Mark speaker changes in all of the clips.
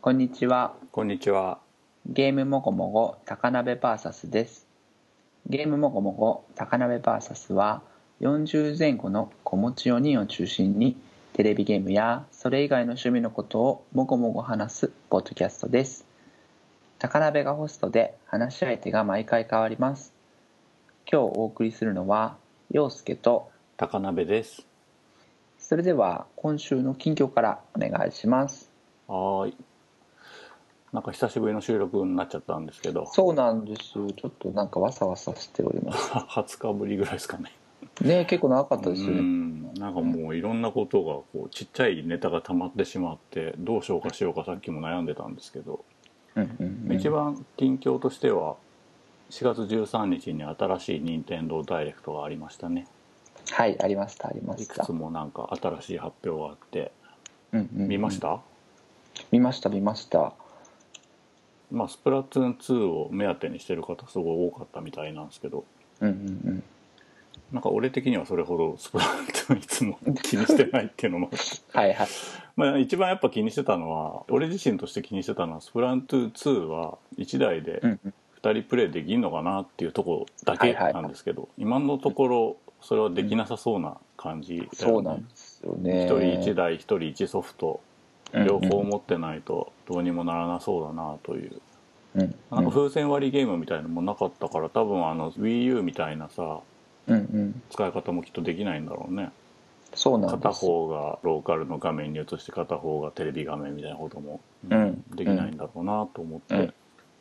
Speaker 1: こんにちは。
Speaker 2: こんにちは。
Speaker 1: ゲームもごもご高鍋 VS です。ゲームもごもご高鍋 VS は40前後の子持ち4人を中心にテレビゲームやそれ以外の趣味のことをもごもご話すポッドキャストです。高鍋がホストで話し相手が毎回変わります。今日お送りするのは陽介と
Speaker 2: 高鍋です。
Speaker 1: それでは今週の近況からお願いします。
Speaker 2: はーい。なんか久しぶりの収録になっちゃったんですけど、
Speaker 1: そうなんですよ。ちょっとなんかわさわさしております。
Speaker 2: 20日ぶりぐらいですかね。
Speaker 1: ね結構長かったですよ
Speaker 2: う
Speaker 1: ね。
Speaker 2: ん。なんかもういろんなことがこうちっちゃいネタが溜まってしまって、どう消化しようかさっきも悩んでたんですけど、
Speaker 1: うんうんうん
Speaker 2: 一番近況としては4月13日に新しい任天堂ダイレクトがありましたね。
Speaker 1: はい、ありました、ありま
Speaker 2: い
Speaker 1: し
Speaker 2: く
Speaker 1: た
Speaker 2: つ。もなんか新しい発表があって、
Speaker 1: うんうんうん
Speaker 2: 見ました、
Speaker 1: 見ました、見ました。
Speaker 2: まあスプラトゥーン2を目当てにしてる方すごい多かったみたいなんですけど、
Speaker 1: うんうん
Speaker 2: なんか俺的にはそれほどスプラトゥーンいつも気にしてないっていうのもあ って
Speaker 1: うん。はいはい。
Speaker 2: まあ一番やっぱ気にしてたのは俺自身として気にしてたのはスプラトゥーン2は1台で
Speaker 1: うんうん
Speaker 2: 2人プレイできんのかなっていうとこだけなんですけど、今のところそれはできなさそうな感じだよね
Speaker 1: そうなんですよね。
Speaker 2: 一人1台1人1ソフト両方持ってないとどうにもならなそうだなという
Speaker 1: うんうん。
Speaker 2: なんか風船割りゲームみたいのもなかったから多分あの WiiU みたいなさ
Speaker 1: うんうん。
Speaker 2: 使い方もきっとできないんだろうね
Speaker 1: そうなん
Speaker 2: 片
Speaker 1: です。
Speaker 2: 方がローカルの画面に映して片方がテレビ画面みたいなことも、
Speaker 1: うん
Speaker 2: できないんだろうなと思って、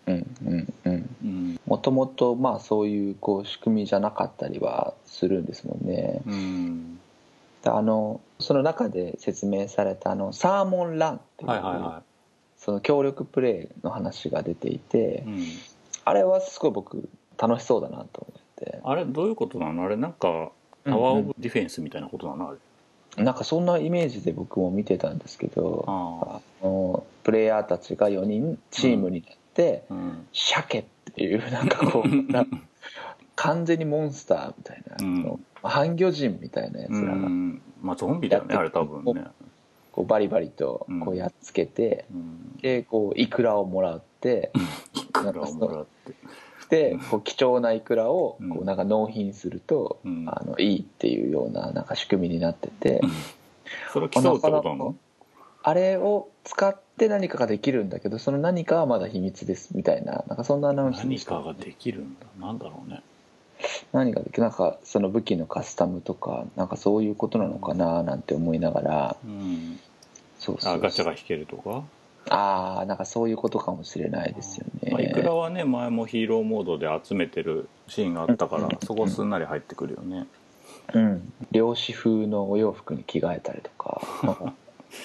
Speaker 1: うんうんうん。
Speaker 2: うん
Speaker 1: もともと、まあ、そういう、こう、仕組みじゃなかったりはするんですもんね。
Speaker 2: うん
Speaker 1: であの、その中で説明された、あの、サーモンランっていう、
Speaker 2: はいはいは
Speaker 1: その協力プレイの話が出ていて
Speaker 2: い、、うん、
Speaker 1: あれはすごい僕、楽しそうだなと思って。
Speaker 2: あれどういうことなのあれなんかタワー・オブ・ディフェンスみたいなことなのあれ、
Speaker 1: なんかそんなイメージで僕も見てたんですけど
Speaker 2: ああ
Speaker 1: あのプレイヤーたちが4人チームになって
Speaker 2: うん
Speaker 1: 「鮭、っていうなんか こうな完全にモンスターみたいな、
Speaker 2: う
Speaker 1: あ
Speaker 2: ん
Speaker 1: の半魚人みたいなやつ
Speaker 2: う
Speaker 1: らが
Speaker 2: んまあゾンビだよねあれ多分ね、
Speaker 1: こうバリバリと
Speaker 2: うん
Speaker 1: こうやっつけて、
Speaker 2: うん、
Speaker 1: でこうイクラをもらって
Speaker 2: いくらもらって
Speaker 1: でこう貴重なイクラを
Speaker 2: うん
Speaker 1: こうなんか納品すると、
Speaker 2: うん
Speaker 1: あのいいっていうようななんか仕組みになってて、
Speaker 2: それ競うってことなの
Speaker 1: あれを使って何かができるんだけどその何かはまだ秘密ですみたいななんかそんなアナウンスで
Speaker 2: 何
Speaker 1: した
Speaker 2: かができるんだなんだろうね
Speaker 1: 何かできなんかその武器のカスタムとかなんかそういうことなのかななんて思いながら
Speaker 2: うん
Speaker 1: そうそう
Speaker 2: あガチャが引けるとか
Speaker 1: ああなんかそういうことかもしれないですよね、
Speaker 2: まあ、いくらはね前もヒーローモードで集めてるシーンがあったから
Speaker 1: うん
Speaker 2: そこすんなり入ってくるよね
Speaker 1: うん漁師風のお洋服に着替えたりとかなん か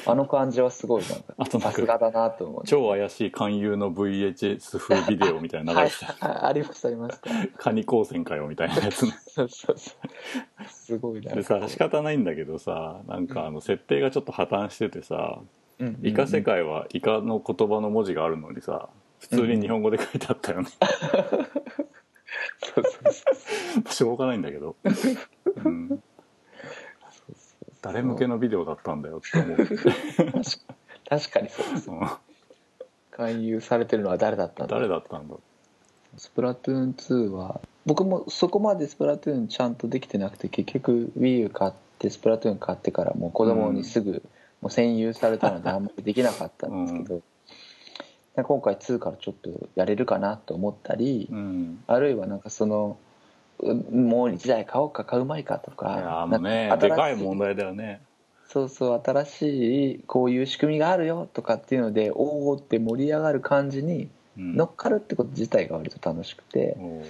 Speaker 1: あの感じはすごいなんか
Speaker 2: あとな
Speaker 1: さ
Speaker 2: ん
Speaker 1: すがだ
Speaker 2: か
Speaker 1: なと思う
Speaker 2: 超怪しい勧誘の VHS 風ビデオみたいな流
Speaker 1: はい
Speaker 2: れてた
Speaker 1: あありましたありま した
Speaker 2: カニ光線かよみたいなやつね
Speaker 1: そうそうそうすごいな
Speaker 2: で さ仕方ないんだけどさなんかあの設定がちょっと破綻しててさ
Speaker 1: うんうん
Speaker 2: イカ世界はイカの言葉の文字があるのにさ普通に日本語で書いてあったよね
Speaker 1: そうそうそう
Speaker 2: しょうがないんだけど、 うん、誰向けのビデオだったんだよって思う
Speaker 1: 確かにそうです
Speaker 2: うん
Speaker 1: 勧誘されてるのは誰だったんだ
Speaker 2: 誰だったんだ
Speaker 1: スプラトゥーン2は僕もそこまでスプラトゥーンちゃんとできてなくて結局 WiiU 買ってスプラトゥーン買ってからもう子供にすぐもう占有されたのであんまりできなかったんですけど、で今回2からちょっとやれるかなと思ったり、
Speaker 2: うん
Speaker 1: あるいはなんかそのうんもう1台買おうか買うまいかと
Speaker 2: い
Speaker 1: か
Speaker 2: やーもうね
Speaker 1: なん
Speaker 2: でかい
Speaker 1: 新し
Speaker 2: 問題だよね
Speaker 1: そうそう新しいこういう仕組みがあるよとかっていうのでおおって盛り上がる感じに
Speaker 2: うん
Speaker 1: 乗っかるってこと自体が割と楽しくて
Speaker 2: おう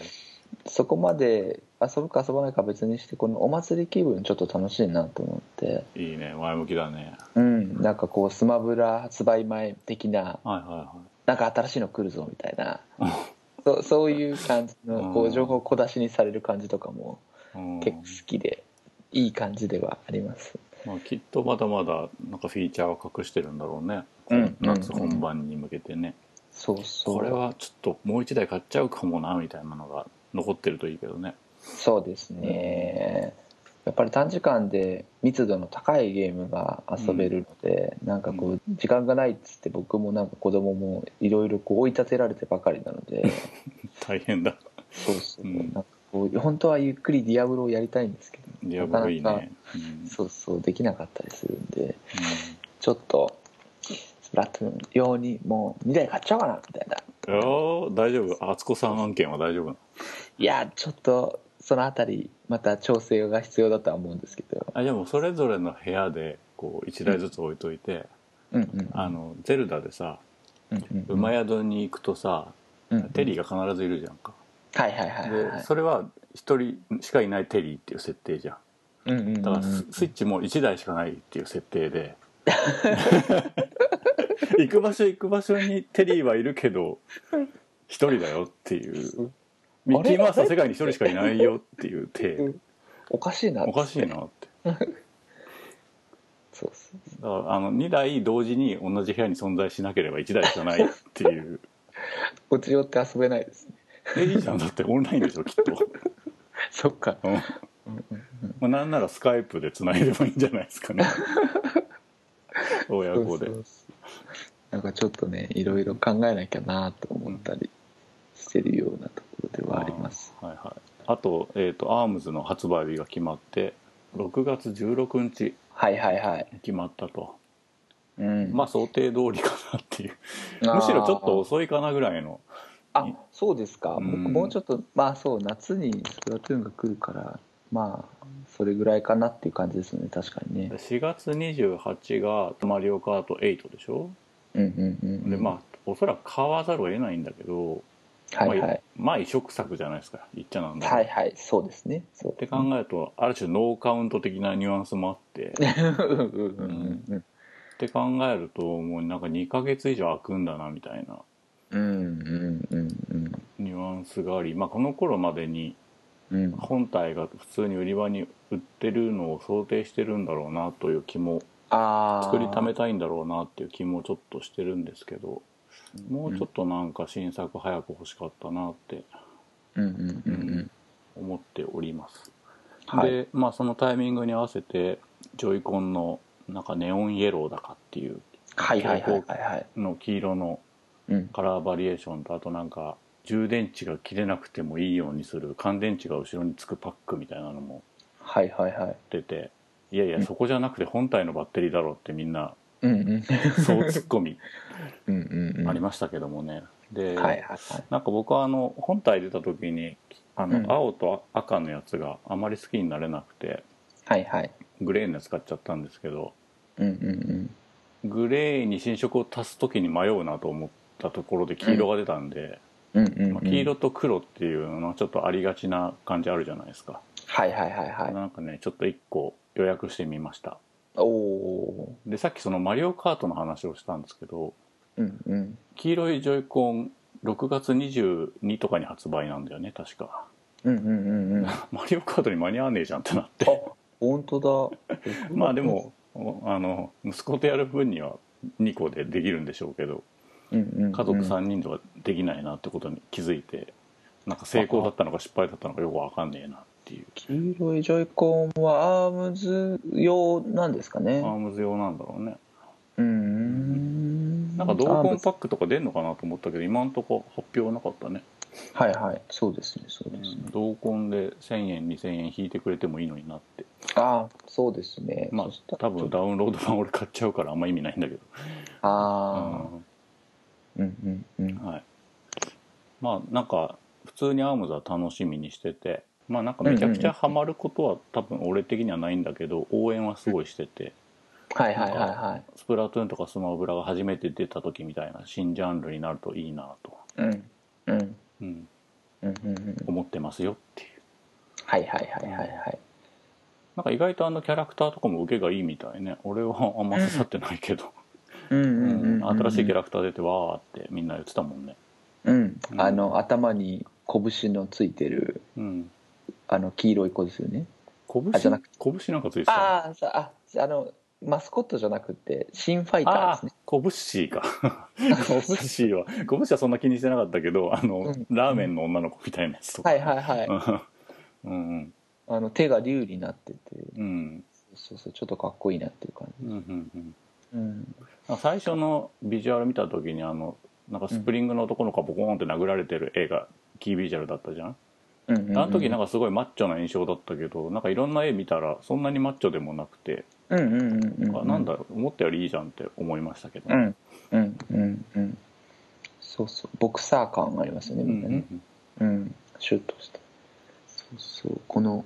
Speaker 1: そこまで遊ぶか遊ばないか別にしてこのお祭り気分ちょっと楽しいなと思って
Speaker 2: いいね前向きだね
Speaker 1: うんなんかこうスマブラ発売前的な
Speaker 2: はいは
Speaker 1: なんか新しいの来るぞみたいな
Speaker 2: う
Speaker 1: そそういう感じのこ
Speaker 2: う
Speaker 1: うん情報小出しにされる感じとかも
Speaker 2: いはい、うん
Speaker 1: 結構好きでいい感じではあります
Speaker 2: まあ、きっとまだまだなんかフィーチャーを隠してるんだろうね、
Speaker 1: うん
Speaker 2: 夏本番に向けてね、
Speaker 1: そうそう
Speaker 2: これはちょっともう一台買っちゃうかもなみたいなのが残ってるといいけどね
Speaker 1: そうですねやっぱり短時間で密度の高いゲームが遊べるので、なんかこう時間がないっつって僕もなんか子供もいろいろこう追い立てられてばかりなの で
Speaker 2: 大変だ
Speaker 1: そうそう、
Speaker 2: うん
Speaker 1: なんかこう本当はゆっくり「ディアブロ」をやりたいんですけど、
Speaker 2: ディアブロいい
Speaker 1: なかな
Speaker 2: ねうんうん
Speaker 1: そうそうできなかったりするんでちょっとスプラトゥーン用にもう2台買っちゃおうかなみたいない
Speaker 2: やー大丈夫敦子さん案件は大丈夫ない
Speaker 1: やちょっとそのあたりまた調整が必要だとは思うんですけど
Speaker 2: あでもそれぞれの部屋でこう1台ずつ置いといて、
Speaker 1: うんうん
Speaker 2: あのゼルダでさ
Speaker 1: うんうん
Speaker 2: 馬宿に行くとさ、
Speaker 1: うんうん
Speaker 2: テリーが必ずいるじゃんか、
Speaker 1: はいはいはいはいは
Speaker 2: で
Speaker 1: い
Speaker 2: それは1人しかいないテリーっていう設定じゃん
Speaker 1: うんうんうんうん
Speaker 2: だからス,、イッチも1台しかないっていう設定で 行く場所行く場所にテリーはいるけど1人だよっていうミッキーマウスは世界に1人しかいないよっていう
Speaker 1: う
Speaker 2: 体
Speaker 1: んおかしいな
Speaker 2: おかしいなって
Speaker 1: そうそう
Speaker 2: だからあの2台同時に同じ部屋に存在しなければ1台しかないって いう
Speaker 1: おちよって遊べないですね
Speaker 2: えいいじゃんだってオンラインでしょきっと。
Speaker 1: そっか
Speaker 2: うんまあ、なんならスカイプでつないでもいいんじゃないです かね親子で
Speaker 1: そうそうそうなんかちょっとねいろいろ考えなきゃなと思ったりしてるようなところではあります
Speaker 2: はいはい、あと,、えー、とアームズの発売日が決まって6月16日
Speaker 1: はいはいはい、
Speaker 2: 決まったと
Speaker 1: うん
Speaker 2: まあ想定通りかなっていう
Speaker 1: あー
Speaker 2: むしろちょっと遅いかなぐらいの
Speaker 1: あそうですか、
Speaker 2: うん
Speaker 1: 僕もうちょっとまあそう夏にスプラトゥーンが来るからまあそれぐらいかなっていう感じですよね確かにね
Speaker 2: 4月28が「マリオカート8」でしょ
Speaker 1: うんうんうん
Speaker 2: でまあおそらく買わざるを得ないんだけど、
Speaker 1: あはいは
Speaker 2: まあ
Speaker 1: い、
Speaker 2: まあ移植作じゃないですか言っちゃなんだけど
Speaker 1: はいはいそうですねそう
Speaker 2: って考えるとある種ノーカウント的なニュアンスもあってっ
Speaker 1: うんうんうんうん
Speaker 2: て考えるともうなんか2ヶ月以上空くんだなみたいな
Speaker 1: うんうんうん
Speaker 2: ニュアンスがあり、まあ、この頃までに
Speaker 1: うんうん
Speaker 2: 本体が普通に売り場に売ってるのを想定してるんだろうなという気も
Speaker 1: ああ
Speaker 2: 作りためたいんだろうなっていう気もちょっとしてるんですけどもうちょっとなんか新作早く欲しかったなって
Speaker 1: うんうんうんうん
Speaker 2: 思っております。
Speaker 1: はい
Speaker 2: で、まあ、そのタイミングに合わせてジョイコンのなんかネオンイエローだかっていう
Speaker 1: はいはいはいはいはい
Speaker 2: の黄色の
Speaker 1: うん
Speaker 2: カラーバリエーションとあとなんか充電池が切れなくてもいいようにする乾電池が後ろにつくパックみたいなのも
Speaker 1: はいはいはい
Speaker 2: 出ていやいやそこじゃなくて本体のバッテリーだろうってみんな
Speaker 1: うんうん
Speaker 2: そうツッコミ
Speaker 1: うんうんうん
Speaker 2: ありましたけどもね、
Speaker 1: は
Speaker 2: で、
Speaker 1: いはいはい
Speaker 2: なんか僕はあの本体出た時にあ
Speaker 1: うん
Speaker 2: の青と赤のやつがあまり好きになれなくて
Speaker 1: はいはい
Speaker 2: グレーのやつ買っちゃったんですけど
Speaker 1: うんうん
Speaker 2: グレーに新色を足す時に迷うなと思ったところで黄色が出たんで。
Speaker 1: うんうんうん
Speaker 2: ま
Speaker 1: う
Speaker 2: あ、
Speaker 1: ん
Speaker 2: 黄色と黒っていうのはちょっとありがちな感じあるじゃないですか、
Speaker 1: はいはいはいはい
Speaker 2: なんかねちょっと1個予約してみました
Speaker 1: おお
Speaker 2: でさっきその「マリオカート」の話をしたんですけど
Speaker 1: ーうんうん
Speaker 2: 黄色いジョイコン6月22とかに発売なんだよね確か
Speaker 1: うんうんうんうんあ
Speaker 2: マリオカートに間に合わねえじゃんってなって
Speaker 1: 本当だ
Speaker 2: まあでもあの息子とやる分には2個でできるんでしょうけど
Speaker 1: うんうんうん
Speaker 2: 家族3人とかできないなってことに気づいてなんか成功だったのか失敗だったのかよくわかんねえなっていう
Speaker 1: 黄色いジョイコンはアームズ用なんですか
Speaker 2: ア
Speaker 1: ね
Speaker 2: ームズ用なんだろうね
Speaker 1: うーん
Speaker 2: なんか同
Speaker 1: アー
Speaker 2: 梱
Speaker 1: ムズ
Speaker 2: パックとか出んのかなと思ったけど今んとこ発表はなかったね、
Speaker 1: はいはいそうですねそうですね
Speaker 2: 同梱で1000円2000円引いてくれてもいいのになって
Speaker 1: ああそうですね
Speaker 2: ま
Speaker 1: そし
Speaker 2: あ
Speaker 1: たら
Speaker 2: 多分ダウンロード版俺買っちゃうからあんま意味ないんだけど
Speaker 1: ああうんうんうん
Speaker 2: うんはいまあなんか普通にアームズは楽しみにしててまあなんかめちゃくちゃハマることは多分俺的にはないんだけど応援はすごいしてて
Speaker 1: はいはいはいはい
Speaker 2: スプラトゥーンとかスマブラが初めて出た時みたいな新ジャンルになるといいなと、
Speaker 1: うんうんう
Speaker 2: うん、
Speaker 1: んうんうん
Speaker 2: 思ってますよっていう
Speaker 1: はいはいはいはいはい
Speaker 2: なんか意外とあのキャラクターとかも受けがいいみたいね俺はあんま刺さってないけど、
Speaker 1: うんう
Speaker 2: うん
Speaker 1: んうんうん
Speaker 2: 新しいキャ
Speaker 1: ラ
Speaker 2: ラクター出てわーってみんな言ってたもんね
Speaker 1: うん
Speaker 2: うん
Speaker 1: あの頭に拳のついてる
Speaker 2: うん
Speaker 1: あの黄色い子ですよね
Speaker 2: 拳
Speaker 1: あじゃなく
Speaker 2: 拳なんかついてた
Speaker 1: ああさああのマスコットじゃなくて新ファイター
Speaker 2: あ
Speaker 1: ですね
Speaker 2: ー拳シーか 拳は拳はそんな気にしてなかったけどあの、
Speaker 1: うん
Speaker 2: ラーメン の女の子みたいなやつとか
Speaker 1: はいはいはい
Speaker 2: うんうん
Speaker 1: あの手が竜になってて
Speaker 2: うん
Speaker 1: そうそうちょっとかっこいいなっていう感
Speaker 2: うんうんうん
Speaker 1: じ、うん、
Speaker 2: なんか最初のビジュアル見た時にあのなんかスプリングの男の子がボコーンって殴られてる映画、キービジュアルだったじゃん
Speaker 1: うんうん
Speaker 2: あ
Speaker 1: うん
Speaker 2: の時なん
Speaker 1: か
Speaker 2: かすごいマッチョな印象だったけどなんかいろんな絵見たらそんなにマッチョでもなくて、
Speaker 1: うんうんうんうん
Speaker 2: あなんだ思ったよりいいじゃんって思いましたけど、
Speaker 1: う、んうんうんうんそうそうボクサー感がありますよね
Speaker 2: うんう
Speaker 1: みんなね
Speaker 2: ん
Speaker 1: うん、シュッとしてそうそうこの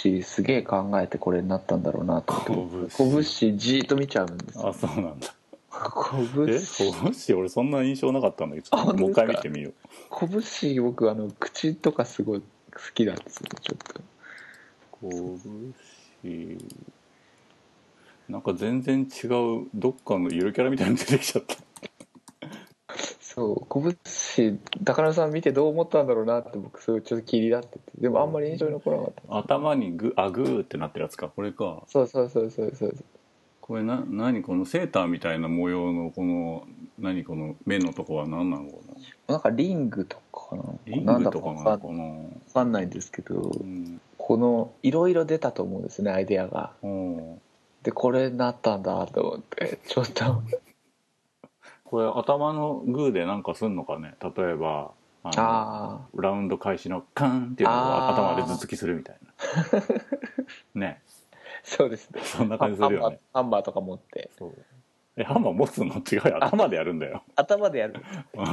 Speaker 1: 拳すげえ考えてこれになったんだろうなと思って
Speaker 2: 拳
Speaker 1: 拳じーっと見ちゃうんです
Speaker 2: あ
Speaker 1: よ
Speaker 2: そうなんだえ
Speaker 1: 拳
Speaker 2: そうし俺そんな印象なかったんだけどちょ
Speaker 1: あ
Speaker 2: っと
Speaker 1: 本当
Speaker 2: もう
Speaker 1: です
Speaker 2: 一
Speaker 1: か
Speaker 2: 回見てみよう
Speaker 1: 拳僕あの口とかすごい好きなんですよちょっと
Speaker 2: 拳なんか全然違うどっかのゆるキャラみたいに出てきちゃった
Speaker 1: そう拳高野さん見てどう思ったんだろうなって僕すごいちょっと気になっててでもあんまり印象に残らなかった
Speaker 2: 頭にグあグーってなってるやつかこれか
Speaker 1: そうそうそうそうそう
Speaker 2: これな何このセーターみたいな模様のこの何この目のとこは何なのかな
Speaker 1: なんかリングとかなのか
Speaker 2: リン
Speaker 1: なん
Speaker 2: グ
Speaker 1: だ
Speaker 2: と
Speaker 1: か
Speaker 2: か
Speaker 1: わ
Speaker 2: なの
Speaker 1: か
Speaker 2: か
Speaker 1: ん
Speaker 2: な
Speaker 1: わかんないんですけど
Speaker 2: うん
Speaker 1: このいろいろ出たと思うんですねアイデアが
Speaker 2: おー
Speaker 1: でこれなったんだと思ってちょっと
Speaker 2: これ頭のグーでなんかすんのかね例えばあの
Speaker 1: あ
Speaker 2: ラウンド開始のカーンっていうのを
Speaker 1: あー
Speaker 2: 頭で頭突きするみたい なね
Speaker 1: あそうですね
Speaker 2: そんな
Speaker 1: ハ
Speaker 2: 感
Speaker 1: ン
Speaker 2: じす
Speaker 1: バ
Speaker 2: るよね
Speaker 1: ーハンバーとか持って
Speaker 2: そうえハンマー持つの違うよ頭でやるんだよ
Speaker 1: 頭でやる
Speaker 2: うん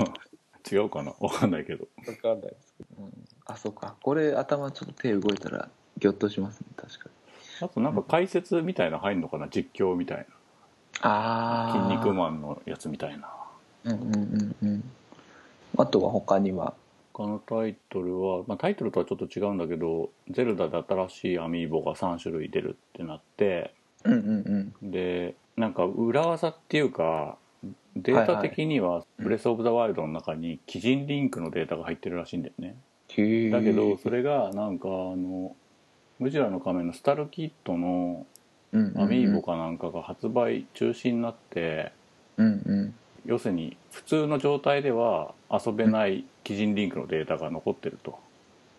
Speaker 2: 違うかなわかんないけど
Speaker 1: わかんないですけど、うんあそうかこれ頭ちょっと手動いたらギョッとしますね確かに
Speaker 2: あとなんか解説みたいなの入んのかな実況みたい
Speaker 1: あ
Speaker 2: な「
Speaker 1: あ
Speaker 2: 筋肉マン」のやつみたいな
Speaker 1: うんうんうんうんあとは他には
Speaker 2: 他のタイトルは、まあ、タイトルとはちょっと違うんだけど「ゼルダ」で新しいアミーボが3種類出るってなって
Speaker 1: うんうん
Speaker 2: でなんか裏技っていうかデータ的には「ブレス・オブ・ザ・ワイルド」の中に鬼人リンクのデータが入ってるらしいんだよね
Speaker 1: うん
Speaker 2: だけ
Speaker 1: へ
Speaker 2: ど
Speaker 1: ー
Speaker 2: それがなんかあの「ムジュラの仮面」のスタルキットの
Speaker 1: うんうんうん
Speaker 2: アミーボかなんかが発売中止になって
Speaker 1: うんうん
Speaker 2: 要するに普通の状態では遊べない基人リンクのデータが残ってると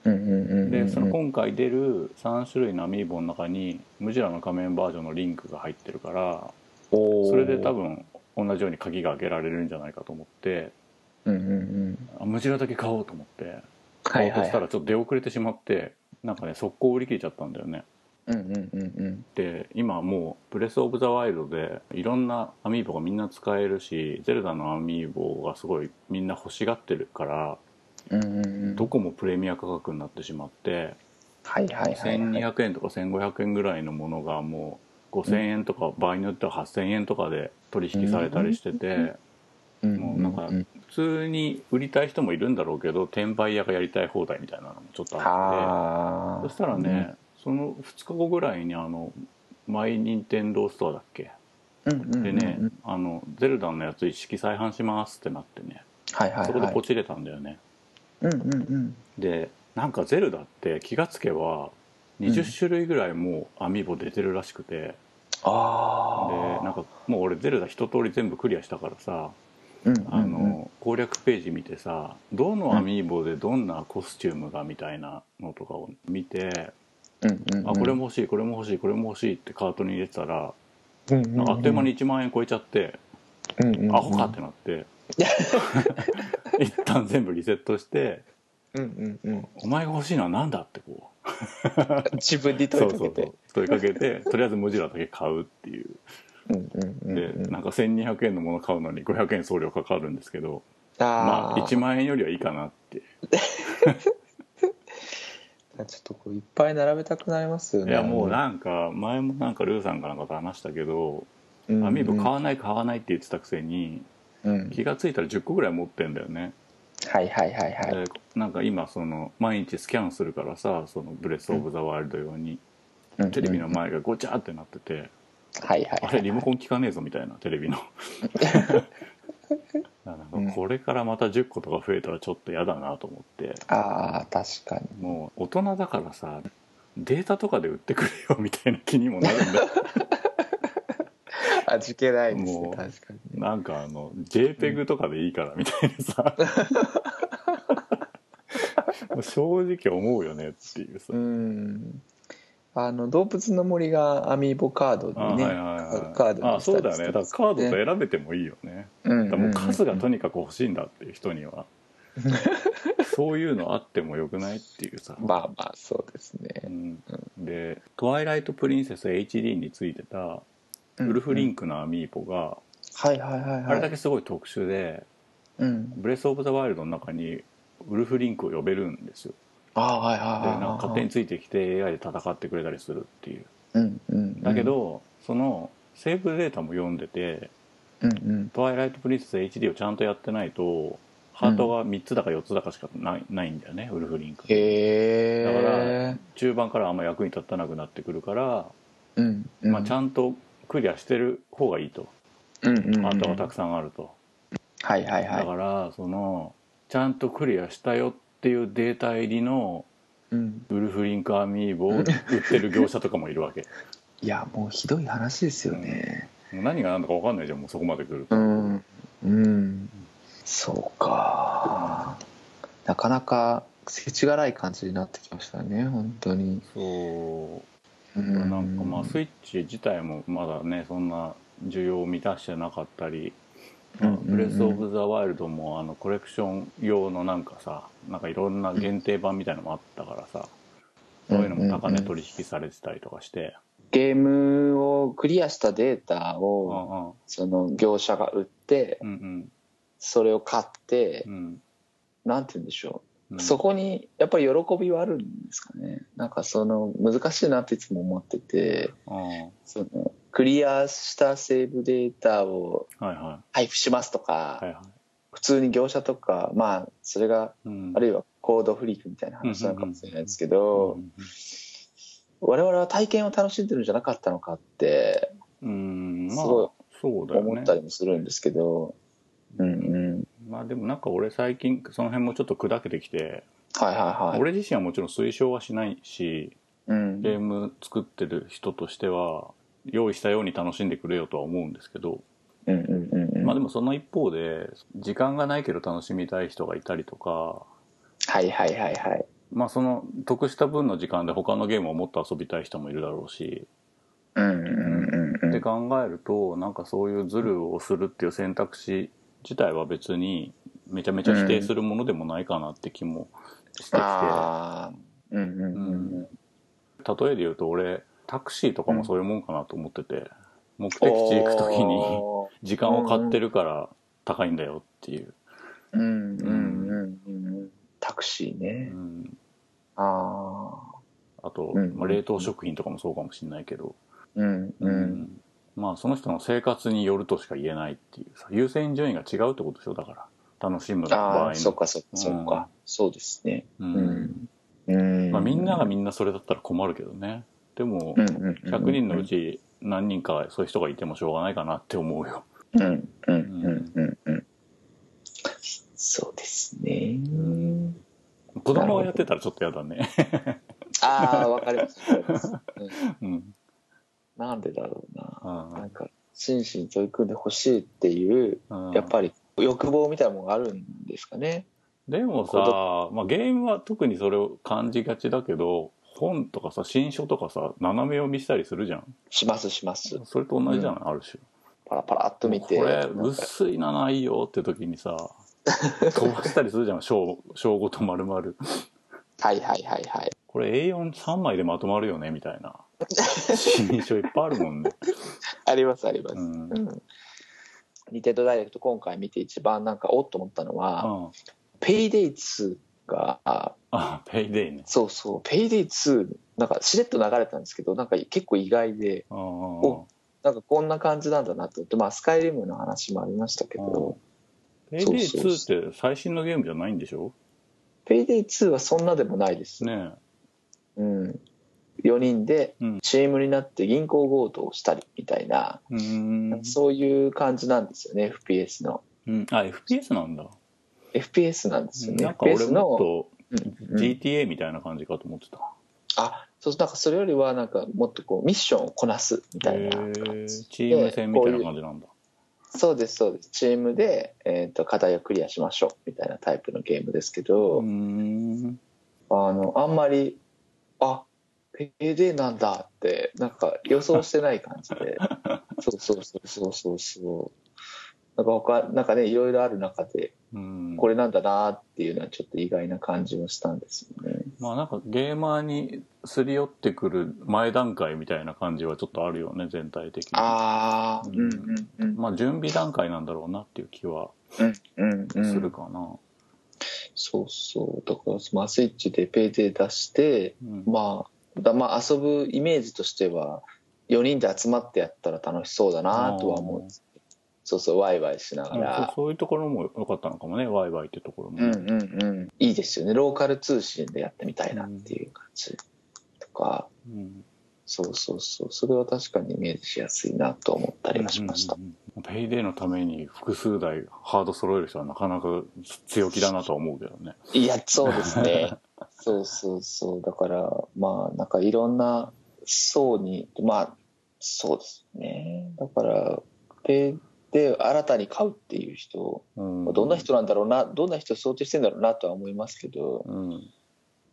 Speaker 1: うんうんうんうん
Speaker 2: でその今回出る3種類のアミーボの中にムジュラの仮面バージョンのリンクが入ってるからそれで多分同じように鍵が開けられるんじゃないかと思って
Speaker 1: うんうんうん
Speaker 2: あムジュラだけ買おうと思って
Speaker 1: はい
Speaker 2: 買おうと
Speaker 1: はい
Speaker 2: したらちょっと出遅れてしまってなんかね速攻売り切れちゃったんだよね
Speaker 1: うんうんうんうん
Speaker 2: で今もう「ブレス・オブ・ザ・ワイルド」でいろんなアミーボがみんな使えるし「ゼルダ」のアミーボがすごいみんな欲しがってるから
Speaker 1: うんうんうん
Speaker 2: どこもプレミア価格になってしまって
Speaker 1: はいはいはいはい
Speaker 2: 1200円とか1500円ぐらいのものがもう5000円とか場合によっては8000円とかで取引されたりしてて
Speaker 1: うん
Speaker 2: もうなんか普通に売りたい人もいるんだろうけど転売屋がやりたい放題みたいなのもちょっとあって
Speaker 1: はあ
Speaker 2: そしたらねその2日後ぐらいにあのマイ・ニンテンドーストアだっけ
Speaker 1: うんうんうん
Speaker 2: でね、
Speaker 1: うん
Speaker 2: あのゼルダのやつ一式再販しますってなってね
Speaker 1: はいはいはい
Speaker 2: そこでポチれたんだよね、
Speaker 1: うんうんうん
Speaker 2: でなんかゼルダって気がつけば
Speaker 1: うん
Speaker 2: 20種類ぐらいもうアミーボ出てるらしくて、
Speaker 1: あ
Speaker 2: で
Speaker 1: あ
Speaker 2: なんかもう俺ゼルダ一通り全部クリアしたからさ
Speaker 1: うんうん
Speaker 2: あの、攻略ページ見てさどのアミーボでどんなコスチュームがみたいなのとかを見て、
Speaker 1: うんうんうん
Speaker 2: あこれも欲しいこれも欲しいこれも欲しいってカートに入れてたら、
Speaker 1: うんうん
Speaker 2: なん
Speaker 1: ん
Speaker 2: かあっという間に1万円超えちゃって。
Speaker 1: うんうんうん
Speaker 2: アホかって なって、一旦全部リセットして
Speaker 1: うんうんうん
Speaker 2: 「お前が欲しいのは何だ?」ってこ
Speaker 1: 自分に
Speaker 2: う
Speaker 1: 問
Speaker 2: そ
Speaker 1: いうかけ
Speaker 2: そうそ
Speaker 1: て
Speaker 2: う問いかけてとりあえずムジュラだけ買うっていう
Speaker 1: うんうんうん
Speaker 2: で
Speaker 1: うん
Speaker 2: なんか1200円のもの買うのに500円送料かかるんですけどま
Speaker 1: あ
Speaker 2: あ
Speaker 1: ー
Speaker 2: 1万円よりはいいかなって
Speaker 1: ちょっとこういっぱい並べたくなりますよ
Speaker 2: い
Speaker 1: ね
Speaker 2: やもうなんか前もなんかルーさんかなんかと話したけど
Speaker 1: うん
Speaker 2: アミーボ買わない買わないって言ってたくせに
Speaker 1: うん
Speaker 2: 気が付いたら10個ぐらい持ってんだよね
Speaker 1: はいはいはいはい
Speaker 2: でなんか今その毎日スキャンするからさそのブレス・オブ・ザ・ワイルド用に
Speaker 1: うんうん
Speaker 2: テレビの前がごちゃってなってて
Speaker 1: はいはい
Speaker 2: あれリモコン効かねえぞみたいなテ レビのなんかこれからまた10個とか増えたらちょっと嫌だなと思って
Speaker 1: ああ確かに
Speaker 2: もう大人だからさデータとかで売ってくれよみたいな気にもなるんだ
Speaker 1: 味気ないです
Speaker 2: も
Speaker 1: ね
Speaker 2: う
Speaker 1: 確かにね
Speaker 2: なんかあの JPEG とかでいいからみたい なさもう正直思うよねっていうさ
Speaker 1: うんあの動物の森がアミーボカード
Speaker 2: あ
Speaker 1: でね
Speaker 2: はいはいはい
Speaker 1: カード
Speaker 2: あ
Speaker 1: にし
Speaker 2: そう
Speaker 1: た
Speaker 2: だ
Speaker 1: り
Speaker 2: よね
Speaker 1: して
Speaker 2: だから
Speaker 1: ます
Speaker 2: カードと選べてもいいよね、
Speaker 1: うんうん
Speaker 2: だからもう数がとにかく欲しいんだっていう人 にはそういうのあってもよくないっていうさ、
Speaker 1: まあまあそうです
Speaker 2: う
Speaker 1: ね
Speaker 2: ん、で「トワイライト・プリンセス HD」についてたウルフリンクのアミーポが
Speaker 1: はいはいはいはい
Speaker 2: あれだけすごい特殊で
Speaker 1: うん
Speaker 2: 「ブレス・オブ・ザ・ワイルド」の中にウルフリンクを呼べるんですよ
Speaker 1: ああはい
Speaker 2: で
Speaker 1: はい
Speaker 2: な
Speaker 1: はい
Speaker 2: んか勝手についてきて AI で戦ってくれたりするっていう
Speaker 1: うんうん
Speaker 2: だけどそのセーブデータも読んでて
Speaker 1: うんうん
Speaker 2: 「トワイライト・プリンセス HD」をちゃんとやってないとハートが3つだか4つだかしかないないんだよねウルフリンク
Speaker 1: へえ
Speaker 2: だから中盤からあんま役に立たなくなってくるから、
Speaker 1: うんうん
Speaker 2: まあ、ちゃんとクリアしてる方がいいと
Speaker 1: うんうんうん
Speaker 2: ハートがたくさんあると、
Speaker 1: はいはい
Speaker 2: だ
Speaker 1: は
Speaker 2: からそのちゃんとクリアしたよっていうデータ入りの
Speaker 1: いうん
Speaker 2: ウルフリンクアミーボを売ってる業者とかもい るわけ
Speaker 1: いやもうひどい話ですよね
Speaker 2: もう何が何だか分かんないじゃんもうそこまで来ると、
Speaker 1: うんうんそうかなかなか世知辛い感じになってきましたね本当に
Speaker 2: そううなんかまあスイッチ自体もまだねそんな需要を満たしてなかったり「
Speaker 1: うんうんうん
Speaker 2: ブレス・オブ・ザ・ワイルド」もあのコレクション用のなんかさなんかいろんな限定版みたいのもあったからさ、そういうのも高値取引されてたりとかして、
Speaker 1: ゲームをクリアしたデータ
Speaker 2: う
Speaker 1: を
Speaker 2: んうん
Speaker 1: その業者が売って
Speaker 2: うん
Speaker 1: それを買って
Speaker 2: うんうん
Speaker 1: なんて言うんでしょ
Speaker 2: う
Speaker 1: うんそこにやっぱり喜びはあるんですかねなんかその難しいなっていつも思ってて
Speaker 2: うんはい
Speaker 1: そのクリアしたセーブデータを
Speaker 2: はい
Speaker 1: 配布しますと
Speaker 2: はい
Speaker 1: か
Speaker 2: はい
Speaker 1: 普通に業者とかまあそれが
Speaker 2: うん
Speaker 1: あるいはコードフリークみたいな話なのかもしれないですけど
Speaker 2: うん
Speaker 1: 我々は体験を楽しんでるんじゃなかったのかって
Speaker 2: うんまあ
Speaker 1: すごい
Speaker 2: そうだよね
Speaker 1: 思ったりもするんですけどうんうん
Speaker 2: まあでもなんか俺最近その辺もちょっと砕けてきて、
Speaker 1: はいはいはい
Speaker 2: 俺自身はもちろん推奨はしないし
Speaker 1: うん
Speaker 2: ゲーム作ってる人としては用意したように楽しんでくれよとは思うんですけど、
Speaker 1: うんうんうんうん
Speaker 2: まあでもその一方で時間がないけど楽しみたい人がいたりとか、
Speaker 1: はいはいはいはい
Speaker 2: まあ、その得した分の時間で他のゲームをもっと遊びたい人もいるだろうし、
Speaker 1: うんうんうんう
Speaker 2: って
Speaker 1: ん
Speaker 2: 考えるとなんかそういうズルをするっていう選択肢自体は別にめちゃめちゃ否定するものでもないかなって気もしてきて、
Speaker 1: ああうんうんうんうん
Speaker 2: 例えで言うと俺タクシーとかもそういうもんかなと思ってて、目的地行く時に。
Speaker 1: おー
Speaker 2: 時間を買ってるから高いんだよっていう、
Speaker 1: うんうんうんうんうんタクシー
Speaker 2: う
Speaker 1: ね
Speaker 2: ん、
Speaker 1: ああ
Speaker 2: あと、
Speaker 1: うん
Speaker 2: まあ、冷凍食品とかもそうかもしれないけど、
Speaker 1: うん
Speaker 2: う
Speaker 1: うん
Speaker 2: んまあその人の生活によるとしか言えないっていうさ優先順位が違うってことでしょだから楽しむ場
Speaker 1: あ
Speaker 2: 合
Speaker 1: あそ
Speaker 2: の
Speaker 1: っ、かそっかそっ
Speaker 2: うん
Speaker 1: かそうですね
Speaker 2: う
Speaker 1: うんんうん
Speaker 2: まあ、みんながみんなそれだったら困るけどねでも
Speaker 1: うんうんうん
Speaker 2: 100人のうち何人かそういう人がいてもしょうがないかなって思うよ、
Speaker 1: うんうんうんうんうんそうですね
Speaker 2: 子供がやってたらちょっとやだね、
Speaker 1: ああわかりますわかります うん
Speaker 2: うん
Speaker 1: なんでだろうな
Speaker 2: うん
Speaker 1: なんか真摯に取り組んでほしいっていう
Speaker 2: うん
Speaker 1: やっぱり欲望みたいなものがあるんですかね
Speaker 2: でも
Speaker 1: 子
Speaker 2: さ、まあ、ゲームは特にそれを感じがちだけど本とかさ新書とかさ斜め読みしたりするじゃん
Speaker 1: しますします
Speaker 2: それと同じじゃない、ある種
Speaker 1: パラパラっと見て
Speaker 2: これ
Speaker 1: なんか
Speaker 2: 薄いなないよって時にさ飛ばしたりするじゃん小小5と丸々
Speaker 1: はいはいはいはい
Speaker 2: これ A43 枚でまとまるよねみたいな新書いっぱいあるもんね、
Speaker 1: ありますあります
Speaker 2: う、ん
Speaker 1: うんニンテンドーダイレクト今回見て一番なんかおっと思ったのは、
Speaker 2: うん、
Speaker 1: ペイデイ2が
Speaker 2: あペイデイね
Speaker 1: そうそうペイデイ2なんかしれっと流れたんですけどなんか結構意外で
Speaker 2: うんうんうん
Speaker 1: おなんかこんな感じなんだなと思ってまあスカイリムの話もありましたけど、
Speaker 2: ペイデイ2って最新のゲームじゃないんでしょ
Speaker 1: ペイデイ2はそんなでもないですね、
Speaker 2: ね
Speaker 1: うん、4人で
Speaker 2: うん
Speaker 1: チームになって銀行強盗をしたりみたいな、
Speaker 2: えうん
Speaker 1: そういう感じなんですよね FPS の
Speaker 2: うんあ FPS なんだ
Speaker 1: FPS なんですよね
Speaker 2: なんか俺
Speaker 1: FPS の
Speaker 2: もっ
Speaker 1: うん
Speaker 2: と GTA みたいな感じかと思ってた、
Speaker 1: あそうなんかそれよりはなんかもっとこうミッションをこなすみたいな
Speaker 2: へーチーム戦みたいな感じなんだ
Speaker 1: そうですそうですチームで、えー、と課題をクリアしましょうみたいなタイプのゲームですけど、
Speaker 2: うーん
Speaker 1: あのあんまりあペーデーなんだってなんか予想してない感じ でそうそうそうそうそうそうなんか他なんかねいろいろある中で
Speaker 2: うん、
Speaker 1: これなんだなっていうのはちょっと意外な感じもしたんですよね
Speaker 2: まあなんかゲーマーにすり寄ってくる前段階みたいな感じはちょっとあるよね全体的に
Speaker 1: ああ
Speaker 2: う
Speaker 1: うんんうんうん
Speaker 2: まあ準備段階なんだろうなっていう気は
Speaker 1: うんう
Speaker 2: する
Speaker 1: ん
Speaker 2: かな、
Speaker 1: そうそうだからまあスイッチでペイデー出して
Speaker 2: うん
Speaker 1: まあだまあ遊ぶイメージとしては4人で集まってやったら楽しそうだなとは思うんですけどそうそうワイワイしなが
Speaker 2: まあそう
Speaker 1: ら
Speaker 2: そういうところも良かったのかもねワイワイってところも、
Speaker 1: うんうんうんいいですよねローカル通信でやってみたいなっていう感じとか
Speaker 2: うん
Speaker 1: そうそうそうそれは確かにイメージしやすいなと思ったりはしました
Speaker 2: うんうんうんペイデーのために複数台ハード揃える人はなかなか強気だなとは思うけどね
Speaker 1: いや、そうです ね。そうそうそう。だから、まあ、なんかいろんな層に、まあ、そうですね。だから、で、で、新たに買うっていう人、
Speaker 2: うん
Speaker 1: どんな人なんだろうな、どんな人想定してんだろうなとは思いますけど、
Speaker 2: うん、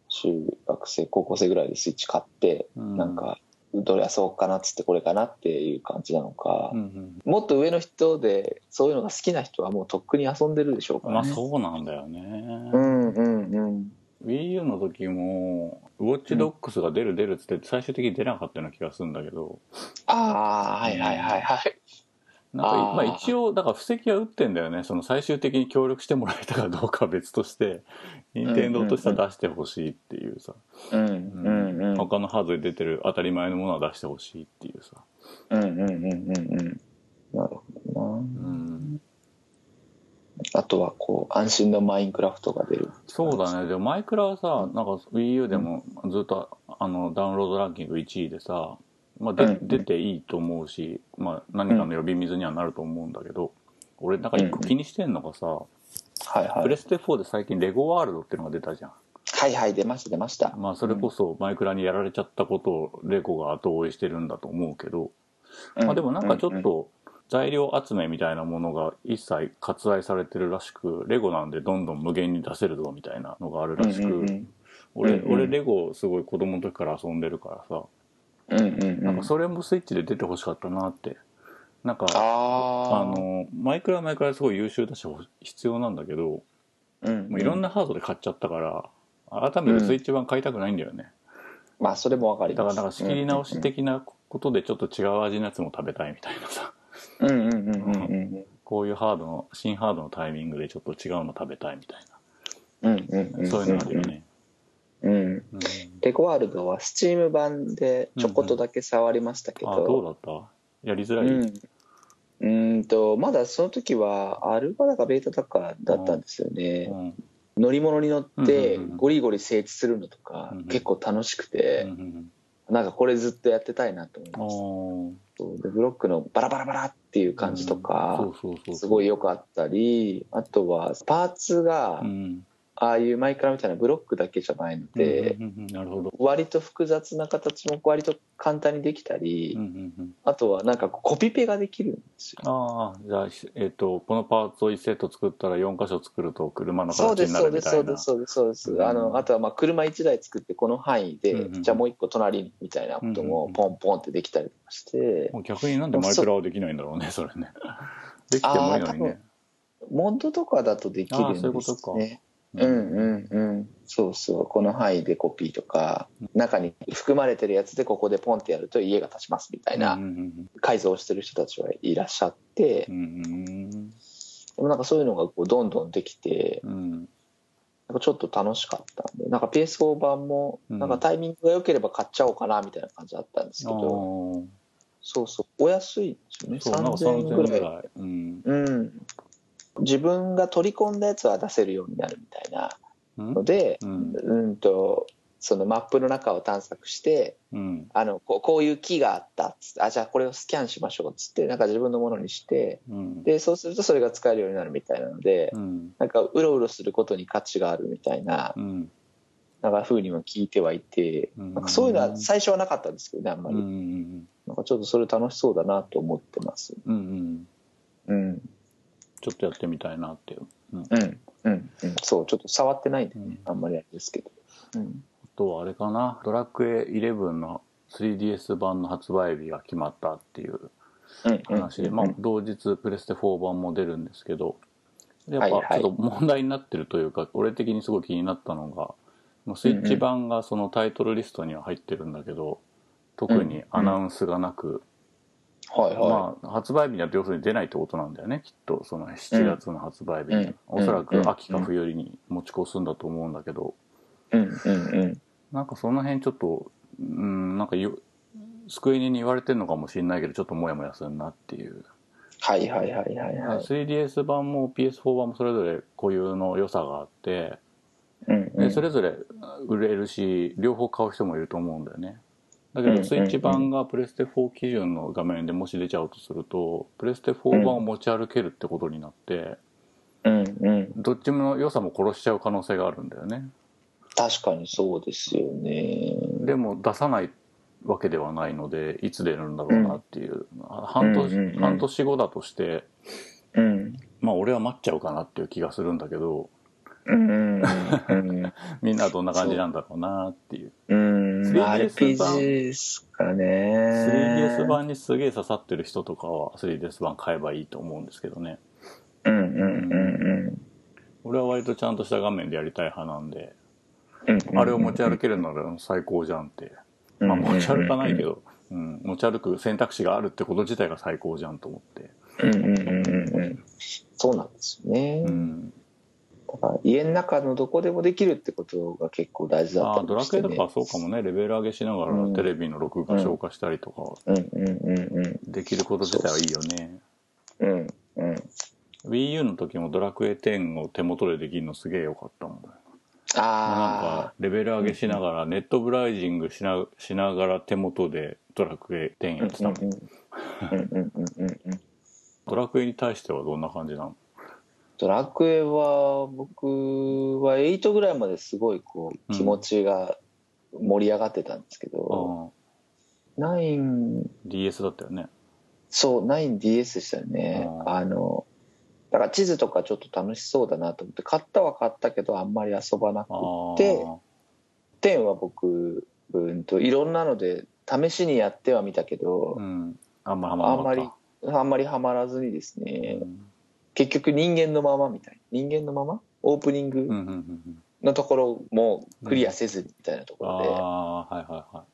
Speaker 1: 中学生、高校生ぐらいでスイッチ買って、
Speaker 2: うん
Speaker 1: なん、か、どれ遊ぼうかなっつってこれかなっていう感じなのか
Speaker 2: う、ん
Speaker 1: もっと上の人で、そういうのが好きな人はもうとっくに遊んでるでしょう
Speaker 2: う
Speaker 1: か
Speaker 2: ん、
Speaker 1: ら、
Speaker 2: まあ
Speaker 1: う。
Speaker 2: そうなんだよね、
Speaker 1: うんうんうん。
Speaker 2: Wii U の時もウォッチドックスが出る出るっつって最終的に出なかったような気がするんだけど
Speaker 1: ああ、はいはいはいはい。
Speaker 2: なんかい
Speaker 1: あー
Speaker 2: まあ一応だから布石は打ってんだよねその最終的に協力してもらえたかどうかは別として任天堂としては出してほしいっていうさ、
Speaker 1: うん
Speaker 2: うん他のハードで出てる当たり前のものは出してほしいっていうさ、
Speaker 1: うんうんうんうんうんなるほどな
Speaker 2: うん、
Speaker 1: あとはこう安心のマインクラフトが出る
Speaker 2: そうだねでもマイクラはさなんか WiiU でもずっとあのダウンロードランキング1位でさ、まあで
Speaker 1: うん
Speaker 2: 出ていいと思うし、まあ、何かの呼び水にはなると思うんだけど、俺なんか一個気にしてんのがさ、
Speaker 1: はいは
Speaker 2: プレ
Speaker 1: い
Speaker 2: ステ4で最近レゴワールドっていうのが出たじゃん
Speaker 1: はいはい出ました出ました
Speaker 2: まあそれこそマイクラにやられちゃったことをレゴが後追いしてるんだと思うけど、まあ、でもなんかちょっと材料集めみたいなものが一切割愛されてるらしくレゴなんでどんどん無限に出せるぞみたいなのがあるらし
Speaker 1: うんう
Speaker 2: く
Speaker 1: ん
Speaker 2: 俺
Speaker 1: うんうん
Speaker 2: 俺レゴすごい子供の時から遊んでるからさ
Speaker 1: うんうんうん
Speaker 2: なんかそれもスイッチで出てほしかったなってなんかあ
Speaker 1: ああ
Speaker 2: のマイクラはマイクラですごい優秀だし必要なんだけどもういろんなハードで買っちゃったから改めてスイッチ版買いたくないんだよね
Speaker 1: まあそれもわかり
Speaker 2: だか
Speaker 1: ま
Speaker 2: ら
Speaker 1: す
Speaker 2: なんか仕切り直し的なことでちょっと違う味のやつも食べたいみたいなさ
Speaker 1: うんうんうんうんうん
Speaker 2: こういうハードの新ハードのタイミングでちょっと違うの食べたいみたい
Speaker 1: うんうんうん
Speaker 2: なそういうのあるよね、
Speaker 1: うん
Speaker 2: うん
Speaker 1: レゴワールドはスチーム版でちょこっとだけ触りましたけ
Speaker 2: あど
Speaker 1: ど
Speaker 2: うだったやりづらい、
Speaker 1: うんうーんとまだその時はアルファだかベータだかだったんですよね、
Speaker 2: うん
Speaker 1: 乗り物に乗って
Speaker 2: うんうんうん
Speaker 1: ゴリゴリ整地するのとか
Speaker 2: うんうん
Speaker 1: 結構楽しく
Speaker 2: う
Speaker 1: て
Speaker 2: んうん
Speaker 1: なんかこれずっとやってたいなと思い
Speaker 2: あ
Speaker 1: まし
Speaker 2: ー
Speaker 1: たそうでブロックのバラバラバラっていう感じと
Speaker 2: う
Speaker 1: か
Speaker 2: んそうそうそう
Speaker 1: すごい良かったりあとはパーツが
Speaker 2: うん
Speaker 1: ああいうマイクラみたいなブロックだけじゃないので
Speaker 2: うんうんうんなるほど、
Speaker 1: 割と複雑な形も割と簡単にできたり
Speaker 2: うんうんうん、
Speaker 1: あとはなんかコピペができるんですよ
Speaker 2: ああじゃあ、えっとこのパーツを1セット作ったら4箇所作ると車の
Speaker 1: そう
Speaker 2: 形
Speaker 1: で
Speaker 2: に
Speaker 1: す
Speaker 2: な
Speaker 1: そ
Speaker 2: る
Speaker 1: うで
Speaker 2: み
Speaker 1: す
Speaker 2: た
Speaker 1: そう
Speaker 2: い
Speaker 1: で
Speaker 2: な
Speaker 1: すそうですそうです、
Speaker 2: うん
Speaker 1: あのあとはまあ車1台作ってこの範囲で、
Speaker 2: うんうん
Speaker 1: じゃあもう1個隣にみたいなこと
Speaker 2: うんうんう
Speaker 1: も
Speaker 2: ん
Speaker 1: ポンポンってできたりとかして、
Speaker 2: もう逆になんでマイクラはできないんだろうねそれねできてもいいのにね
Speaker 1: モンドとかだとできるんです
Speaker 2: あーそういうことか
Speaker 1: ねうんうんうんそうそうこの範囲でコピーとか中に含まれてるやつでここでポンってやると家が建ちますみたい
Speaker 2: うん
Speaker 1: な
Speaker 2: うん
Speaker 1: 改造をしてる人たちはいらっしゃって
Speaker 2: うんうん
Speaker 1: でもなんかそういうのがこうどんどんできて
Speaker 2: うんうん
Speaker 1: なんかちょっと楽しかったんでなんか PS4 版も
Speaker 2: うん
Speaker 1: なんかタイミングが良ければ買っちゃおうかなみたいな感じだったんですけ
Speaker 2: あ
Speaker 1: ど、
Speaker 2: ー
Speaker 1: そうそうお安いんです
Speaker 2: そ
Speaker 1: よ
Speaker 2: うな
Speaker 1: ね
Speaker 2: んか
Speaker 1: 3000
Speaker 2: 3000
Speaker 1: 円
Speaker 2: ぐ
Speaker 1: ぐ
Speaker 2: らい
Speaker 1: らい
Speaker 2: うん
Speaker 1: うん自分が取り込んだやつは出せるようになるみたいなので
Speaker 2: うん
Speaker 1: うんとそのマップの中を探索して
Speaker 2: うん
Speaker 1: あのこうこういう木があったっつってあじゃあこれをスキャンしましょうっつってなんか自分のものにして
Speaker 2: うん
Speaker 1: でそうするとそれが使えるようになるみたいなので
Speaker 2: うん
Speaker 1: なんかうろうろすることに価値があるみたいな
Speaker 2: うん
Speaker 1: なんか風にも聞いてはいて
Speaker 2: うん
Speaker 1: なんかそういうのは最初はなかったんですけどねあんま
Speaker 2: う
Speaker 1: り
Speaker 2: ん
Speaker 1: なんかちょっとそれ楽しそうだなと思ってます
Speaker 2: うんうん
Speaker 1: うん
Speaker 2: ちょっとやってみたいなっていう
Speaker 1: うんうんうん、そうちょっと触ってないんで
Speaker 2: う
Speaker 1: ね
Speaker 2: ん
Speaker 1: あんまりあれですけど、うん、
Speaker 2: あと、あれかな、ドラクエ11の 3DS 版の発売日が決まったっていう話で、まあ、同日プレステ4版も出るんですけど、やっぱ
Speaker 1: はいはい
Speaker 2: ちょっと問題になってるというか、俺的にすごい気になったのが、もうスイッチ版がそのタイトルリストには入ってるんだけど、特にアナウンスがなく、
Speaker 1: はいは
Speaker 2: まあ、発売日には要するに出ないってことなんだよねきっとその7月の発売日に、
Speaker 1: うん
Speaker 2: おそら
Speaker 1: う
Speaker 2: く
Speaker 1: ん
Speaker 2: 秋か冬に持ち越すんだと思うんだけど
Speaker 1: い。うんうんうん。
Speaker 2: なんかその辺ちょっとうんなんかよ救いに言われてるのかもしれないけどちょっとモヤモヤするなっていう、
Speaker 1: はいはいはいはいはい。
Speaker 2: 3DS 版も PS4 版もそれぞれ固有の良さがあって
Speaker 1: うんう
Speaker 2: で
Speaker 1: ん
Speaker 2: それぞれ売れるし両方買う人もいると思うんだよねだけ
Speaker 1: うんうんう
Speaker 2: ど
Speaker 1: ん
Speaker 2: スイッチ版がプレステ4基準の画面でもし出ちゃうとするとプレステ4版を持ち歩けるってことになって
Speaker 1: うんうん。
Speaker 2: どっちの良さも殺しちゃう可能性があるんだよね
Speaker 1: 確かにそうですよね。
Speaker 2: でも出さないわけではないのでいつ出るんだろうなっていう、あ半年
Speaker 1: うんうんうん
Speaker 2: 半年後だとして
Speaker 1: うん。
Speaker 2: まあ俺は待っちゃうかなっていう気がするんだけど
Speaker 1: うんうんうん
Speaker 2: みんなどんな感じなんだろうなっていう
Speaker 1: うん。うん。
Speaker 2: 3DS 版
Speaker 1: RPG ですかね。
Speaker 2: 3DS 版にすげえ刺さってる人とかは 3DS 版買えばいいと思うんですけどね
Speaker 1: うんうんうん
Speaker 2: 俺は割とちゃんとした画面でやりたい派なんで、
Speaker 1: うん。うん
Speaker 2: あれを持ち歩けるなら最高じゃんって、
Speaker 1: うん
Speaker 2: まあ、
Speaker 1: うん
Speaker 2: 持ち歩かないけど、うん、持ち歩く選択肢があるってこと自体が最高じゃんと思って、
Speaker 1: うんうんうんうんうん。そうなんですよね。
Speaker 2: うん、
Speaker 1: だから家の中のどこでもできるってことが結構大事だっ
Speaker 2: あ
Speaker 1: た
Speaker 2: あドラクエとかはそうかもねレベル上げしなが
Speaker 1: う
Speaker 2: ら
Speaker 1: ん
Speaker 2: テレビの録画消化したりとか
Speaker 1: うんうんうんうん
Speaker 2: できること自体はいいよね
Speaker 1: うんうん。
Speaker 2: WiiU の時も「ドラクエ10」を手元でできるのすげえ良かったもんなん
Speaker 1: あ
Speaker 2: かレベル上げしながらネットブライジングしなしながら手元で「ドラクエ10」
Speaker 1: あ。
Speaker 2: やってたもん
Speaker 1: うんうんうんうんうんうん。
Speaker 2: ドラクエに対してはどんな感じなの
Speaker 1: ドラクエは僕は8ぐらいまですごいこう
Speaker 2: うん
Speaker 1: 気持ちが盛り上がってたんですけど、
Speaker 2: ああ
Speaker 1: 9
Speaker 2: DS だったよね
Speaker 1: そう 9DS でしたよね
Speaker 2: うん
Speaker 1: あのだから地図とかちょっと楽しそうだなと思って買ったは買ったけどあんまり遊ばなく
Speaker 2: ああ
Speaker 1: て10は僕うんといろんなので試しにやってはみたけど
Speaker 2: う、んあんまりハマらな
Speaker 1: あん
Speaker 2: かった
Speaker 1: まあんまりハマらずにですね、
Speaker 2: うん
Speaker 1: 結局人間のままみたい人間のままオープニン
Speaker 2: うん
Speaker 1: グ
Speaker 2: うんうんうん
Speaker 1: のところもクリアせずみたいなとこ
Speaker 2: あ
Speaker 1: ろで、
Speaker 2: あはいはいは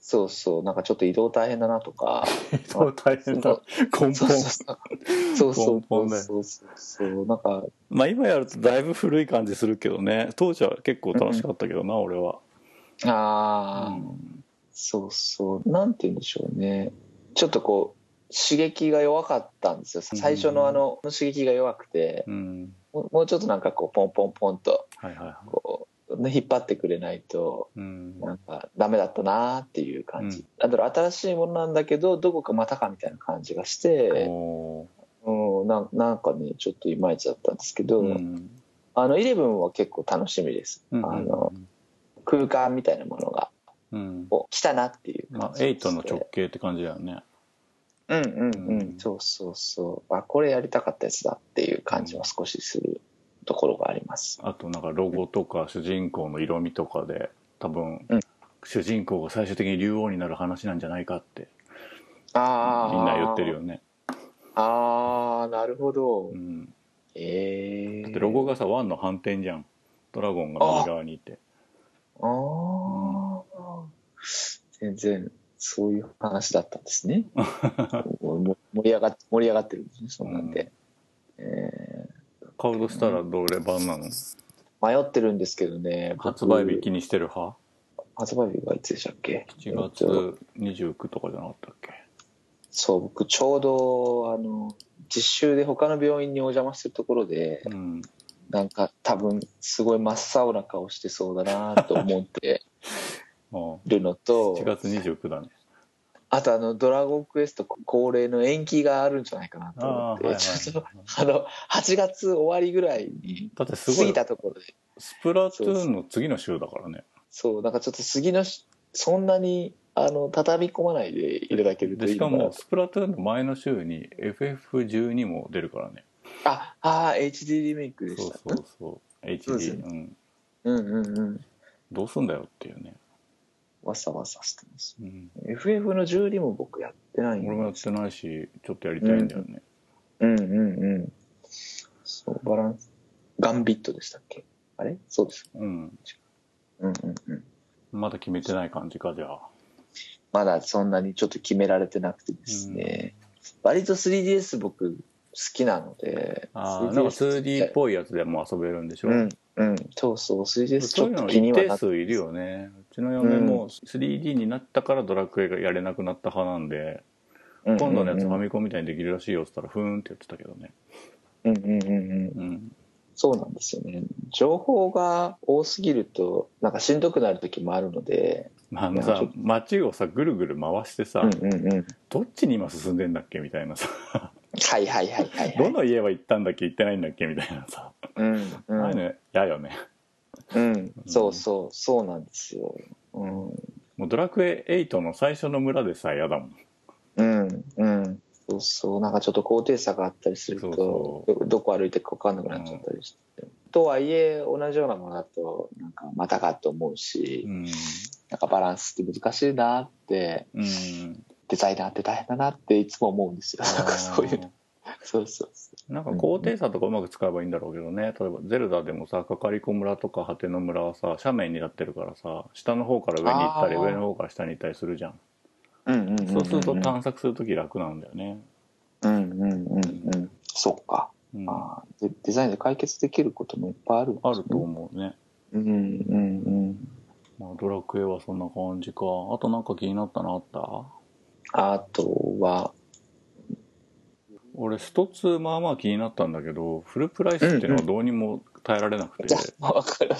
Speaker 1: そうそうなんかちょっと移動大変だなとか
Speaker 2: いそう大変だ根
Speaker 1: そう
Speaker 2: 本
Speaker 1: そうそうそ
Speaker 2: ポンポ
Speaker 1: う
Speaker 2: ンね
Speaker 1: そうそうそうなんか
Speaker 2: まあ今やるとだいぶ古い感じするけどね当時は結構楽しかったけどな、俺は、
Speaker 1: ああ、
Speaker 2: うん
Speaker 1: そうそうなんて言うんでしょうねちょっとこう刺激が弱かったんですよ最初のあの刺激が弱くて
Speaker 2: うん、
Speaker 1: もうもうちょっとなんかこうポンポンポンと
Speaker 2: はいはいはい
Speaker 1: こう、ね、引っ張ってくれないと
Speaker 2: うん
Speaker 1: なんかダメだったなーっていう感
Speaker 2: う
Speaker 1: じ、なんだろう新しいものなんだけどどこかまたかみたいな感じがして、
Speaker 2: お
Speaker 1: うん、なんなんかねちょっといまいちだったんですけど、
Speaker 2: ーうん
Speaker 1: あの11は結構楽しみです、
Speaker 2: うん
Speaker 1: あの空間みたいなものが
Speaker 2: うん
Speaker 1: こう来たなっていう
Speaker 2: ま
Speaker 1: 感
Speaker 2: あ、
Speaker 1: じ
Speaker 2: 8の
Speaker 1: がして
Speaker 2: 直径って感じだよね
Speaker 1: うんうんうん、
Speaker 2: うん
Speaker 1: そうそうそうあこれやりたかったやつだっていう感じは少しするところがあります、
Speaker 2: あとなんかロゴとか主人公の色味とかで多分、
Speaker 1: うん
Speaker 2: 主人公が最終的に竜王になる話なんじゃないかって
Speaker 1: ああ
Speaker 2: みんな言ってるよね、
Speaker 1: ああなるほど、
Speaker 2: うん、だ
Speaker 1: ええ
Speaker 2: ってロゴがさ1の反転じゃんドラゴンが右側にいて
Speaker 1: ああ、全然そういう話だったんです ね。もも盛り上がっ盛り上がってるんですね、そんなんで。え
Speaker 2: 買うとしたらどれ版なの
Speaker 1: ー迷ってるんですけどね。僕
Speaker 2: 発売日気にしてる派
Speaker 1: 発売日がいつでしたっけ
Speaker 2: ?7 月
Speaker 1: えっと
Speaker 2: 29とかじゃなかったっけ
Speaker 1: そう、僕ちょうど、あの、実習で他の病院にお邪魔してるところで、
Speaker 2: うん
Speaker 1: なんか多分すごい真っ青な顔してそうだなと思って
Speaker 2: ああ
Speaker 1: るの と、
Speaker 2: 7月29だね
Speaker 1: あとあの、ドラゴンクエスト恒例の延期があるんじゃないかなと思って、
Speaker 2: あーはいはい
Speaker 1: ちょっと、あの、8月終わりぐらいに、
Speaker 2: だってす
Speaker 1: 過
Speaker 2: ご
Speaker 1: ぎ
Speaker 2: い
Speaker 1: たところで、
Speaker 2: スプラトゥーンの次の週だからね
Speaker 1: そう、なんかちょっと杉のし、そんなに、あの、畳み込まないでいただけると
Speaker 2: で
Speaker 1: いい
Speaker 2: しか
Speaker 1: のかな
Speaker 2: もスプラトゥーンの前の週に FF12 も出るからね
Speaker 1: あ、あー、HD リメイクで
Speaker 2: そ
Speaker 1: し
Speaker 2: う
Speaker 1: た。
Speaker 2: そうそう
Speaker 1: そうです
Speaker 2: HD
Speaker 1: よね
Speaker 2: うん
Speaker 1: うんうんうん。
Speaker 2: どうすんだよっていうね、
Speaker 1: わさわさしてます。
Speaker 2: うん、
Speaker 1: FF の12も僕やってないん
Speaker 2: 俺もやっ
Speaker 1: で
Speaker 2: てないしちょっとやりたいんだよね、
Speaker 1: うんうんうん。そう、バランス。ガンビットでしたっけあれそうです。
Speaker 2: うん、
Speaker 1: うんうんうん。
Speaker 2: まだ決めてない感じかじゃあ
Speaker 1: まだそんなにちょっと決められてなくてですね。割と 3DS 僕好きなので。
Speaker 2: あーなんか 2D
Speaker 1: い。
Speaker 2: っぽいやつでも遊べるんでしょ、
Speaker 1: うんうん。そうそう、3DS ち
Speaker 2: そう
Speaker 1: ょっ
Speaker 2: いう
Speaker 1: と
Speaker 2: の
Speaker 1: 気
Speaker 2: 一
Speaker 1: には
Speaker 2: 定
Speaker 1: なって。
Speaker 2: 数いるよねうちの嫁も 3D になったからドラクエがやれなくなった派なんで、
Speaker 1: うんうんうん
Speaker 2: 今度のやつファミコンみたいにできるらしいよっつったらふーんって言ってたけどね、
Speaker 1: うんうんうんうん。
Speaker 2: うん、
Speaker 1: そうなんですよね。情報が多すぎると、なんかしんどくなる時もあるので、
Speaker 2: まああの
Speaker 1: いやち
Speaker 2: さ
Speaker 1: ょっと
Speaker 2: 街をさぐるぐる回してさ、
Speaker 1: うんうんうん。
Speaker 2: どっちに今進んでんだっけみたいなさ
Speaker 1: はいはいはいはい、は
Speaker 2: ど
Speaker 1: い。
Speaker 2: の家は行ったんだっけ行ってないんだっけみたいなさ、
Speaker 1: うんう
Speaker 2: ああいうんの嫌よね
Speaker 1: うん、そうそう、そうなんですよ。うん、
Speaker 2: もうドラクエ8の最初の村でさえ嫌だもん
Speaker 1: うん、うん。そうそう、なんかちょっと高低差があったりすると、
Speaker 2: そ
Speaker 1: どどこ歩いてるか分かんなくなっちゃったりして。とはいえ、同じようなものだと、なんかまたかと思うし、
Speaker 2: うん、
Speaker 1: なんかバランスって難しいなって、
Speaker 2: うん、
Speaker 1: デザイナーって大変だなっていつも思うんですよ。なんか そういう、そうそうそう。
Speaker 2: なんか高低差とかうまく使えばいいんだろうけどね例えば「ゼルダ」でもさカカリコ村とか果ての村はさ斜面になってるからさ下の方から上に行ったり
Speaker 1: あー
Speaker 2: 上の方から下に行ったりするじゃん
Speaker 1: うんうんんんん
Speaker 2: そうすると探索する時楽なんだよね、
Speaker 1: うんうんうんうん。そっか。
Speaker 2: うん、
Speaker 1: あ
Speaker 2: あ
Speaker 1: ーでデザインで解決できることもいっぱいあるんですね、
Speaker 2: ると思うね、
Speaker 1: うんうんうん。
Speaker 2: まあ、ドラクエはそんな感じかあとなんか気になったのあった
Speaker 1: あとは、
Speaker 2: 俺スト2まあまあ気になったんだけどフルプライスっていうのはどうにも耐えられなくて、
Speaker 1: わかる。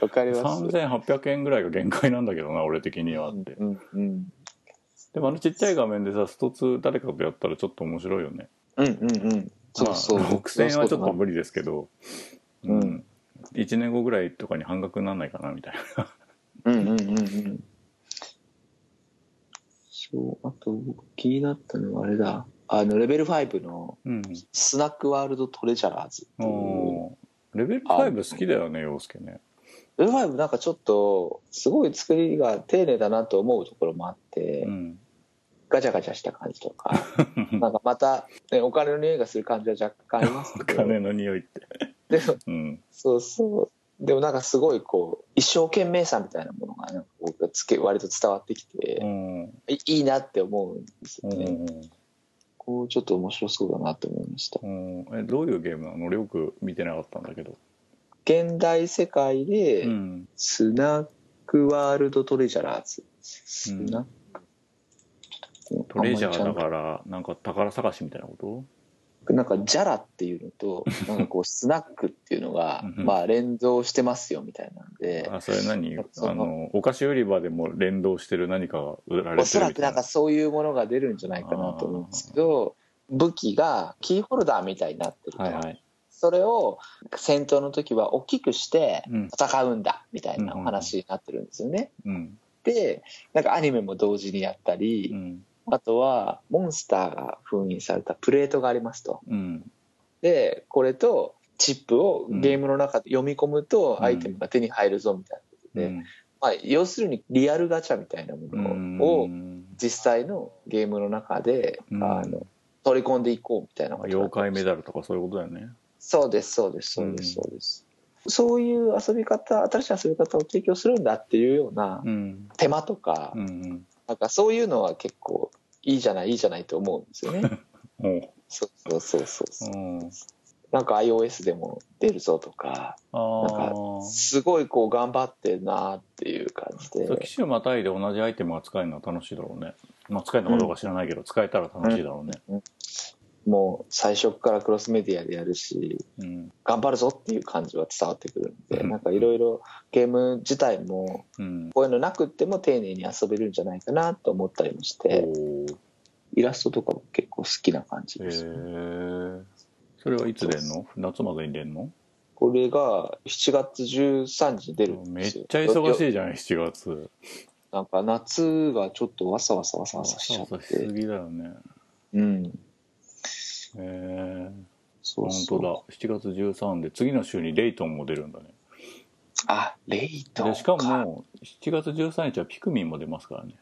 Speaker 1: わかります。
Speaker 2: 3800円ぐらいが限界なんだけどな俺的にはって、
Speaker 1: うんうん
Speaker 2: でもあのちっちゃい画面でさスト2誰かとやったらちょっと面白いよね
Speaker 1: うんうんうん。そうそう。
Speaker 2: まあ、6000円はちょっと
Speaker 1: そう
Speaker 2: 無理ですけど、う
Speaker 1: うん
Speaker 2: ん1年後ぐらいとかに半額にならないかなみたいな
Speaker 1: そううんうんうんうん。そう、あと僕気になったのはあれだ。あの、レベル5の
Speaker 2: うん
Speaker 1: スナックワールドトレジャラーズっていう。
Speaker 2: おーレベル5好きだよね陽介ね
Speaker 1: レベル5なんかちょっと、すごい作りが丁寧だなと思うところもあって、
Speaker 2: うん
Speaker 1: ガチャガチャした感じと か、なんかまた、ね、お金の匂いがする感じは若干あります
Speaker 2: お
Speaker 1: けど、
Speaker 2: 金の匂いって
Speaker 1: でも
Speaker 2: うん
Speaker 1: そうそう。でもなんかすごいこう、一生懸命さみたいなものがなんか僕がつけ割と伝わってき
Speaker 2: う
Speaker 1: て、
Speaker 2: んうん
Speaker 1: いいいなって思うんですよね。こうちょっと面白そうだなと思いました。
Speaker 2: うんえどういうゲームなの俺よく見てなかったんだけど
Speaker 1: 現代世界で
Speaker 2: う、ん
Speaker 1: スナックワールドトレジャラーズ。スナック、
Speaker 2: トレジャーだ
Speaker 1: ら
Speaker 2: からなんか宝探しみたいなこと
Speaker 1: なんかジャラっていうのとなんかこうスナックっていうのが
Speaker 2: うんうん
Speaker 1: まあ連動してますよみたいなんで
Speaker 2: あそれ何あ
Speaker 1: その
Speaker 2: のお菓子売り場でも連動してる何かが売られ
Speaker 1: お
Speaker 2: て
Speaker 1: そ
Speaker 2: る
Speaker 1: ら
Speaker 2: み
Speaker 1: く
Speaker 2: た
Speaker 1: ないんか
Speaker 2: な
Speaker 1: そういうものが出るんじゃないかなと思うんですけど武器がキーホルダーみたいになってると
Speaker 2: はいはい
Speaker 1: それを戦闘の時は大きくして
Speaker 2: うん
Speaker 1: 戦うんだみたいなお話になってるんですよね。
Speaker 2: うん
Speaker 1: でなんかアニメも同時にやった
Speaker 2: う
Speaker 1: り
Speaker 2: ん
Speaker 1: あとはモンスターが封印されたプレートがありますと。
Speaker 2: うん
Speaker 1: でこれとチップをゲームの中で読み込むとアイテムが手に入るぞみたいなこと
Speaker 2: う
Speaker 1: で、
Speaker 2: ん
Speaker 1: まあ、要するにリアルガチャみたいなものを
Speaker 2: うん
Speaker 1: 実際のゲームの中で、
Speaker 2: うん
Speaker 1: あの取り込んでいこうみたいなこと
Speaker 2: 妖怪メダルとかそういうことだよね
Speaker 1: そうですそうですそうです
Speaker 2: う
Speaker 1: そ
Speaker 2: ん
Speaker 1: うです、そういう遊び方新しい遊び方を提供するんだっていうような
Speaker 2: うん
Speaker 1: 手間とか、
Speaker 2: うん
Speaker 1: なんかそういうのは結構いいじゃないいいじゃないと思うんですよね
Speaker 2: うんおう
Speaker 1: そうそうそうそうそう
Speaker 2: うん
Speaker 1: なんか iOS でも出るぞとか
Speaker 2: あ
Speaker 1: なん
Speaker 2: ー
Speaker 1: すごいこう頑張ってんなっていう感じで
Speaker 2: そう機種またいで同じアイテムが使えるのは楽しいだろうねまあ使えるのかどうか知らないけど使えたら楽しいだろうね
Speaker 1: もう最初からクロスメディアでやるし
Speaker 2: うん
Speaker 1: 頑張るぞっていう感じは伝わってくるんで
Speaker 2: うん
Speaker 1: なんかいろいろゲーム自体も
Speaker 2: うん
Speaker 1: こういうのなくっても丁寧に遊べるんじゃないかなと思ったりもし
Speaker 2: お
Speaker 1: て
Speaker 2: お
Speaker 1: イラストとかも結構好きな感じ
Speaker 2: へえ
Speaker 1: です、
Speaker 2: それはいつ出んの夏までに出んの
Speaker 1: これが7月13日に出るん
Speaker 2: め
Speaker 1: で
Speaker 2: っ
Speaker 1: すよ
Speaker 2: ちゃ忙し
Speaker 1: い
Speaker 2: いじゃん7月
Speaker 1: なんか夏がちょっとわさわさわさわさしちゃ
Speaker 2: そ
Speaker 1: っ
Speaker 2: うしす
Speaker 1: て
Speaker 2: ぎだよね
Speaker 1: うん
Speaker 2: へえ
Speaker 1: そう
Speaker 2: 本
Speaker 1: そう
Speaker 2: 当だ7月13で次の週にレイトンも出るんだね
Speaker 1: あレイト
Speaker 2: でしかも7月13日はピクミンも出ますからね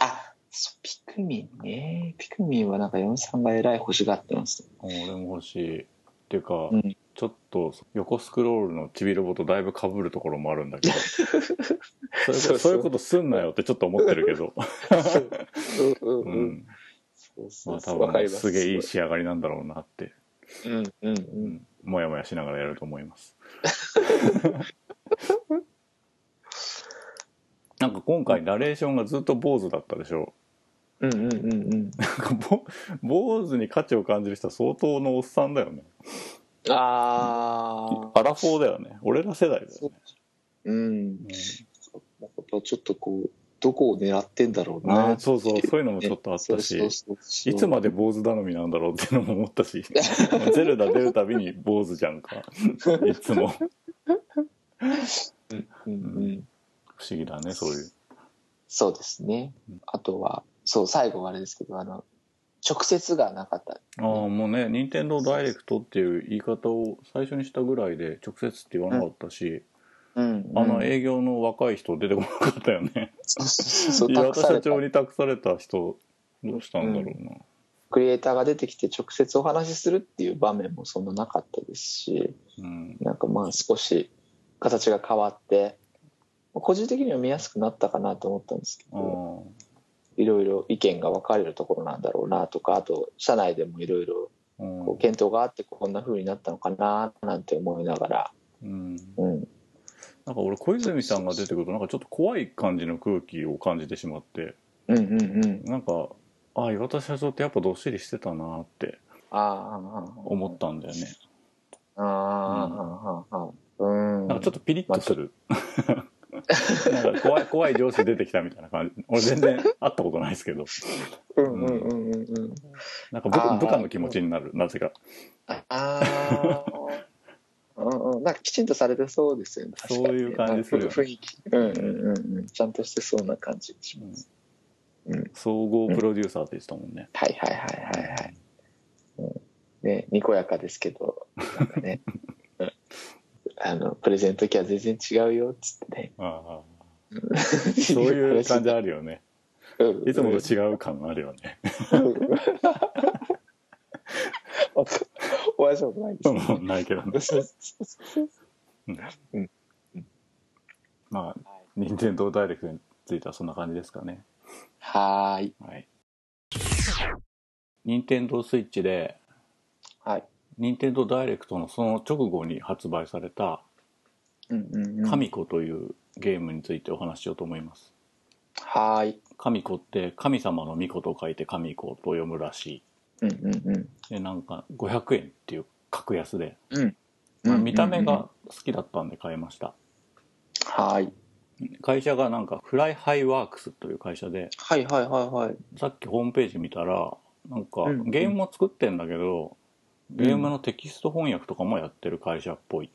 Speaker 1: あそうピクミンねピクミンはなんか4さんがえらい欲しがってます ね
Speaker 2: 俺も欲しいっていうか、
Speaker 1: うん
Speaker 2: ちょっと横スクロールのちびロボとだいぶ被るところもあるんだ けどそ
Speaker 1: そ
Speaker 2: れ
Speaker 1: うそう
Speaker 2: そういうことすんなよってちょっと思ってるけど、
Speaker 1: うんう
Speaker 2: う
Speaker 1: んうん
Speaker 2: ん、
Speaker 1: そうそ
Speaker 2: ま
Speaker 1: う
Speaker 2: あ
Speaker 1: そ
Speaker 2: 多
Speaker 1: うわかり
Speaker 2: 分
Speaker 1: ます
Speaker 2: すげえいい仕上がりなんだろうなって、
Speaker 1: うんうんう
Speaker 2: うんん、もやもやしながらやると思います。 なんか今回ナレーションがずっと坊主だったでしょ
Speaker 1: うんうんうんうん
Speaker 2: なんかぼ坊主に価値を感じる人は相当のおっさんだよね
Speaker 1: ああ
Speaker 2: アラフォーだよね俺ら世代だよ
Speaker 1: そ
Speaker 2: ね
Speaker 1: ううん
Speaker 2: うん
Speaker 1: やっぱちょっとこうどこを狙ってんだろうな
Speaker 2: ね、そうそうそういうのもちょっとあったし、いつま
Speaker 1: で
Speaker 2: で坊主頼みなんだろうっていうのも思った しゼルダ出るたびに坊主じゃん かいつも
Speaker 1: うんうん
Speaker 2: 不思議だねそういう
Speaker 1: そうですね
Speaker 2: うん
Speaker 1: あとはそう最後はあれですけどあの直接がなかった
Speaker 2: ああもうね任天堂ダイレクトっていう言い方を最初にしたぐらいで直接って言わなかったし、
Speaker 1: うん
Speaker 2: あの
Speaker 1: え
Speaker 2: 営業の若い人出てこなかったよね
Speaker 1: そう
Speaker 2: 岩
Speaker 1: 託
Speaker 2: 田
Speaker 1: され
Speaker 2: 社
Speaker 1: た
Speaker 2: 長に託された人どうしたんだろうな、
Speaker 1: クリエイターが出てきて直接お話しするっていう場面もそんななかったですし
Speaker 2: うん
Speaker 1: なんかまあ少し形が変わって個人的には見やすくなったかなと思ったんですけ
Speaker 2: あ
Speaker 1: ど、
Speaker 2: ー
Speaker 1: いろいろ意見が分かれるところなんだろうなとかあと社内でもいろいろ
Speaker 2: うん
Speaker 1: こう検討があってこんな風になったのかななんて思いながら、
Speaker 2: うん、
Speaker 1: うん、
Speaker 2: なんか俺小泉さんが出てくるとなんかちょっと怖い感じの空気を感じてしまって
Speaker 1: うんうんうん
Speaker 2: なんかあ岩田社長ってやっぱどっしりしてたなって
Speaker 1: あー
Speaker 2: 思ったんだよね、
Speaker 1: あーあーあーあーあーうん
Speaker 2: なんかちょっとピリッとするなんか怖い怖い上司出てきたみたいな感じ俺全然会ったことないですけど
Speaker 1: うんうんうんうんうん
Speaker 2: なんか部下
Speaker 1: あー
Speaker 2: 部下の気持ちになるなぜか
Speaker 1: ああーうんうんなんかきちんとされてそうですよね確かにね
Speaker 2: そういう感じする
Speaker 1: な
Speaker 2: よね
Speaker 1: んか雰囲気うんうんうんうんちゃんとしてそうな感じがします、
Speaker 2: 総合プロデューサーって言ってたもんね、
Speaker 1: はいはいはいはいはい、うん、ねにこやかですけどなんかね うんあのプレゼント時は全然違うよっつってね
Speaker 2: ああそういう感じあるよね
Speaker 1: うん
Speaker 2: いつもと違う感あるよね
Speaker 1: おお会いしたことないですね
Speaker 2: ないけどね
Speaker 1: そうそうそう
Speaker 2: まあ任天堂ダイレクトについてはそんな感じですかね
Speaker 1: はーい
Speaker 2: はい任天堂スイッチで
Speaker 1: はい
Speaker 2: 任天堂ダイレクトのその直後に発売された
Speaker 1: うんうんう
Speaker 2: 「
Speaker 1: ん
Speaker 2: カミコ」というゲームについてお話ししようと思います。
Speaker 1: はーい
Speaker 2: カミコって神様の巫女と書いてカミコと読むらし
Speaker 1: うんうんうん
Speaker 2: い。でなんか500円っていう格安で、
Speaker 1: うん
Speaker 2: まあ
Speaker 1: うんうん
Speaker 2: 見た目が好きだったんで買いました。
Speaker 1: はい
Speaker 2: 会社がなんかフライハイワークスという会社で
Speaker 1: はいはいはいはい
Speaker 2: さっきホームページ見たらなんか
Speaker 1: うんうん
Speaker 2: ゲームも作ってんだけど、ゲームのテキスト翻訳とかもやってる会社っぽい。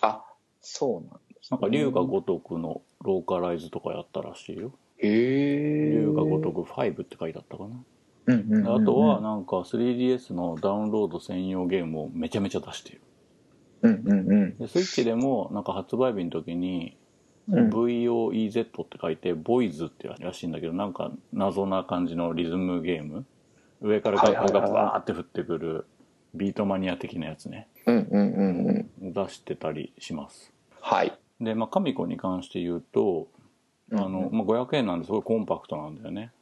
Speaker 1: あそうなんです、
Speaker 2: なんか龍が如くのローカライズとかやったらしいよ。
Speaker 1: へえ
Speaker 2: 龍が如く5って書いてあったかな。
Speaker 1: うんうんうんうん
Speaker 2: あとはなんか 3DS のダウンロード専用ゲームをめちゃめちゃ出している
Speaker 1: うんうんうん
Speaker 2: でスイッチでもなんか発売日の時に
Speaker 1: うん
Speaker 2: VOEZ って書いてボイズってやつらしいんだけどなんか謎な感じのリズムゲーム上から楽譜がバーって降ってくるビートマニア的なやつね
Speaker 1: うんうんうんうん
Speaker 2: 出してたりします
Speaker 1: はい
Speaker 2: でまあカミコに関して言うとあの、まあ、500円なんですごいコンパクトなんだよね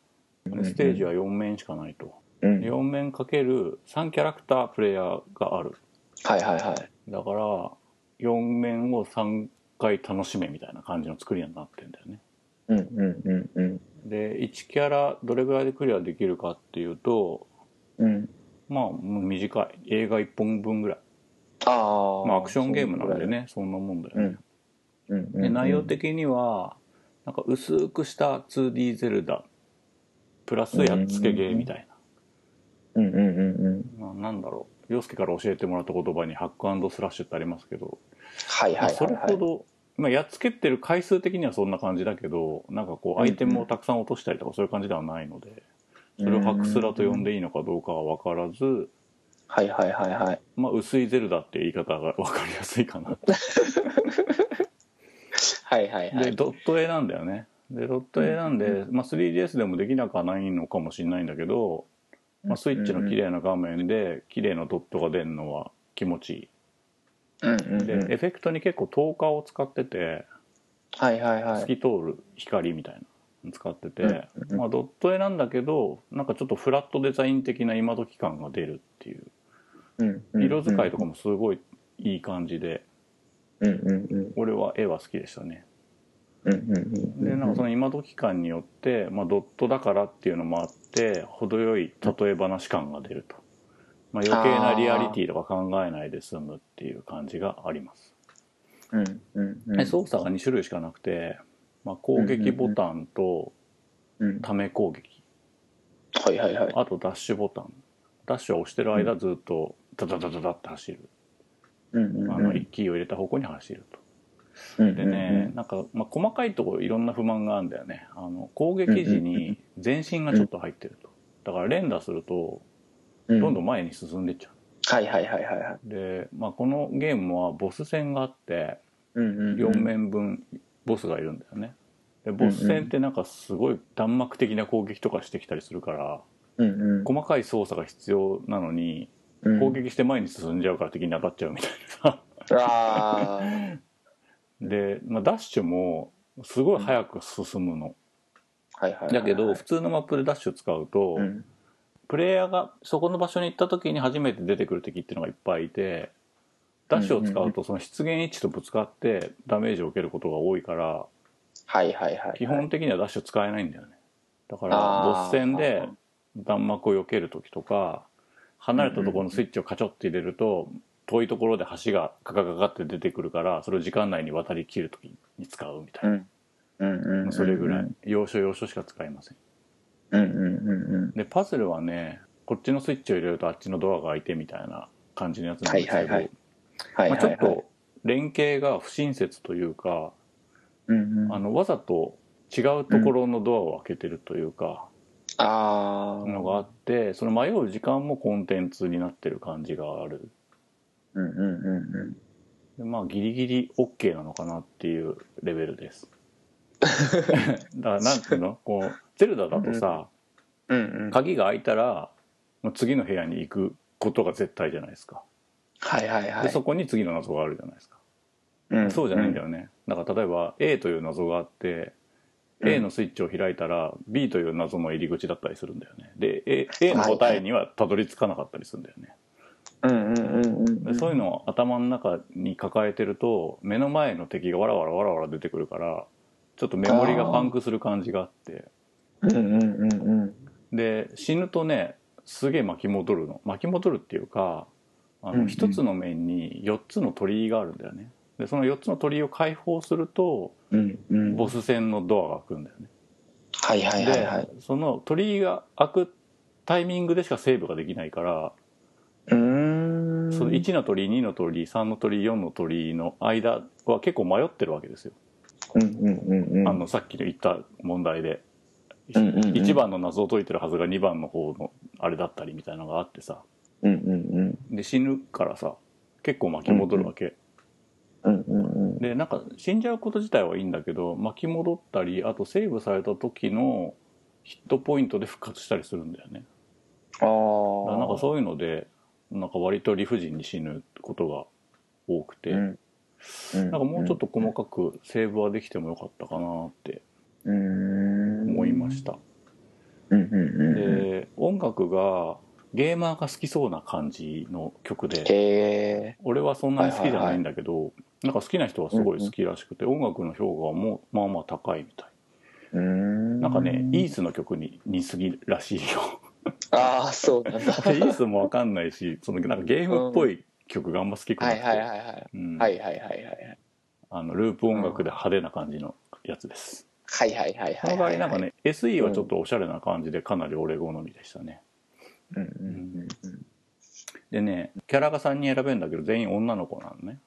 Speaker 2: でステージは4面しかないと
Speaker 1: うん
Speaker 2: 4面かける3キャラクタープレイヤーがある
Speaker 1: はいはいはい
Speaker 2: だから4面を3回楽しめみたいな感じの作りになってんだよね
Speaker 1: うんうんうんうん
Speaker 2: で1キャラどれぐらいでクリアできるかっていうと
Speaker 1: うん
Speaker 2: まあもう短い映画1本分ぐらい
Speaker 1: あー
Speaker 2: まあアクションゲームなんでねそんなもんだよね、
Speaker 1: うんうんうん
Speaker 2: で内容的にはなんか薄くした 2D ゼルダプラスやっつけゲーみたい
Speaker 1: うんうんうんうん
Speaker 2: な、ななんだろう洋介から教えてもらった言葉にハックスラッシュってありますけど
Speaker 1: はいはいはいはい
Speaker 2: それほど、まあ、やっつけてる回数的にはそんな感じだけどなんかこう
Speaker 1: うん
Speaker 2: アイテムをたくさん落としたりとかそういう感じではないのでそれをハクスラと呼んでいいのかどうかは分からず、
Speaker 1: はいはいはいはい
Speaker 2: まあ、薄いゼルダっていう言い方が分かりやすいかな
Speaker 1: はいはいは
Speaker 2: で
Speaker 1: い。
Speaker 2: ドット絵なんだよねでドット絵なんで、
Speaker 1: うん
Speaker 2: まあ、3DS でもできなくはないのかもしれないんだけど、まあ、スイッチの綺麗な画面で綺麗なドットが出るのは気持ちい
Speaker 1: うんうん
Speaker 2: いで、
Speaker 1: うん
Speaker 2: エフェクトに結構透過を使ってて
Speaker 1: はいはいは
Speaker 2: 透
Speaker 1: い。
Speaker 2: き通る光みたいなの使ってて、
Speaker 1: うん
Speaker 2: まあ、ドット絵なんだけどなんかちょっとフラットデザイン的な今時感が出るっていう
Speaker 1: うんうん
Speaker 2: 色使いとかもすごいいい感じで
Speaker 1: うんうんうん
Speaker 2: 俺は絵は好きでしたね
Speaker 1: うんうんうん。
Speaker 2: でなんかその今時感によって、まあ、ドットだからっていうのもあって程よい例え話感が出ると、まあ、余計なリアリティとか考えないで済むっていう感じがあります
Speaker 1: うんうんうん。
Speaker 2: で操作が2種類しかなくて、まあ、攻撃ボタンと
Speaker 1: うん。
Speaker 2: ため攻撃
Speaker 1: はいはいはい。
Speaker 2: あとダッシュボタンダッシュを押してる間ずっとダダダダダって走る
Speaker 1: うんうんうん。
Speaker 2: あのキーを入れた方向に走ると
Speaker 1: うん
Speaker 2: でねなんか、まあ、細かいところいろんな不満があるんだよねあの攻撃時に全身がちょっと入ってるとだから連打すると
Speaker 1: う
Speaker 2: どんど
Speaker 1: ん。
Speaker 2: ん前に進んでっちゃ
Speaker 1: はいはいはいはいはい。
Speaker 2: うで、まあ、このゲームはボス戦があって
Speaker 1: うんうん。
Speaker 2: 4。面分ボスがいるんだよねでボス戦ってなんかすごい弾幕的な攻撃とかしてきたりするから
Speaker 1: うん
Speaker 2: 細かい操作が必要なのに
Speaker 1: うん。
Speaker 2: 攻撃して前に進んじゃうから敵に当たっちゃうみたいな さ
Speaker 1: あ
Speaker 2: で、まあ、ダッシュもすごい早く進むの、
Speaker 1: あ。はいはいはい。
Speaker 2: だけど普通のマップでダッシュ使うと、
Speaker 1: うん。
Speaker 2: プレイヤーがそこの場所に行った時に初めて出てくる敵っていうのがいっぱいいてダッシュを使
Speaker 1: うんうん
Speaker 2: うとその出現位置とぶつかってダメージを受けることが多いから
Speaker 1: はいはいはい。
Speaker 2: 基本的にはダッシュ使えないんだよねだから
Speaker 1: あー
Speaker 2: ボス戦で弾幕を避ける時とか離れたところのスイッチをカチョって入れると遠いところで橋がカカカカって出てくるからそれを時間内に渡り切る時に使うみた
Speaker 1: う
Speaker 2: い
Speaker 1: ん。うんうんうん。
Speaker 2: なそれぐらい。要所要所しか使えません
Speaker 1: うんうんうんうん。
Speaker 2: でパズルはねこっちのスイッチを入れるとあっちのドアが開いてみたいな感じのやつなんですけど、
Speaker 1: はいはいはいはい
Speaker 2: ま
Speaker 1: は
Speaker 2: あ、
Speaker 1: い。
Speaker 2: ちょっと。連携が不親切というか、
Speaker 1: うんうん。
Speaker 2: あ
Speaker 1: あ
Speaker 2: のわざと違うところのドアを開けてるというか、
Speaker 1: あ。
Speaker 2: のがあってその迷う時間もコンテンツになってる感じがある
Speaker 1: うんうんうんうん。
Speaker 2: でまあギリギリ OK なのかなっていうレベルです だからなんていうのこうゼルダだとさ
Speaker 1: うんうん。
Speaker 2: 鍵が開いたらもう次の部屋に行くことが絶対じゃないですか
Speaker 1: はいはいはい。
Speaker 2: でそこに次の謎があるじゃないですか、
Speaker 1: うん
Speaker 2: そうじゃないんだよね、だから例えば A という謎があって、
Speaker 1: うん
Speaker 2: A のスイッチを開いたら B という謎の入り口だったりするんだよねで A, A の答えにはたどり着かなかったりするんだよね、
Speaker 1: うんうんうんうんう
Speaker 2: で
Speaker 1: ん。
Speaker 2: そういうのを頭の中に抱えてると目の前の敵がわらわらわらわら出てくるからちょっとメモリがパンクする感じがあって
Speaker 1: うんうんうんうん。
Speaker 2: で死ぬとねすげえ巻き戻るの巻き戻るっていうか
Speaker 1: う
Speaker 2: あ
Speaker 1: んう
Speaker 2: の
Speaker 1: ん
Speaker 2: 1つの面に4つの鳥居があるんだよねでその4つの鳥居を解放すると
Speaker 1: うんうん。
Speaker 2: ボス戦のドアが開くんだよね
Speaker 1: はいはいはいはい。
Speaker 2: でその鳥居が開くタイミングでしかセーブができないから
Speaker 1: うーん。
Speaker 2: その1の鳥居2の鳥居3の鳥居4の鳥居の間は結構迷ってるわけですよ
Speaker 1: うんうんうんうん。
Speaker 2: あのさっきの言った問題で、
Speaker 1: うんうんうん
Speaker 2: 1番の謎を解いてるはずが2番の方のあれだったりみたいなのがあってさ
Speaker 1: うんうん
Speaker 2: で死ぬからさ結構巻き戻るわけ、
Speaker 1: うん。うんうんうん。
Speaker 2: でなんか死んじゃうこと自体はいいんだけど巻き戻ったりあとセーブされた時のヒットポイントで復活したりするんだよね
Speaker 1: あ
Speaker 2: だ
Speaker 1: あ
Speaker 2: から。なんかそういうのでなんか割と理不尽に死ぬことが多くて、
Speaker 1: うんうん
Speaker 2: なんかもうちょっと細かくセーブはできてもよかったかなって
Speaker 1: うーん
Speaker 2: 思いました、
Speaker 1: うんうんうんうん。
Speaker 2: で音楽がゲーマーが好きそうな感じの曲で
Speaker 1: へ
Speaker 2: 俺はそんなに好きじゃないんだけど、なんか好きな人はすごい好きらしくて、音楽の評価はもうまあまあ高いみたい
Speaker 1: え。うん。
Speaker 2: なんかね、イースの曲に似すぎらしい よ
Speaker 1: ああ、そうなんだ。
Speaker 2: でイースもわかんないしそのなんかゲームっぽい曲があんま好きくな
Speaker 1: は
Speaker 2: く
Speaker 1: い
Speaker 2: て、
Speaker 1: はいはいはい。
Speaker 2: うん
Speaker 1: はいはいはいはい。
Speaker 2: あのループ音楽で派手な感じのやつです、
Speaker 1: はいはいはい
Speaker 2: そ
Speaker 1: はい。
Speaker 2: の代わりなんかね、。SE はちょっとおしゃれな感じでかなり俺好みでしたね
Speaker 1: うんうん
Speaker 2: でねキャラが3人選べるんだけど全員女の子なのね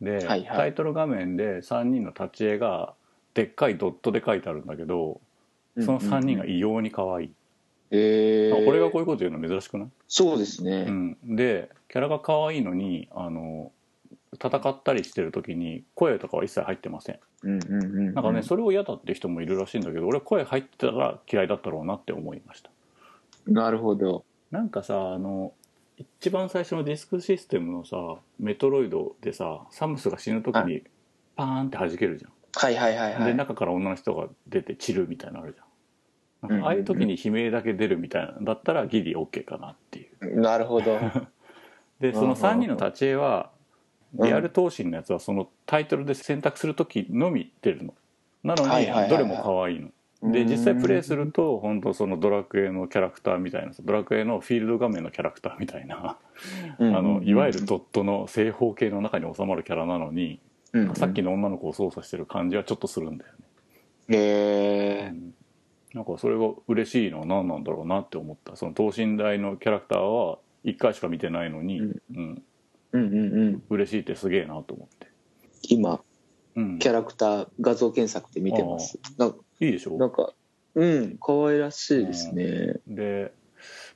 Speaker 2: で、
Speaker 1: はいはい
Speaker 2: タイトル画面で3人の立ち絵がでっかいドットで書いてあるんだけど
Speaker 1: うん。
Speaker 2: その3人が。異様に可愛い、
Speaker 1: ええ。
Speaker 2: 俺がこういうこと言うの珍しくない、
Speaker 1: そうですね。
Speaker 2: うん、でキャラが可愛いのにあの戦ったりしてる時に声とかは一切入ってません
Speaker 1: うんうんうんうん
Speaker 2: なんかね、それを嫌だって人もいるらしいんだけど俺声入ってたら嫌いだったろうなって思いました
Speaker 1: なるほど
Speaker 2: なんかさあの一番最初のディスクシステムのさメトロイドでさサムスが死ぬ時
Speaker 1: は
Speaker 2: にパーンって弾けるじ
Speaker 1: はいはいはい
Speaker 2: ゃん、
Speaker 1: は
Speaker 2: で
Speaker 1: い
Speaker 2: 中から女の人が出て散るみたいなのあるじゃん
Speaker 1: うん
Speaker 2: な
Speaker 1: うんんう
Speaker 2: か
Speaker 1: ん
Speaker 2: ああいう時に悲鳴だけ出るみたいなんだったらギリ OK かなっていう
Speaker 1: なるほど
Speaker 2: でその3人の立ち絵
Speaker 1: う
Speaker 2: は
Speaker 1: ん
Speaker 2: リアル闘神のやつはそのタイトルで選択する時のみ出るのなの
Speaker 1: はいはいはいはい
Speaker 2: にどれも可愛いの で実際プレイすると本当そのドラクエのキャラクターみたいなドラクエのフィールド画面のキャラクターみたいな
Speaker 1: う
Speaker 2: あ
Speaker 1: ん
Speaker 2: のいわゆるドットの正方形の中に収まるキャラなのに
Speaker 1: うんうん
Speaker 2: さっきの女の子を操作してる感じはちょっとするんだよね
Speaker 1: へえ
Speaker 2: うんなんかそれが嬉しいのは何なんだろうなって思ったその等身大のキャラクターは1回しか見てないのに
Speaker 1: うん
Speaker 2: うん
Speaker 1: うんうんうん
Speaker 2: 嬉しいってすげえなと思って
Speaker 1: 今
Speaker 2: うん
Speaker 1: キャラクター画像検索で見てますなん
Speaker 2: いいでしょ
Speaker 1: なんかうん可愛らしいですね
Speaker 2: で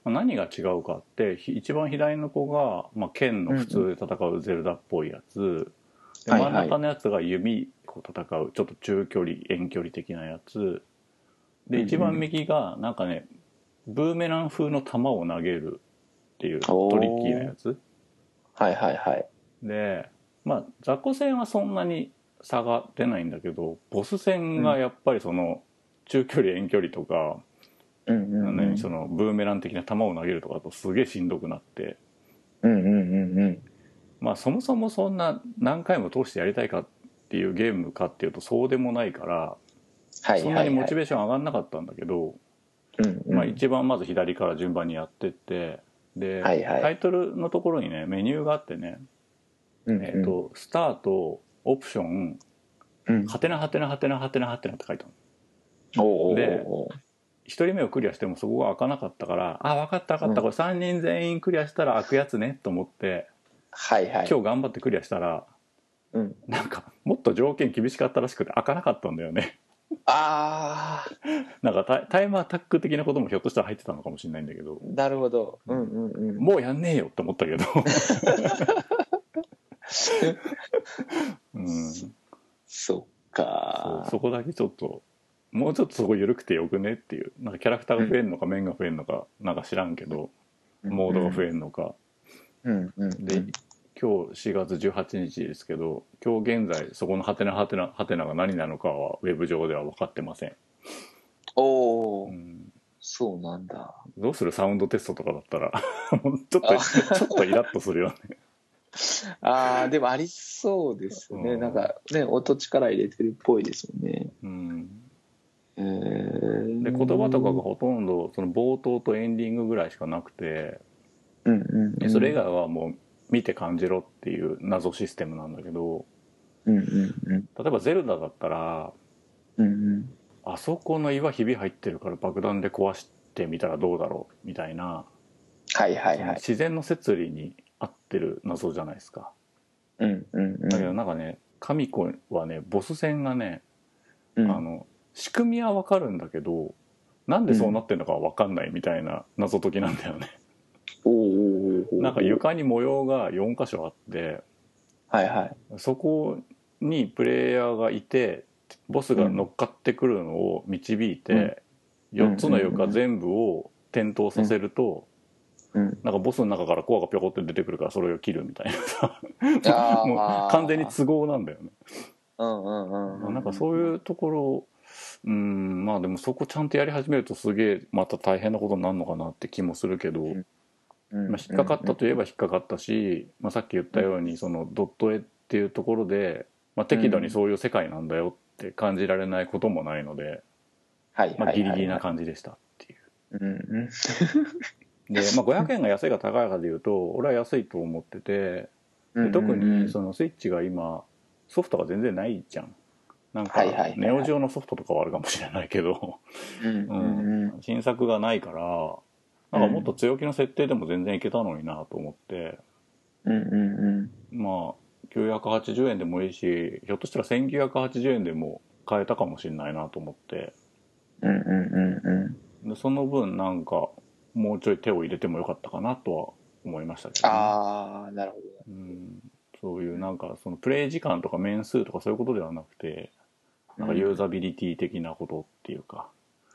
Speaker 2: まあ何が違うかってひ一番左の子が、まあ、剣の普通で戦うゼルダっぽいやつ、で
Speaker 1: はいはい
Speaker 2: 真ん中のやつが弓こう戦うちょっと中距離遠距離的なやつ
Speaker 1: うん
Speaker 2: で
Speaker 1: うん
Speaker 2: 一番右がなんかねブーメラン風の球を投げるっていう
Speaker 1: おー
Speaker 2: トリッキーなやつ
Speaker 1: はいはいはい
Speaker 2: でまあ雑魚戦はそんなに差が出ないんだけどボス戦がやっぱりその中距離遠距離とか
Speaker 1: うんうんうん
Speaker 2: 何そのブーメラン的な球を投げるとかだとすげえしんどくなって
Speaker 1: うんうんうんうん
Speaker 2: まあそもそもそんな何回も通してやりたいかっていうゲームかっていうとそうでもないから
Speaker 1: はい
Speaker 2: そん
Speaker 1: は
Speaker 2: ないに
Speaker 1: は
Speaker 2: モ
Speaker 1: い
Speaker 2: チベーション上がんなかったんだけど
Speaker 1: うんうん
Speaker 2: まあ一番まず左から順番にやってってで
Speaker 1: はいはい
Speaker 2: タイトルのところにねメニューがあってね
Speaker 1: うん
Speaker 2: えっとスタートオプション
Speaker 1: うん
Speaker 2: ハテナハテナハテナハテナハテナって書いてあ
Speaker 1: お
Speaker 2: る
Speaker 1: うおうおう
Speaker 2: で1人目をクリアしてもそこが開かなかったからあ分かった分かったこれ3人全員クリアしたら開くやつねと思って
Speaker 1: はいはい
Speaker 2: 今日頑張ってクリアしたら
Speaker 1: うん
Speaker 2: なんかもっと条件厳しかったらしくて開かなかったんだよね
Speaker 1: ああ
Speaker 2: なんかタイタイムアタック的なこともひょっとしたら入ってたのかもしれないんだけど
Speaker 1: なるほどうんうんうん
Speaker 2: もうやんねえよって思ったけどうんそ
Speaker 1: そっか
Speaker 2: うそこだけちょっともうちょっとそこ緩くてよくねっていうなんかキャラクターが増えるのか面が増えるのかなんか知らんけどモードが増え
Speaker 1: え
Speaker 2: るのか
Speaker 1: うんうんうん
Speaker 2: で今日4月18日ですけど今日現在そこのハテナハテナハテナが何なのかはウェブ上では分かってません、
Speaker 1: お
Speaker 2: う
Speaker 1: お
Speaker 2: ん
Speaker 1: そうなんだ
Speaker 2: どうするサウンドテストとかだったら もうちょっとちょっとイラッと するよね
Speaker 1: あーでもありそうですね、
Speaker 2: うん
Speaker 1: なんかね音力入れてるっぽいですよね、
Speaker 2: うん
Speaker 1: えー、
Speaker 2: で言葉とかがほとんどその冒頭とエンディングぐらいしかなくて
Speaker 1: うんうんう
Speaker 2: で
Speaker 1: ん
Speaker 2: それ以外はもう見て感じろっていう謎システムなんだけど
Speaker 1: うんうんうん
Speaker 2: 例えば「ゼルダ」だったら
Speaker 1: うんうん
Speaker 2: あそこの岩ひび入ってるから爆弾で壊してみたらどうだろうみたいな
Speaker 1: はいはいはい
Speaker 2: 自然の摂理に合ってる謎じゃないですか。
Speaker 1: うんうんうん
Speaker 2: だけどなんかね神子はねボス戦がね
Speaker 1: うん
Speaker 2: あの仕組みはわかるんだけどなんでそうなってるのかはわかんないみたいな謎解きなんだよね、
Speaker 1: おーおーおーおー
Speaker 2: なんか床に模様が4箇所あって
Speaker 1: はいはい
Speaker 2: そこにプレイヤーがいてボスが乗っかってくるのを導いて、
Speaker 1: ん
Speaker 2: 4つの床全部を点灯させると、
Speaker 1: うん
Speaker 2: なんかボスの中からコアがぴょこって出てくるからそれを切るみたいなさ
Speaker 1: あー
Speaker 2: もう完全に都合なんだよね
Speaker 1: うんうんうんうん
Speaker 2: なんかそういうところをうんまあでもそこちゃんとやり始めるとすげえまた大変なことになるのかなって気もするけど、
Speaker 1: んうんうん
Speaker 2: まあ、引っかかったといえば引っかかったし、まあ、さっき言ったようにそのドット絵っていうところで、まあ、適度にそういう世界なんだよって感じられないこともないので、
Speaker 1: はい
Speaker 2: まあ、ギリギリな
Speaker 1: 感
Speaker 2: 感じでしたっていう。
Speaker 1: じうんうん
Speaker 2: で、まあ、500円が安いか高いかでいうと俺は安いと思ってて
Speaker 1: うんうんう
Speaker 2: で
Speaker 1: ん
Speaker 2: 特にそのスイッチが今ソフトが全然ないじゃん。なんか
Speaker 1: はいはいはいはい
Speaker 2: ネオジオのソフトとかはあるかもしれないけど。
Speaker 1: うんう
Speaker 2: うん
Speaker 1: うん
Speaker 2: ん、新作がないからなんかもっと強気の設定でも全然いけたのになと思って、
Speaker 1: うんうん
Speaker 2: まあ980円でもいいしひょっとしたら1980円でも買えたかもしれないなと思って
Speaker 1: うんうんうんうんうん
Speaker 2: でその分なんかもうちょい手を入れてもよかったかなとは思いましたけどね、
Speaker 1: ああなるほど
Speaker 2: うん、そういうなんかそのプレイ時間とか面数とかそういうことではなくてなんかユーザビリティ的なことっていうか、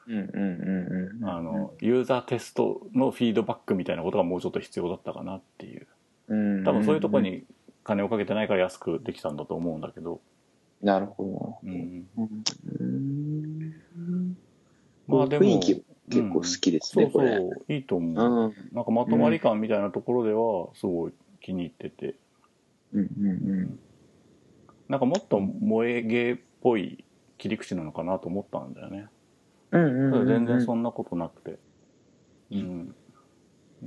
Speaker 1: うんうんうんうん
Speaker 2: あのユーザーテストのフィードバックみたいなことがもうちょっと必要だったかなっていう
Speaker 1: うん
Speaker 2: 多分そういうとこに金をかけてないから安くできたんだと思うんだけど、
Speaker 1: なるほ
Speaker 2: うん、
Speaker 1: どうん
Speaker 2: まあでも
Speaker 1: 雰囲気結構好きです
Speaker 2: そ
Speaker 1: ね、
Speaker 2: う
Speaker 1: こ
Speaker 2: そ
Speaker 1: れう
Speaker 2: ういいと思う、
Speaker 1: んうん
Speaker 2: なんかまとまり感みたいなところではすごい気に入ってて
Speaker 1: うん
Speaker 2: なんかもっと萌えゲーっぽい切り口なのかなと思ったんだよね
Speaker 1: うんうんうんうん
Speaker 2: 全然そ
Speaker 1: うん
Speaker 2: なことなくて、うん、で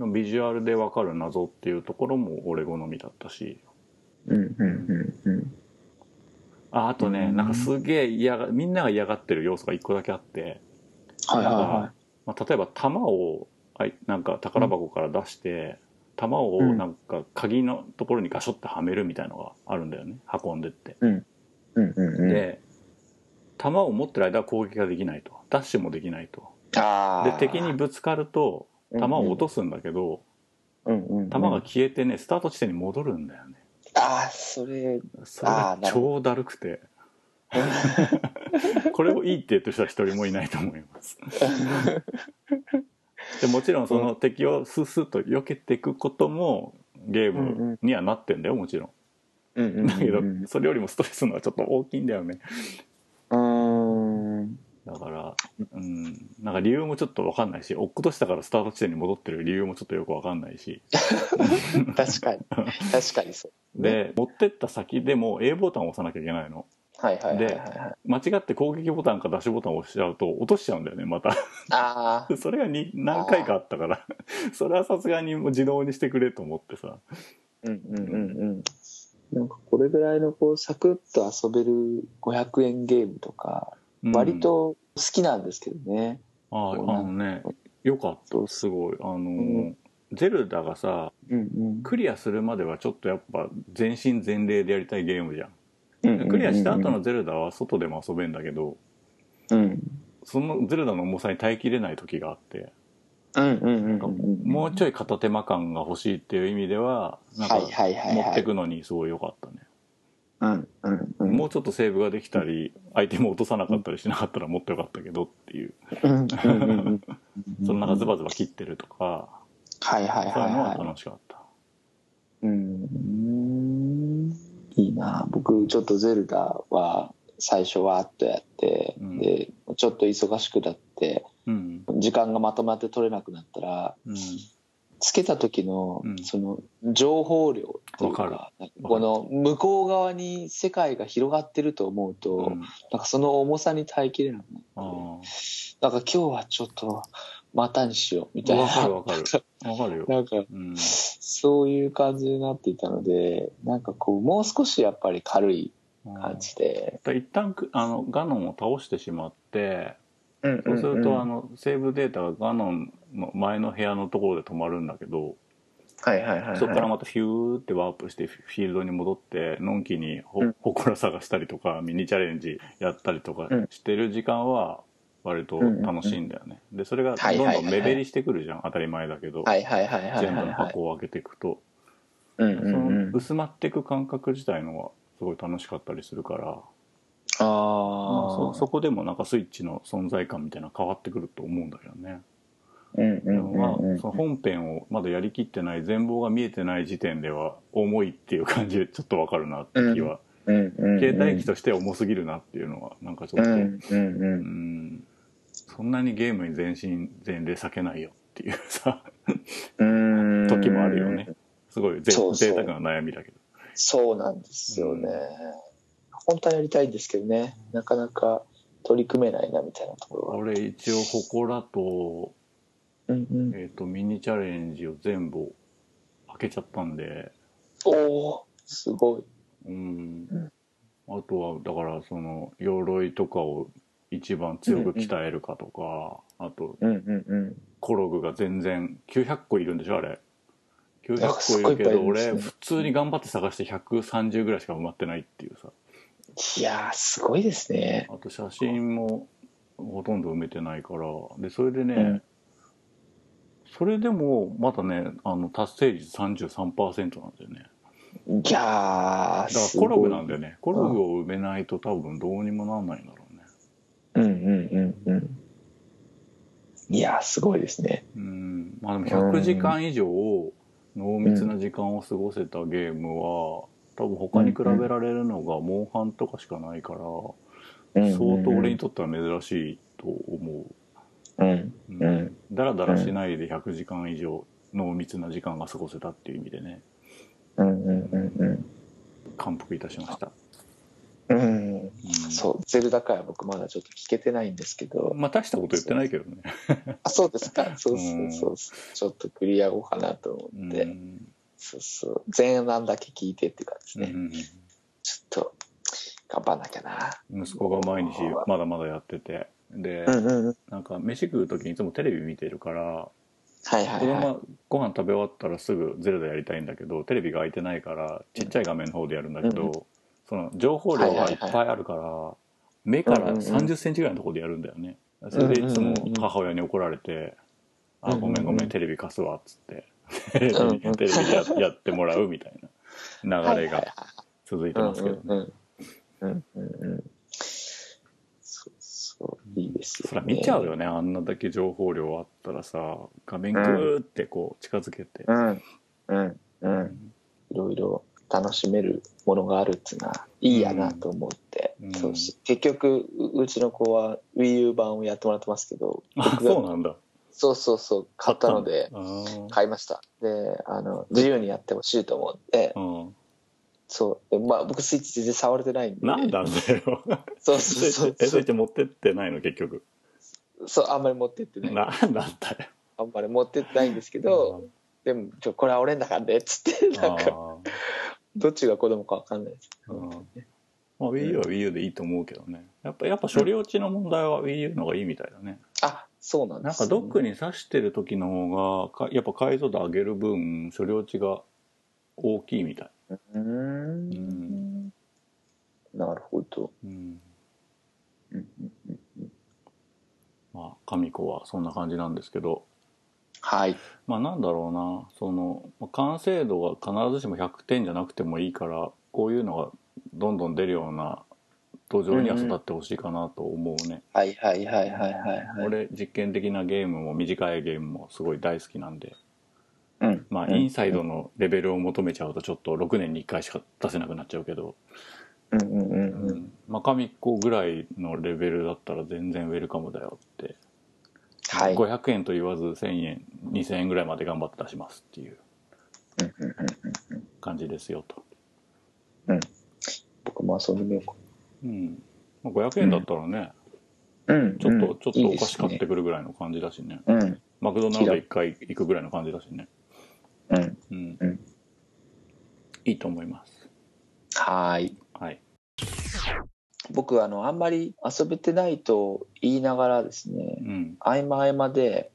Speaker 2: もビジュアルでわかる謎っていうところも俺好みだったし
Speaker 1: うんうんうんうん
Speaker 2: ああとね、
Speaker 1: うん
Speaker 2: なんかすげえ嫌がみんなが嫌がってる要素が一個だけあって、
Speaker 1: はいはいは
Speaker 2: まあ、例えば弾をあいなんか宝箱から出して、弾をなんか鍵のところにガショってはめるみたいのがあるんだよね運んでって、
Speaker 1: いうんうんうん
Speaker 2: で弾を持ってる間は攻撃ができないとダッシュもできないと
Speaker 1: あ
Speaker 2: で
Speaker 1: ー
Speaker 2: 敵にぶつかると弾を落とすんだけど、
Speaker 1: うんうんうん
Speaker 2: 弾が消えてねスタート地点に戻るんだよね
Speaker 1: ああそれ
Speaker 2: それが
Speaker 1: あーなるほ
Speaker 2: 超だるくて これをいいって言ってる人は一人もいないと思いますでもちろんその敵をスースーと避けていくこともゲームにはなってんだよもちろん
Speaker 1: うんうんうんうん
Speaker 2: だけどそれよりもストレスの方がちょっと大きいんだよね
Speaker 1: うーん
Speaker 2: だからうんなんか理由もちょっと分かんないし落っことしたからスタート地点に戻ってる理由もちょっとよく分かんないし
Speaker 1: 確かに確かにそう
Speaker 2: で持ってった先でも A ボタンを押さなきゃいけないの
Speaker 1: はいはいはいはい
Speaker 2: で
Speaker 1: はい
Speaker 2: 間違って攻撃ボタンかダッシュボタンを押しちゃうと落としちゃうんだよねまた
Speaker 1: ああ
Speaker 2: それがに何回かあったから それはさすがにもう自動にしてくれと思ってさ
Speaker 1: うんうんうんうんなんかこれぐらいのこうサクッと遊べる500円ゲームとか
Speaker 2: うん
Speaker 1: 割と好きなんですけどね、
Speaker 2: あああのねよかったすごいあのー、
Speaker 1: ん
Speaker 2: ゼルダがさ
Speaker 1: うんうん
Speaker 2: クリアするまではちょっとやっぱ全身全霊でやりたいゲームじゃん
Speaker 1: うんうんうんうん
Speaker 2: クリアした後のゼルダは外でも遊べんだけど
Speaker 1: うん
Speaker 2: そのゼルダの重さに耐えきれない時があって
Speaker 1: うんうんうん
Speaker 2: なんかもうちょい片手間感が欲しいっていう意味ではなんか
Speaker 1: はいはいはい
Speaker 2: 持っ
Speaker 1: は
Speaker 2: て
Speaker 1: い
Speaker 2: くのにすごい良かったね
Speaker 1: うんうんうん
Speaker 2: もうちょっとセーブができたり相手も落とさなかったりしなかったらもっとよかったけどっていう
Speaker 1: うんうんうんうん
Speaker 2: そのなんかズバズバ切ってるとか
Speaker 1: はいはい
Speaker 2: そう
Speaker 1: は
Speaker 2: いう
Speaker 1: い
Speaker 2: のは
Speaker 1: はい
Speaker 2: 楽しかった
Speaker 1: うんいいな僕ちょっと「ゼルダ」は最初わーっとやって、
Speaker 2: うん
Speaker 1: でちょっと忙しくなって
Speaker 2: うん
Speaker 1: 時間がまとまって取れなくなったら
Speaker 2: うん
Speaker 1: つけた時の、
Speaker 2: うん
Speaker 1: その情報量っていうか
Speaker 2: わ
Speaker 1: なんかこの向こう側に世界が広がってると思うと、
Speaker 2: うん
Speaker 1: なんかその重さに耐えきれなくなって
Speaker 2: あー
Speaker 1: なんか今日はちょっとまたにしようみたいな
Speaker 2: わかるわかるわかるよ
Speaker 1: なんか
Speaker 2: うん
Speaker 1: そういう感じになっていたのでなんかこうもう少しやっぱり軽い感じで、
Speaker 2: 一旦くあのガノンを倒してしまってそうするとあのセーブデータがガノンの前の部屋のところで止まるんだけど
Speaker 1: はいはいはい、はい、
Speaker 2: そこからまたヒューってワープしてフィールドに戻ってのんきにほ
Speaker 1: うん
Speaker 2: ほこら探したりとかミニチャレンジやったりとかしてる時間は割と楽しいんだよね。でそれがどんどん目減りしてくるじゃん当たり前だけど
Speaker 1: はいはいはいはい
Speaker 2: 全
Speaker 1: は
Speaker 2: 部
Speaker 1: い
Speaker 2: の
Speaker 1: はい
Speaker 2: 箱を開けていくと
Speaker 1: うん
Speaker 2: そ
Speaker 1: うんう
Speaker 2: の
Speaker 1: ん
Speaker 2: 薄まっていく感覚自体のはすごい楽しかったりするから
Speaker 1: あ
Speaker 2: まあそ
Speaker 1: あ
Speaker 2: そこでもなんかスイッチの存在感みたいなの変わってくると思うんだけどね。
Speaker 1: うんう
Speaker 2: で
Speaker 1: ん
Speaker 2: も
Speaker 1: う
Speaker 2: まあ
Speaker 1: んうん
Speaker 2: その本編をまだやりきってない全貌が見えてない時点では重いっていう感じでちょっとわかるなって気は、
Speaker 1: うんうんうん
Speaker 2: 携帯機として重すぎるなっていうのはなんかちょ
Speaker 1: う
Speaker 2: っと、うん
Speaker 1: んうんうん
Speaker 2: そんなにゲームに全身全霊避けないよっていうさ
Speaker 1: うん
Speaker 2: 時もあるよねすごいぜ
Speaker 1: そうそう
Speaker 2: 贅沢な悩みだけど
Speaker 1: そうなんですよね、本当はやりたいんですけどねなかなか取り組めないなみたいなところは
Speaker 2: 俺一応祠と,、
Speaker 1: うんうん
Speaker 2: えー、とミニチャレンジを全部開けちゃったんで
Speaker 1: おおーすごい
Speaker 2: うんあとはだからその鎧とかを一番強く鍛えるかとか、あと
Speaker 1: うんうんうん
Speaker 2: コログが全然900個いるんでしょあれ
Speaker 1: なんか
Speaker 2: 900
Speaker 1: す
Speaker 2: 個
Speaker 1: ごい
Speaker 2: いるけ
Speaker 1: いっぱいい
Speaker 2: ど
Speaker 1: るんですね
Speaker 2: 俺普通に頑張って探して130ぐらいしか埋まってないっていうさ
Speaker 1: いやーすごいですね
Speaker 2: あと写真もほとんど埋めてないからでそれでね、
Speaker 1: うん
Speaker 2: それでもまだねあの達成率33%なんだよね
Speaker 1: ギャー
Speaker 2: だから
Speaker 1: す
Speaker 2: コ
Speaker 1: ごい
Speaker 2: ラグなんだよねコラグを埋めないと多分どうにもなんないんだろうね
Speaker 1: うんうんうんうんいやーすごいですね
Speaker 2: うんまあでも100時間以上濃密な時間を過ごせたゲームは多分他に比べられるのがモンハンとかしかないから相当俺にとっては珍しいと思
Speaker 1: うん
Speaker 2: う、
Speaker 1: うんうん
Speaker 2: だらだらしないで100時間以上濃密な時間が過ごせたっていう意味でね
Speaker 1: うんうんうん
Speaker 2: 感服いたしました、
Speaker 1: うんうん
Speaker 2: うん
Speaker 1: そう「ゼルダ」回は僕まだちょっと聞けてないんですけど
Speaker 2: まあ大したこと言ってないけどね
Speaker 1: あそうですかそうそうそうそうちょっとクリア後かなと思って、
Speaker 2: うん
Speaker 1: そうそう前段だけ聞いてっていう感じですね、ちょっと頑張んなきゃな
Speaker 2: うん息子が毎日まだまだやっててで、
Speaker 1: うんうんうん
Speaker 2: なんか飯食う時にいつもテレビ見てるから
Speaker 1: はいは
Speaker 2: 子
Speaker 1: いはい
Speaker 2: 供はご飯食べ終わったらすぐゼルダやりたいんだけどテレビが開いてないからちっちゃい画面の方でやるんだけど、
Speaker 1: うん
Speaker 2: その情報量がいっぱいあるから、目から
Speaker 1: うんうんうん
Speaker 2: 3 0ンチぐらいのところでやるんだよね、それでいつも母親に怒られて「
Speaker 1: うんうんうん
Speaker 2: あごめんごめんテレビ貸すわ」っつってテレビ
Speaker 1: うんうん
Speaker 2: テレビでややってもらうみたいな流れが続いてますけどね、
Speaker 1: うんうんうんうんうんそうそういいですよ、ね、
Speaker 2: そりゃ見ちゃうよねあんなだけ情報量あったらさ画面グーってこう近づけて、
Speaker 1: うんうんうんいろいろ楽しめるものがあるっていうのはいいやなと思って、
Speaker 2: うん
Speaker 1: そうし結局ううちの子は WiiU 版をやってもらってますけど
Speaker 2: あ
Speaker 1: 僕が
Speaker 2: そうなんだ
Speaker 1: そうそうそう買ったので
Speaker 2: あー
Speaker 1: 買いましたであの自由にやってほしいと思って
Speaker 2: うん
Speaker 1: そうでまあ僕スイッチ全然触れてないんで
Speaker 2: なんだんだよ。
Speaker 1: そう
Speaker 2: え、
Speaker 1: そう
Speaker 2: そ
Speaker 1: そううそ
Speaker 2: いうって持ってってないの、結局。
Speaker 1: そうあんまり持ってってない
Speaker 2: なんだったよ。
Speaker 1: あんまり持ってってないんですけどでもちょこれは俺んだからねっつって
Speaker 2: あー、
Speaker 1: なんかどっちが子供か分かんないです
Speaker 2: あーまあ、Wii U は Wii U でいいと思うけどね。やっぱ、やっぱ処理落ちの問題は Wii U の方がいいみたいだね。
Speaker 1: あそうなんで
Speaker 2: なん
Speaker 1: す
Speaker 2: か
Speaker 1: ね
Speaker 2: ドックに挿してる時の方が、かやっぱ解像度上げる分、処理落ちが大きいみたい。
Speaker 1: うー
Speaker 2: うんん。
Speaker 1: なるほど
Speaker 2: うん。
Speaker 1: うん
Speaker 2: まあ、神子はそんな感じなんですけど。
Speaker 1: はい
Speaker 2: まあなんだろうなそのまあ完成度が必ずしも100点じゃなくてもいいからこういうのがどんどん出るような土壌には育ってほしいかなと思うね、
Speaker 1: はいはいはいはいはいはい
Speaker 2: 俺実験的なゲームも短いゲームもすごい大好きなんで
Speaker 1: うん
Speaker 2: まあ
Speaker 1: うん
Speaker 2: インサイドのレベルを求めちゃうとちょっと6年に1回しか出せなくなっちゃうけど、
Speaker 1: うんうんうんうん
Speaker 2: まあ神っ子ぐらいのレベルだったら全然ウェルカムだよって、
Speaker 1: はい
Speaker 2: 500円と言わず1000円2000円ぐらいまで頑張って出しますっていう
Speaker 1: うんうんうん
Speaker 2: 感じですよと。
Speaker 1: 僕も遊んでみようか
Speaker 2: うん、まあ500円だったらね、
Speaker 1: うん
Speaker 2: ちょっと、ちょっとお菓子
Speaker 1: 買
Speaker 2: 買ってくるぐらいの感じだしね
Speaker 1: うん
Speaker 2: マクドナルド1回行くぐらいの感じだしね、
Speaker 1: うん
Speaker 2: うん
Speaker 1: うん
Speaker 2: いいと思います
Speaker 1: はい
Speaker 2: はい
Speaker 1: 僕あのあんまり遊べてないと言いながらですね
Speaker 2: うん
Speaker 1: 合間合間で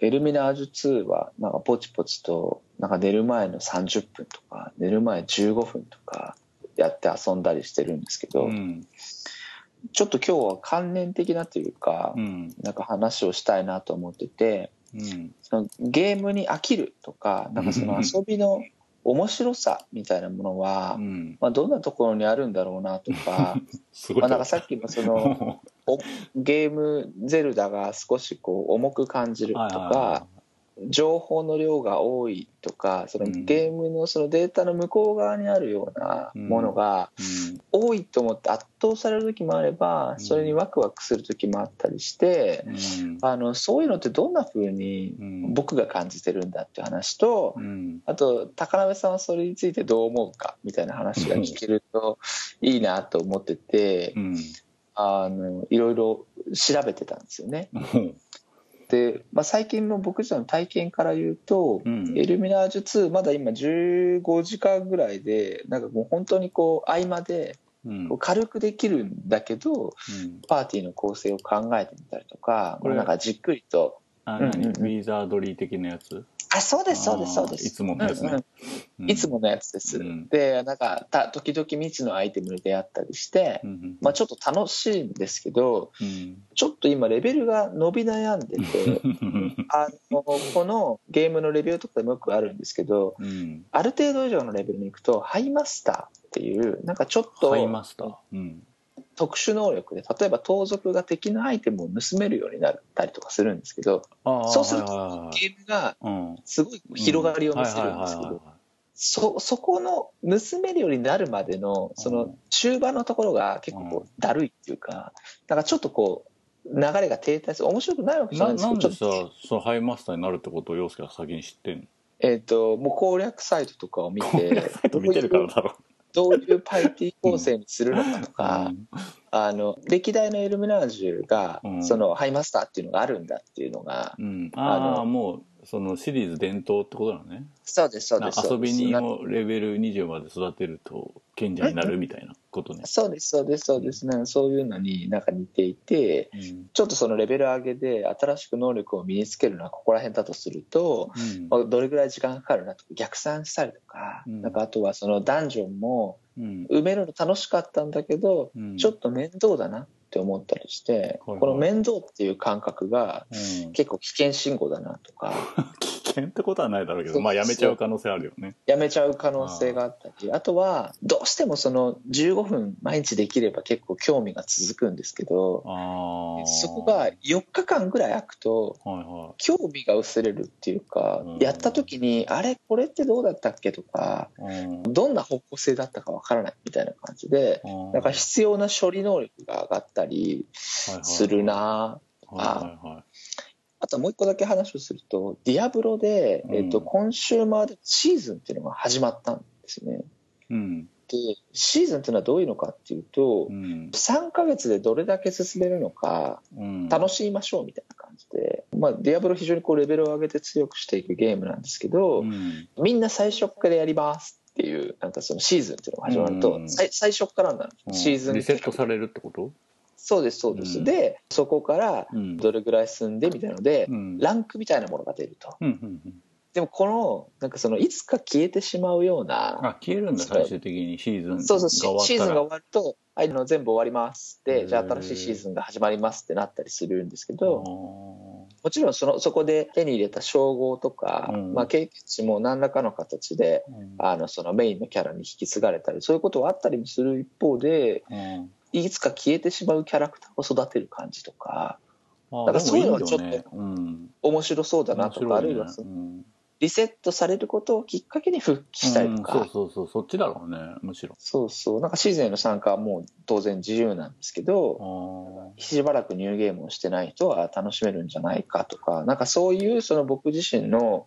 Speaker 1: エルミナージュ2はなんかポチポチとなんか寝る前の30分とか寝る前15分とかやって遊んだりしてるんですけど、
Speaker 2: うん
Speaker 1: ちょっと今日は関連的なというか、
Speaker 2: うん
Speaker 1: なんか話をしたいなと思ってて
Speaker 2: うん
Speaker 1: そのゲームに飽きるとかなんかその遊びの面白さみたいなものは、
Speaker 2: うん
Speaker 1: まあ、どんなところにあるんだろうなと か
Speaker 2: すごい
Speaker 1: まあなんかさっきのそ のゲーム「ゼルダ」が少しこう重く感じると
Speaker 2: はい
Speaker 1: か
Speaker 2: は
Speaker 1: 情報の量が多いとかその
Speaker 2: うん
Speaker 1: ゲームのそのデータの向こう側にあるようなものが
Speaker 2: いはい
Speaker 1: 多いと思って圧倒される時もあれば
Speaker 2: ん
Speaker 1: それにワクワクする時もあったりして
Speaker 2: うん
Speaker 1: あのそういうのってどんな風に
Speaker 2: うん
Speaker 1: 僕が感じてるんだっていう話と
Speaker 2: うん
Speaker 1: あと高鍋さんはそれについてどう思うかみたいな話が聞けるといいなと思ってて
Speaker 2: うん
Speaker 1: あのいろいろ調べてたんですよね。
Speaker 2: うん
Speaker 1: で、まあ、最近の僕自身の体験から言うと、
Speaker 2: うん
Speaker 1: エルミナージュ2まだ今15時間ぐらいでなんかもう本当にこう合間で
Speaker 2: うん
Speaker 1: こう軽くできるんだけど
Speaker 2: うん
Speaker 1: パーティーの構成を考えてみたりとか
Speaker 2: これ
Speaker 1: まあなんかじっくりと
Speaker 2: あ
Speaker 1: うんうん
Speaker 2: 何ウィザードリー的なやつ
Speaker 1: あそうですそうですそうで
Speaker 2: あーい
Speaker 1: す
Speaker 2: つものですね
Speaker 1: うんうん
Speaker 2: うん
Speaker 1: いつものやつです、
Speaker 2: うん
Speaker 1: でなんかた時々未知のアイテムに出会ったりして、
Speaker 2: うんうん
Speaker 1: まあ、ちょっと楽しいんですけど
Speaker 2: うん
Speaker 1: ちょっと今レベルが伸び悩んで てあのこのゲームのレビューとかでもよくあるんですけど
Speaker 2: うん
Speaker 1: ある程度以上のレベルに行くとハイマスターっていうなんかちょっと
Speaker 2: ハイマスターうん
Speaker 1: 特殊能力で例えば盗賊が敵のアイテムを盗めるようになったりとかするんですけど
Speaker 2: あー
Speaker 1: そうすると
Speaker 2: はいはいはい
Speaker 1: ゲームが
Speaker 2: うん
Speaker 1: すごい広がりを見せるんですけ
Speaker 2: はいはいはい
Speaker 1: ど
Speaker 2: はい
Speaker 1: そそこの盗めるようになるまでのそうの
Speaker 2: ん
Speaker 1: 中盤のところが結構
Speaker 2: う
Speaker 1: こ
Speaker 2: ん
Speaker 1: うだるいっていうかなんかちょっとこう流れが停滞する面白くないわけじゃない
Speaker 2: なん
Speaker 1: ですけ
Speaker 2: なん
Speaker 1: どちょ
Speaker 2: で
Speaker 1: っ
Speaker 2: さ
Speaker 1: と,、
Speaker 2: そのハイマスターになるってことを陽介は先に知ってん の
Speaker 1: えー、ともう攻略サイトとかを見 て
Speaker 2: 見てるからだろ
Speaker 1: どういうどういうパイティ構成にするのかとか、
Speaker 2: うん
Speaker 1: あの歴代のエルミナージュが、
Speaker 2: うん
Speaker 1: そのハイマスターっていうのがあるんだっていうのが
Speaker 2: うん、ああ
Speaker 1: あの
Speaker 2: もうそのシリーズ伝統ってことなのね
Speaker 1: そうですそう
Speaker 2: な
Speaker 1: ですそ
Speaker 2: 遊
Speaker 1: うで
Speaker 2: び
Speaker 1: す
Speaker 2: 人をレベル20まで育てると賢者になるみたいなことね、
Speaker 1: そうですそうですそうですなんかそういうのになんか似ていて
Speaker 2: うん
Speaker 1: ちょっとそのレベル上げで新しく能力を身につけるのはここら辺だとすると、まあどれぐらい時間かかるなとか逆算したりとか,、
Speaker 2: うん
Speaker 1: なんかあとはそのダンジョンも
Speaker 2: うん
Speaker 1: 埋めるの楽しかったんだけど、
Speaker 2: うん
Speaker 1: ちょっと面倒だなって思ったりして、
Speaker 2: はいはい
Speaker 1: この面倒っていう感覚が
Speaker 2: うん、
Speaker 1: 結構危険信号だなとか。
Speaker 2: 危険ってことはないだろうけ
Speaker 1: そ
Speaker 2: ど
Speaker 1: う
Speaker 2: まあやめちゃう可能性あるよね
Speaker 1: やめちゃう可能性があったりあとはどうしてもその15分毎日できれば結構興味が続くんですけど
Speaker 2: ああ
Speaker 1: そこが
Speaker 2: はい
Speaker 1: 4日間ぐらい空くと
Speaker 2: は
Speaker 1: 興味が薄れるっていうか
Speaker 2: うん
Speaker 1: やった時にあれこれってどうだったっけとか
Speaker 2: いうん
Speaker 1: どんな方向性だったかわからないみたいな感じで
Speaker 2: あ
Speaker 1: なんか必要な処理能力が上がったりする
Speaker 2: は
Speaker 1: ない
Speaker 2: はいは
Speaker 1: あともう一個だけ話をすると「ディアブロで、えっと
Speaker 2: うん
Speaker 1: コンシューマーでシーズンっていうのが始まったんですね。
Speaker 2: いうん
Speaker 1: でシーズンっていうのはどういうのかっていうと、
Speaker 2: うん
Speaker 1: 3ヶ月でどれだけ進めるのか
Speaker 2: うん
Speaker 1: 楽しみましょうみたいな感じで、まあ、ディアブロ非常にこうレベルを上げて強くしていくゲームなんですけど、
Speaker 2: うん
Speaker 1: みんな最初からやりますっていうなんかそのシーズンっていうのが始まると、
Speaker 2: うん
Speaker 1: さい最初からなんです、
Speaker 2: うん
Speaker 1: シーズン
Speaker 2: リセットされるってこと
Speaker 1: そうですそうです、
Speaker 2: うん
Speaker 1: でそこから
Speaker 2: うん
Speaker 1: どれぐらい進んでみたいなので、
Speaker 2: うん
Speaker 1: ランクみたいなものが出ると
Speaker 2: うんうんうん
Speaker 1: でもこのなんかそのいつか消えてしまうような
Speaker 2: あ消えるんだ最終的にシーズン
Speaker 1: そうそうシ
Speaker 2: が終わったら
Speaker 1: シーズンが終わるとあの全部終わります
Speaker 2: へ
Speaker 1: で
Speaker 2: ー
Speaker 1: じゃあ新しいシーズンが始まりますってなったりするんですけど
Speaker 2: ど
Speaker 1: もちろんそのそこで手に入れた称号とか、
Speaker 2: うん
Speaker 1: まあ、経験値も何らかの形であのそのメインのキャラに引き継がれたりそういうことはあったりもする一方で
Speaker 2: うん
Speaker 1: いつか消えてしまうキャラクターを育てる感じとか
Speaker 2: あ
Speaker 1: だからそういうのは
Speaker 2: でもよ
Speaker 1: ちょっ
Speaker 2: うん、
Speaker 1: 面白そうだな
Speaker 2: 面
Speaker 1: とかあ
Speaker 2: 白
Speaker 1: る
Speaker 2: い
Speaker 1: い
Speaker 2: ね
Speaker 1: はその
Speaker 2: うん
Speaker 1: リセットされることをきっかけに復帰したりとか。
Speaker 2: うんそうそうそうそっちだろうねむしろ
Speaker 1: そうそうなんかシーズンへの参加はもう当然自由なんですけど、
Speaker 2: あ
Speaker 1: しばらくニューゲームをしてない人は楽しめるんじゃないかとかなんかそういうその僕自身の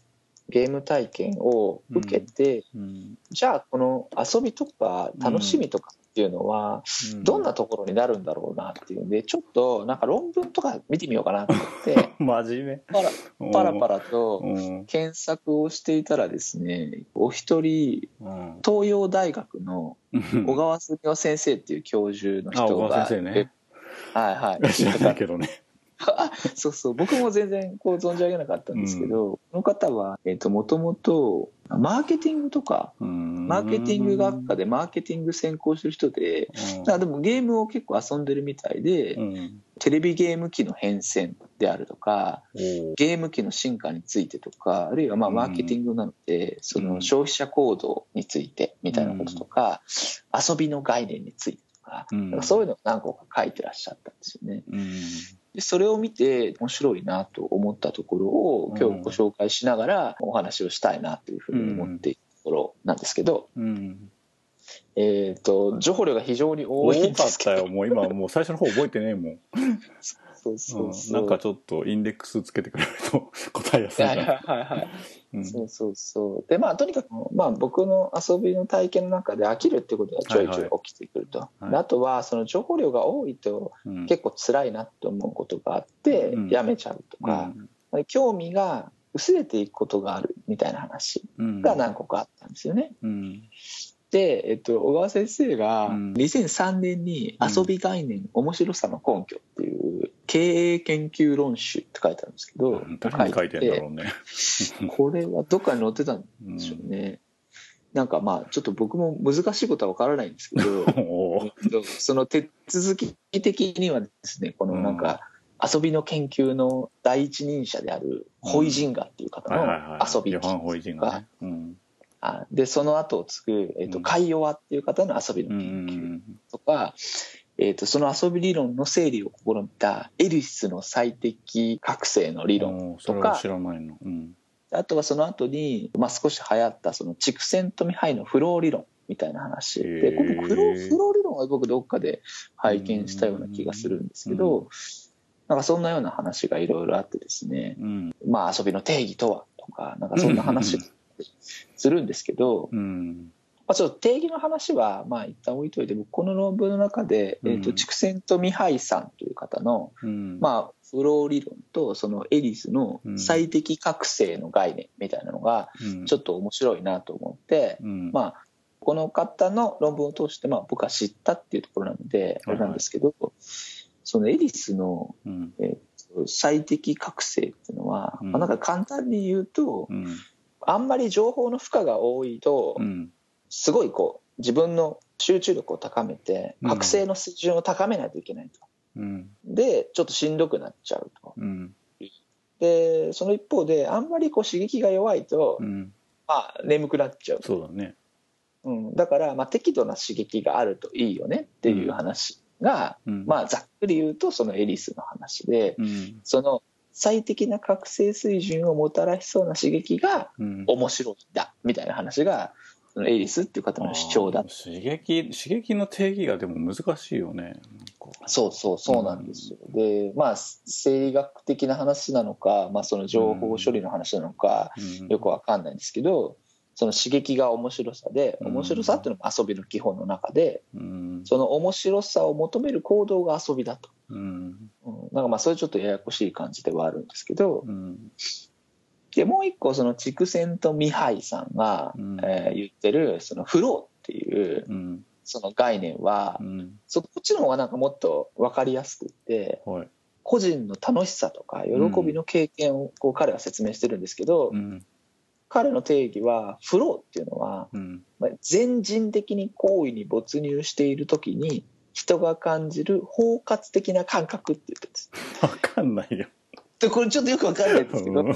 Speaker 1: ゲーム体験を受けて、
Speaker 2: ー、うん
Speaker 1: じゃあこの遊びとか楽しみとかっていうのは
Speaker 2: うん
Speaker 1: どんなところになるんだろうなっていうんでちょっとなんか論文とか見てみようかなと思って
Speaker 2: 真面
Speaker 1: パラ
Speaker 2: 目
Speaker 1: パラパラと
Speaker 2: うん
Speaker 1: 検索をしていたらですねお一人
Speaker 2: うん
Speaker 1: 東洋大学の
Speaker 2: うん
Speaker 1: 小川澄夫先生っていう教授の
Speaker 2: あ
Speaker 1: 人
Speaker 2: 小
Speaker 1: が
Speaker 2: 川先生ね
Speaker 1: はいはい
Speaker 2: 知らないけどね
Speaker 1: そうそう僕も全然こう存じ上げなかったんですけど、この方はえっともともとマーケティングとかマ
Speaker 2: マ
Speaker 1: ーケティング学科でマーケティング専攻してる人で。あでもゲームを結構遊んでるみたいで、
Speaker 2: うん
Speaker 1: テレビゲーム機の変遷であるとか
Speaker 2: おー
Speaker 1: ゲーム機の進化についてとかあるいはまあ
Speaker 2: うん
Speaker 1: マーケティングなので、そ
Speaker 2: うん
Speaker 1: の消費者行動についてみたいなこととか、遊びの概念についてとか,、
Speaker 2: うん
Speaker 1: そういうのを何個か書いてらっしゃったんですよね。
Speaker 2: うん
Speaker 1: でそれを見て面白いなと思ったところを今日ご紹介しながらお話をしたいなというふうに思っているところなんですけど、
Speaker 2: うん
Speaker 1: えっ、と情報量が非常に多
Speaker 2: 多
Speaker 1: いんで
Speaker 2: かっ
Speaker 1: すけ
Speaker 2: た
Speaker 1: ど
Speaker 2: よもう今もう最初の方覚えてねえもん
Speaker 1: そうそう
Speaker 2: うん
Speaker 1: そう、
Speaker 2: なんかちょっとインデックスつけてくれると答えやす い
Speaker 1: はいはい
Speaker 2: な
Speaker 1: はいはい、
Speaker 2: うん
Speaker 1: そうそうそうでまあとにかく、まあ、僕の遊びの体験の中で飽きるってことがちょいちょい起きてくると、
Speaker 2: はい
Speaker 1: であとはその情報量が多いと
Speaker 2: うん
Speaker 1: 結構辛いなと思うことがあって
Speaker 2: うん
Speaker 1: やめちゃうとか、興味が薄れていくことがあるみたいな話
Speaker 2: うん
Speaker 1: が何個かあったんですよね。
Speaker 2: うん
Speaker 1: で、えっと、小川先生が
Speaker 2: うん
Speaker 1: 2003年に「遊び概念、面白さの根拠」っていう経営研究論集って書いてあるんですけど、
Speaker 2: 誰に書いてんだろうね。
Speaker 1: これはどっかに載ってたん
Speaker 2: うん
Speaker 1: でしょうね。なんかまあちょっと僕も難しいことは分からないんですけど
Speaker 2: おー
Speaker 1: そうその手続き的にはですねこのなんか遊びの研究の第一人者であるホイジンガっていう方
Speaker 2: はいはい
Speaker 1: の
Speaker 2: はい。
Speaker 1: 遊び
Speaker 2: ヨハン・ホイジンがね。うん。
Speaker 1: あでその後を継ぐ、えっ
Speaker 2: う
Speaker 1: と
Speaker 2: ん
Speaker 1: カイヨワっていう方の遊びの
Speaker 2: うんう
Speaker 1: 研
Speaker 2: ん
Speaker 1: 究、
Speaker 2: うん。
Speaker 1: とか、えー、とその遊び理論の整理を試みたエリスの最適覚醒の理論
Speaker 2: おーそれは知らないの。うん。
Speaker 1: あとはその後に、まあ、少し流行ったその畜生とミハイのフロー理論みたいな話
Speaker 2: へ
Speaker 1: で
Speaker 2: ー
Speaker 1: このフローフロー理論は僕どっかで拝見したような気がするんですけ
Speaker 2: う
Speaker 1: どなんかそんなような話がいろいろあってですね、
Speaker 2: うん。
Speaker 1: まあ、遊びの定義とはとかなんかそんな話するんですけど、
Speaker 2: うん。
Speaker 1: まあ、ちょっと定義の話はまあ一旦置いといて僕この論文の中で、
Speaker 2: うん
Speaker 1: えー、と畜生とミハイさんという方の、
Speaker 2: うん。あ、
Speaker 1: まあ、フロー理論とそのエリスの最適覚醒の概念みたいなのがちょ
Speaker 2: っ
Speaker 1: っと面白いなと思って、
Speaker 2: と、うん。
Speaker 1: まあ、この方の論文を通してまあ僕は知ったっていうところなのであ
Speaker 2: はい
Speaker 1: れ
Speaker 2: はい
Speaker 1: なんですけど、そのエリスの
Speaker 2: うん。
Speaker 1: 最適覚醒っていうのは、
Speaker 2: うん
Speaker 1: まあなんか簡単に言うと
Speaker 2: うん。
Speaker 1: あんまり情報の負荷が多いと、
Speaker 2: うん。
Speaker 1: すごいこう自分の集中力を高めて
Speaker 2: うん
Speaker 1: 覚醒の水準を高めないといけないと。
Speaker 2: うん。
Speaker 1: でちょっとしんどくなっちゃうと
Speaker 2: うん。
Speaker 1: でその一方であんまりこう刺激が弱いと、
Speaker 2: うん。
Speaker 1: まあ、眠くなっちゃう
Speaker 2: そうだね。
Speaker 1: うん、だから、まあ、適度な刺激があるといいよねっていう話が、
Speaker 2: うん。
Speaker 1: ま
Speaker 2: あ、
Speaker 1: あ、ざっくり言うとそのエリスの話で
Speaker 2: うん。
Speaker 1: その最適な覚醒水準をもたらしそうな刺激が
Speaker 2: うん。
Speaker 1: 面白いんだみたいな話がそのエリスっていう方の主張だ
Speaker 2: あー刺激刺激の定義がでも難しいよね
Speaker 1: そうそうそうなんですよ、でまあ生理学的な話なのか、まあ、その情報処理の話なのか、よくわかんないんですけどその刺激が面白さで
Speaker 2: うん
Speaker 1: 面白さっていうのも遊びの基本の中で
Speaker 2: うん
Speaker 1: その面白さを求める行動が遊びだと、
Speaker 2: うん
Speaker 1: うん、なんかまあそれちょっとややこしい感じではあるんですけど
Speaker 2: うん
Speaker 1: でもう一個その畜生とミハイさんが、
Speaker 2: うん
Speaker 1: えー言ってるそのフローっていう
Speaker 2: うん
Speaker 1: その概念は
Speaker 2: うん
Speaker 1: そこっちの方がなんかもっと分かりやすくって。
Speaker 2: はい
Speaker 1: 個人の楽しさとか喜びの経験をこう彼は説明してるんですけど、
Speaker 2: うん
Speaker 1: 彼の定義はフローっていうのは
Speaker 2: うん
Speaker 1: まあ全人的に行為に没入している時に人が感じる包括的な感覚って言ってるんです。
Speaker 2: わかんないよ
Speaker 1: でこれちょっとよくわかんないんですけど、
Speaker 2: うん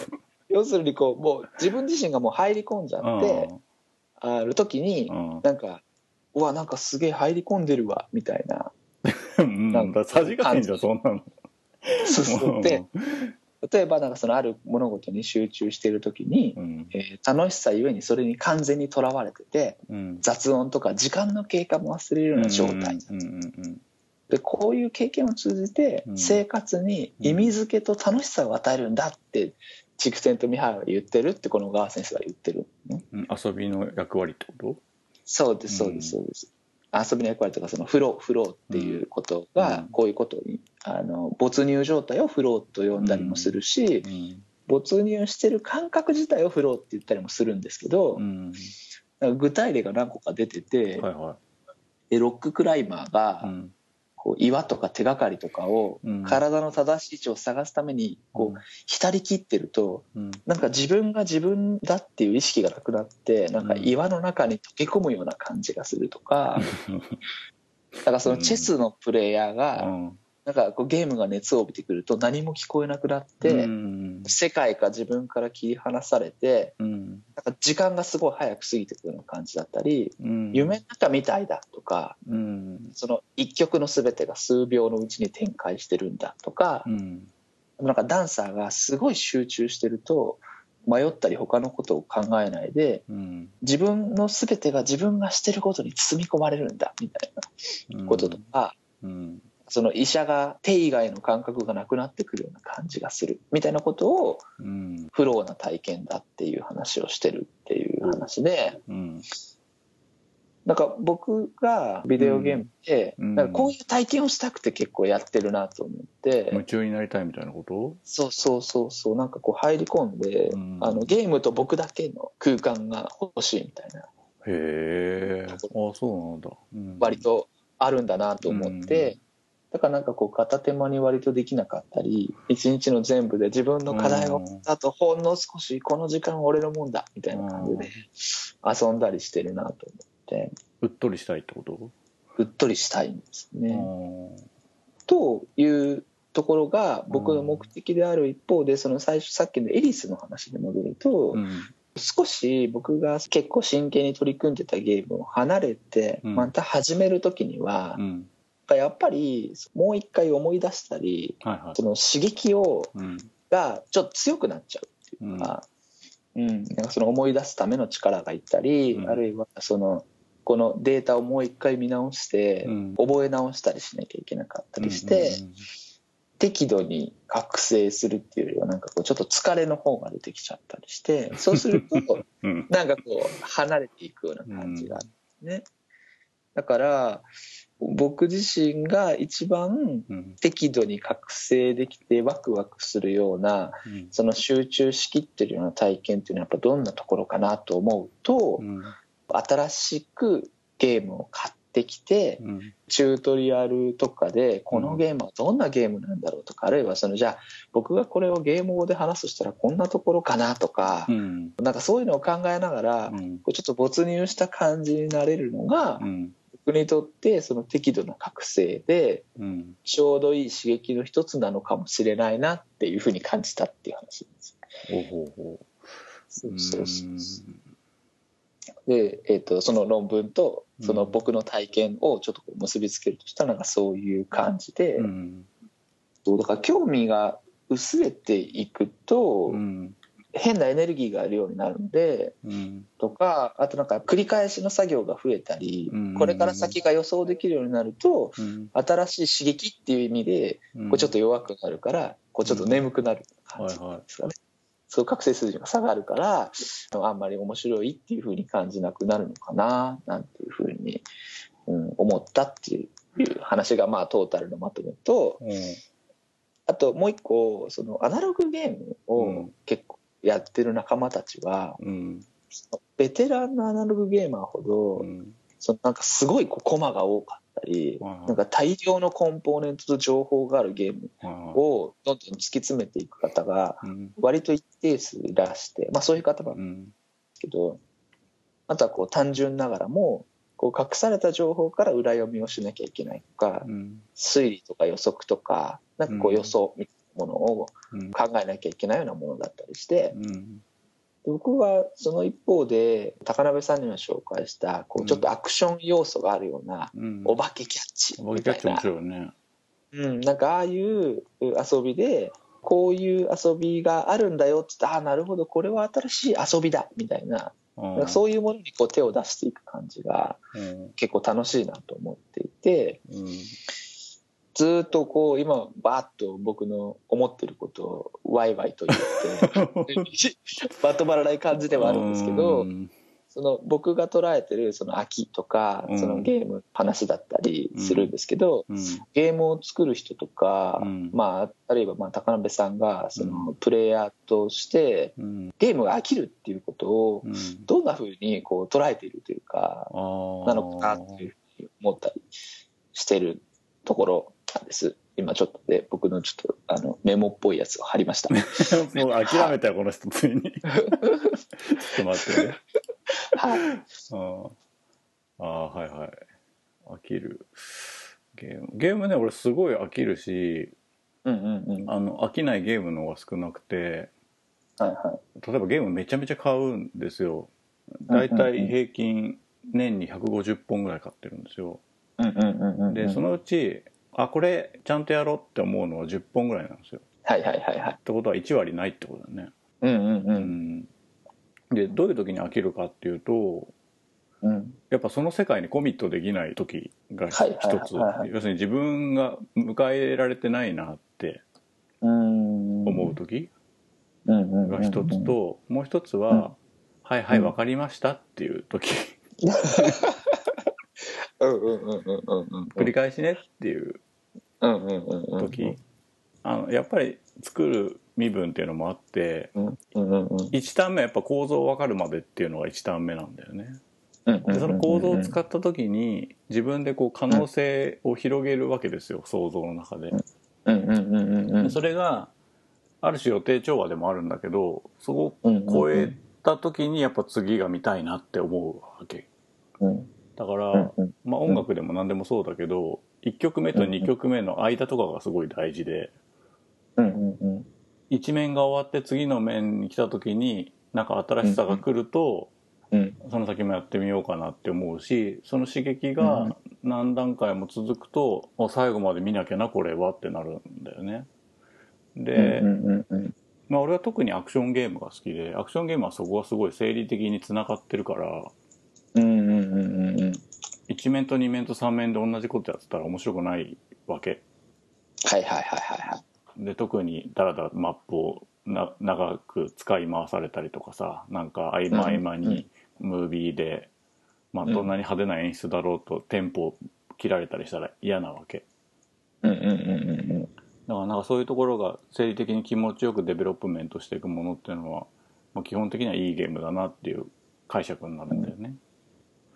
Speaker 1: 要するにこうもう自分自身がもう入り込んじゃってある時に
Speaker 2: うん
Speaker 1: なんかうわなんかすげえ入り込んでるわみたいな。
Speaker 2: うんなんださじ加減じゃんそんなの
Speaker 1: そうそうで例えばなんかそのある物事に集中している時に
Speaker 2: うん
Speaker 1: えー楽しさゆえにそれに完全にとらわれてて
Speaker 2: うん
Speaker 1: 雑音とか時間の経過も忘れるような状態、
Speaker 2: うんうん
Speaker 1: でこういう経験を通じて
Speaker 2: うん
Speaker 1: 生活に意味付けと楽しさを与えるんだって筑前とミハイは言ってるってこの小川先生は言ってる、ね、
Speaker 2: うんうん遊びの役割ってこと
Speaker 1: そうですそうですそうです、遊びの役割とかそのフローフローっていうことが、
Speaker 2: うん
Speaker 1: こういうことにあの没入状態をフローと呼んだりもするし、
Speaker 2: うん
Speaker 1: 没入してる感覚自体をフローって言ったりもするんですけど、
Speaker 2: うん
Speaker 1: なんか具体例が何個か出てて、
Speaker 2: はいは
Speaker 1: でロッククライマー
Speaker 2: い
Speaker 1: が
Speaker 2: ん
Speaker 1: こう岩とか手がかりとかを
Speaker 2: うん
Speaker 1: 体の正しい位置を探すためにこう浸り切ってると
Speaker 2: うん
Speaker 1: なんか自分が自分だっていう意識がなくなってなんか岩の中に溶け込むような感じがすると かだからそのチェスのプレイヤーがなんかこうゲームが熱を帯びてくると何も聞こえなくなっ
Speaker 2: う
Speaker 1: て
Speaker 2: ん
Speaker 1: 世界か自分から切り離されて
Speaker 2: うん
Speaker 1: なんか時間がすごい早く過ぎてくるような感じだったり
Speaker 2: うん
Speaker 1: 夢の中みたいだとか
Speaker 2: うん
Speaker 1: その一曲の全てが数秒のうちに展開してるんだとか
Speaker 2: う、ん
Speaker 1: なんかダンサーがすごい集中してると迷ったり他のことを考えないで
Speaker 2: うん
Speaker 1: 自分の全てが自分がしてることに包み込まれるんだみたいなこととか、
Speaker 2: うん
Speaker 1: その医者が手以外の感覚がなくなってくるような感じがするみたいなことを
Speaker 2: うん
Speaker 1: フローな体験だっていう話をしてるっていう話で。
Speaker 2: うん
Speaker 1: なんか僕がビデオゲームで、
Speaker 2: うん
Speaker 1: なんかこういう体験をしたくて結構やってるなと思って、
Speaker 2: 夢中になりたいみたいなこと
Speaker 1: そうそうそうそうなんかこう入り込んで、
Speaker 2: うん
Speaker 1: あのゲームと僕だけの空間が欲しいみたいな
Speaker 2: へえあそうなんだ、うん
Speaker 1: 割とあるんだなと思って、だからなんかこう片手間に割とできなかったり一日の全部で自分の課題が終わった後ほんの少しこの時間は俺のもんだみたいな感じで遊んだりしてるなと思って
Speaker 2: うっとりしたいってこと
Speaker 1: うっとりしたいんです
Speaker 2: う
Speaker 1: ね。
Speaker 2: ん
Speaker 1: というところが僕の目的である一方でその最初さっきのエリスの話に戻ると
Speaker 2: うん
Speaker 1: 少し僕が結構真剣に取り組んでたゲームを離れて
Speaker 2: うん
Speaker 1: また始める時には
Speaker 2: うん
Speaker 1: やっぱりもう一回思い出したり
Speaker 2: はいはい
Speaker 1: その刺激を
Speaker 2: うん
Speaker 1: がちょっと強くなっちゃうっていうか,、うんなんかその思い出すための力がいったり、
Speaker 2: うん
Speaker 1: あるいはそのこのデータをもう一回見直して、
Speaker 2: うん
Speaker 1: 覚え直したりしなきゃいけなかったりして、適度に覚醒するっていうよりはなんかこうちょっと疲れの方が出てきちゃったりしてそうする と
Speaker 2: うんうん
Speaker 1: なんかこう離れていくような感じがあるんですね。だから僕自身が一番
Speaker 2: うん
Speaker 1: 適度に覚醒できてワクワクするような
Speaker 2: うん
Speaker 1: その集中しきってるような体験っていうのはやっぱどんなところかなと思うと、
Speaker 2: うん
Speaker 1: 新しくゲームを買ってきて
Speaker 2: うん
Speaker 1: チュートリアルとかでこのゲームはどんなゲームなんだろうとかあるいはそのじゃあ僕がこれをゲーム語で話すとしたらこんなところかなとか
Speaker 2: う、ん
Speaker 1: なんかそういうのを考えながら、
Speaker 2: うん
Speaker 1: こうちょっと没入した感じになれるのが
Speaker 2: うん
Speaker 1: 僕にとってその適度な覚醒で
Speaker 2: うん
Speaker 1: ちょうどいい刺激の一つなのかもしれないなっていうふうに感じたっていう話です。
Speaker 2: おほうほ
Speaker 1: そううそうそうで、えー、とその論文とその
Speaker 2: うん
Speaker 1: 僕の体験をちょっとこう結びつけるとしたらなんかそういう感じで、
Speaker 2: うん
Speaker 1: そうだから興味が薄れていくと、
Speaker 2: うん
Speaker 1: 変なエネルギーがあるようになるんで
Speaker 2: うん
Speaker 1: とかあとなんか繰り返しの作業が増えたり、
Speaker 2: うん
Speaker 1: これから先が予想できるようになると
Speaker 2: うん
Speaker 1: 新しい刺激っていう意味でこうちょっと弱くなるからこうちょっと眠くなる感
Speaker 2: はい
Speaker 1: じ
Speaker 2: は
Speaker 1: ですかね。そう覚醒数字が下がるからあのあんまり面白いっていう風に感じなくなるのかななんていう風に、うん、思ったっていう話がまあトータルのまとめと
Speaker 2: い
Speaker 1: あともう一個そのアナログゲームを結構やってる仲間たちは、
Speaker 2: うん
Speaker 1: ベテランのアナログゲーマーほど、
Speaker 2: うん
Speaker 1: そのなんかすごいこうコマが多かったり、
Speaker 2: はいはい
Speaker 1: なんか大量のコンポーネントと情報があるゲーム
Speaker 2: はいはい
Speaker 1: をどんどん突き詰めていく方が
Speaker 2: うん
Speaker 1: 割と一定数いらして、まあ、そういう方もいるんで
Speaker 2: うん
Speaker 1: すけどあとはこう単純ながらもこう隠された情報から裏読みをしなきゃいけないとか
Speaker 2: うん
Speaker 1: 推理とか予測とかなんかこ
Speaker 2: う
Speaker 1: うん予想みたいなものを
Speaker 2: うん
Speaker 1: 考えなきゃいけないようなものだったりして
Speaker 2: うん
Speaker 1: で僕はその一方で高鍋さんにも紹介したこ
Speaker 2: うん
Speaker 1: うちょっとアクション要素があるような
Speaker 2: うん
Speaker 1: お化けキャッチ
Speaker 2: お化
Speaker 1: み
Speaker 2: けキ
Speaker 1: た
Speaker 2: ャッ
Speaker 1: い
Speaker 2: チ
Speaker 1: な
Speaker 2: 面白いよね
Speaker 1: うん、なんかああいう遊びでこういう遊びがあるんだよって言ってああなるほどこれは新しい遊びだみたいな,、なんか
Speaker 2: う
Speaker 1: そういうものにこう手を出していく感じが
Speaker 2: ん
Speaker 1: 結構楽しいなと思っていて
Speaker 2: うん
Speaker 1: ずーっとこう今バーッと僕の思ってることをワイワイと言って バッとばらない感じではあるんですけど。
Speaker 2: うん
Speaker 1: その僕が捉えてるその秋とか、
Speaker 2: うん
Speaker 1: そのゲームの話だったりするんですけど、
Speaker 2: うん
Speaker 1: ゲームを作る人とか、
Speaker 2: うん
Speaker 1: まあ、あるいはまあ高鍋さんがそのプレイヤーとして
Speaker 2: うん
Speaker 1: ゲームが飽きるっていうことを
Speaker 2: うん
Speaker 1: どんなふうにこう捉えているというか
Speaker 2: あー
Speaker 1: なのかなっていうふうに思ったりしてるところなんです今ちょっとで僕のちょっとあのメモっぽいやつを貼りました
Speaker 2: もう諦めたよこの人ついにちょっと待ってね
Speaker 1: はい
Speaker 2: あーあーはいはい飽きるゲームゲームね俺すごい飽きるし
Speaker 1: うんうんうんはい
Speaker 2: あの飽きないゲームの方が少なくて
Speaker 1: は
Speaker 2: 例えばゲームめちゃめちゃ買うんですよだいたい平均年に150本ぐらい買ってるんですよ
Speaker 1: いうんうんうんうん
Speaker 2: でそのうちあこれちゃんとやろうって思うのは10本ぐらいなんですよ
Speaker 1: はいはいはいはい
Speaker 2: ってことは1割ないってことだよね
Speaker 1: うんうんう
Speaker 2: うんんでどういう時に飽きるかっていうと
Speaker 1: うん
Speaker 2: やっぱその世界にコミットできない時が一つ、
Speaker 1: はいはいはいはい
Speaker 2: 要するに自分が迎え入れられてないなって
Speaker 1: うん
Speaker 2: 思う時
Speaker 1: うんうんうん
Speaker 2: が一つと、もう一つは、
Speaker 1: うん
Speaker 2: はいはい
Speaker 1: うん
Speaker 2: 分かりましたっていう時、
Speaker 1: うんうんうんうんうんうん
Speaker 2: 繰り返しねっていう
Speaker 1: うんうんうんうん
Speaker 2: 時、あのやっぱり作る身分っていうのもあって
Speaker 1: うんうんうんうん
Speaker 2: 1ターン目はやっぱ構造分かるまでっていうのが1ターン目なんだよね。
Speaker 1: うんうん
Speaker 2: でその構造を使
Speaker 1: っ
Speaker 2: った時に自分でこう可能性を広げるわけですよ想像の中で。
Speaker 1: てうんうんうんうんうん
Speaker 2: でそれがある種予定調和でもあるんだけどそこ
Speaker 1: うんうんう
Speaker 2: を
Speaker 1: ん
Speaker 2: 超えた時にやっぱ次が見たいなって思うわけ。
Speaker 1: うん
Speaker 2: だから、
Speaker 1: うんうん
Speaker 2: まあ、音楽でも何でもそうだけど1曲目と2曲目の間とかがすごい大事で
Speaker 1: うんうんうん
Speaker 2: 1面が終わって次の面に来た時になんか新しさが来ると
Speaker 1: うん
Speaker 2: その先もやってみようかなって思うしその刺激が何段階も続くと、あ最後まで見なきゃなこれはってなるんだよね。で、
Speaker 1: うんうんうん
Speaker 2: まあ、俺は特にアクションゲームが好きでアクションゲームはそこがすごい生理的につながってるから
Speaker 1: うんうんうんうんうん
Speaker 2: 1面と2面と3面で同じことやってたら面白くないわけ。
Speaker 1: はいはいはいはいはい
Speaker 2: で特にだらだらマップをな長く使い回されたりとかさなんか合間合間にムービーで、まあ、
Speaker 1: うん
Speaker 2: どんなに派手な演出だろうとテンポを切られたりしたら嫌なわけ
Speaker 1: うんうんうんうんうん
Speaker 2: だからなんかそういうところが生理的に気持ちよくデベロップメントしていくものっていうのは、まあ、基本的にはいいゲームだなっていう解釈になるんだよね。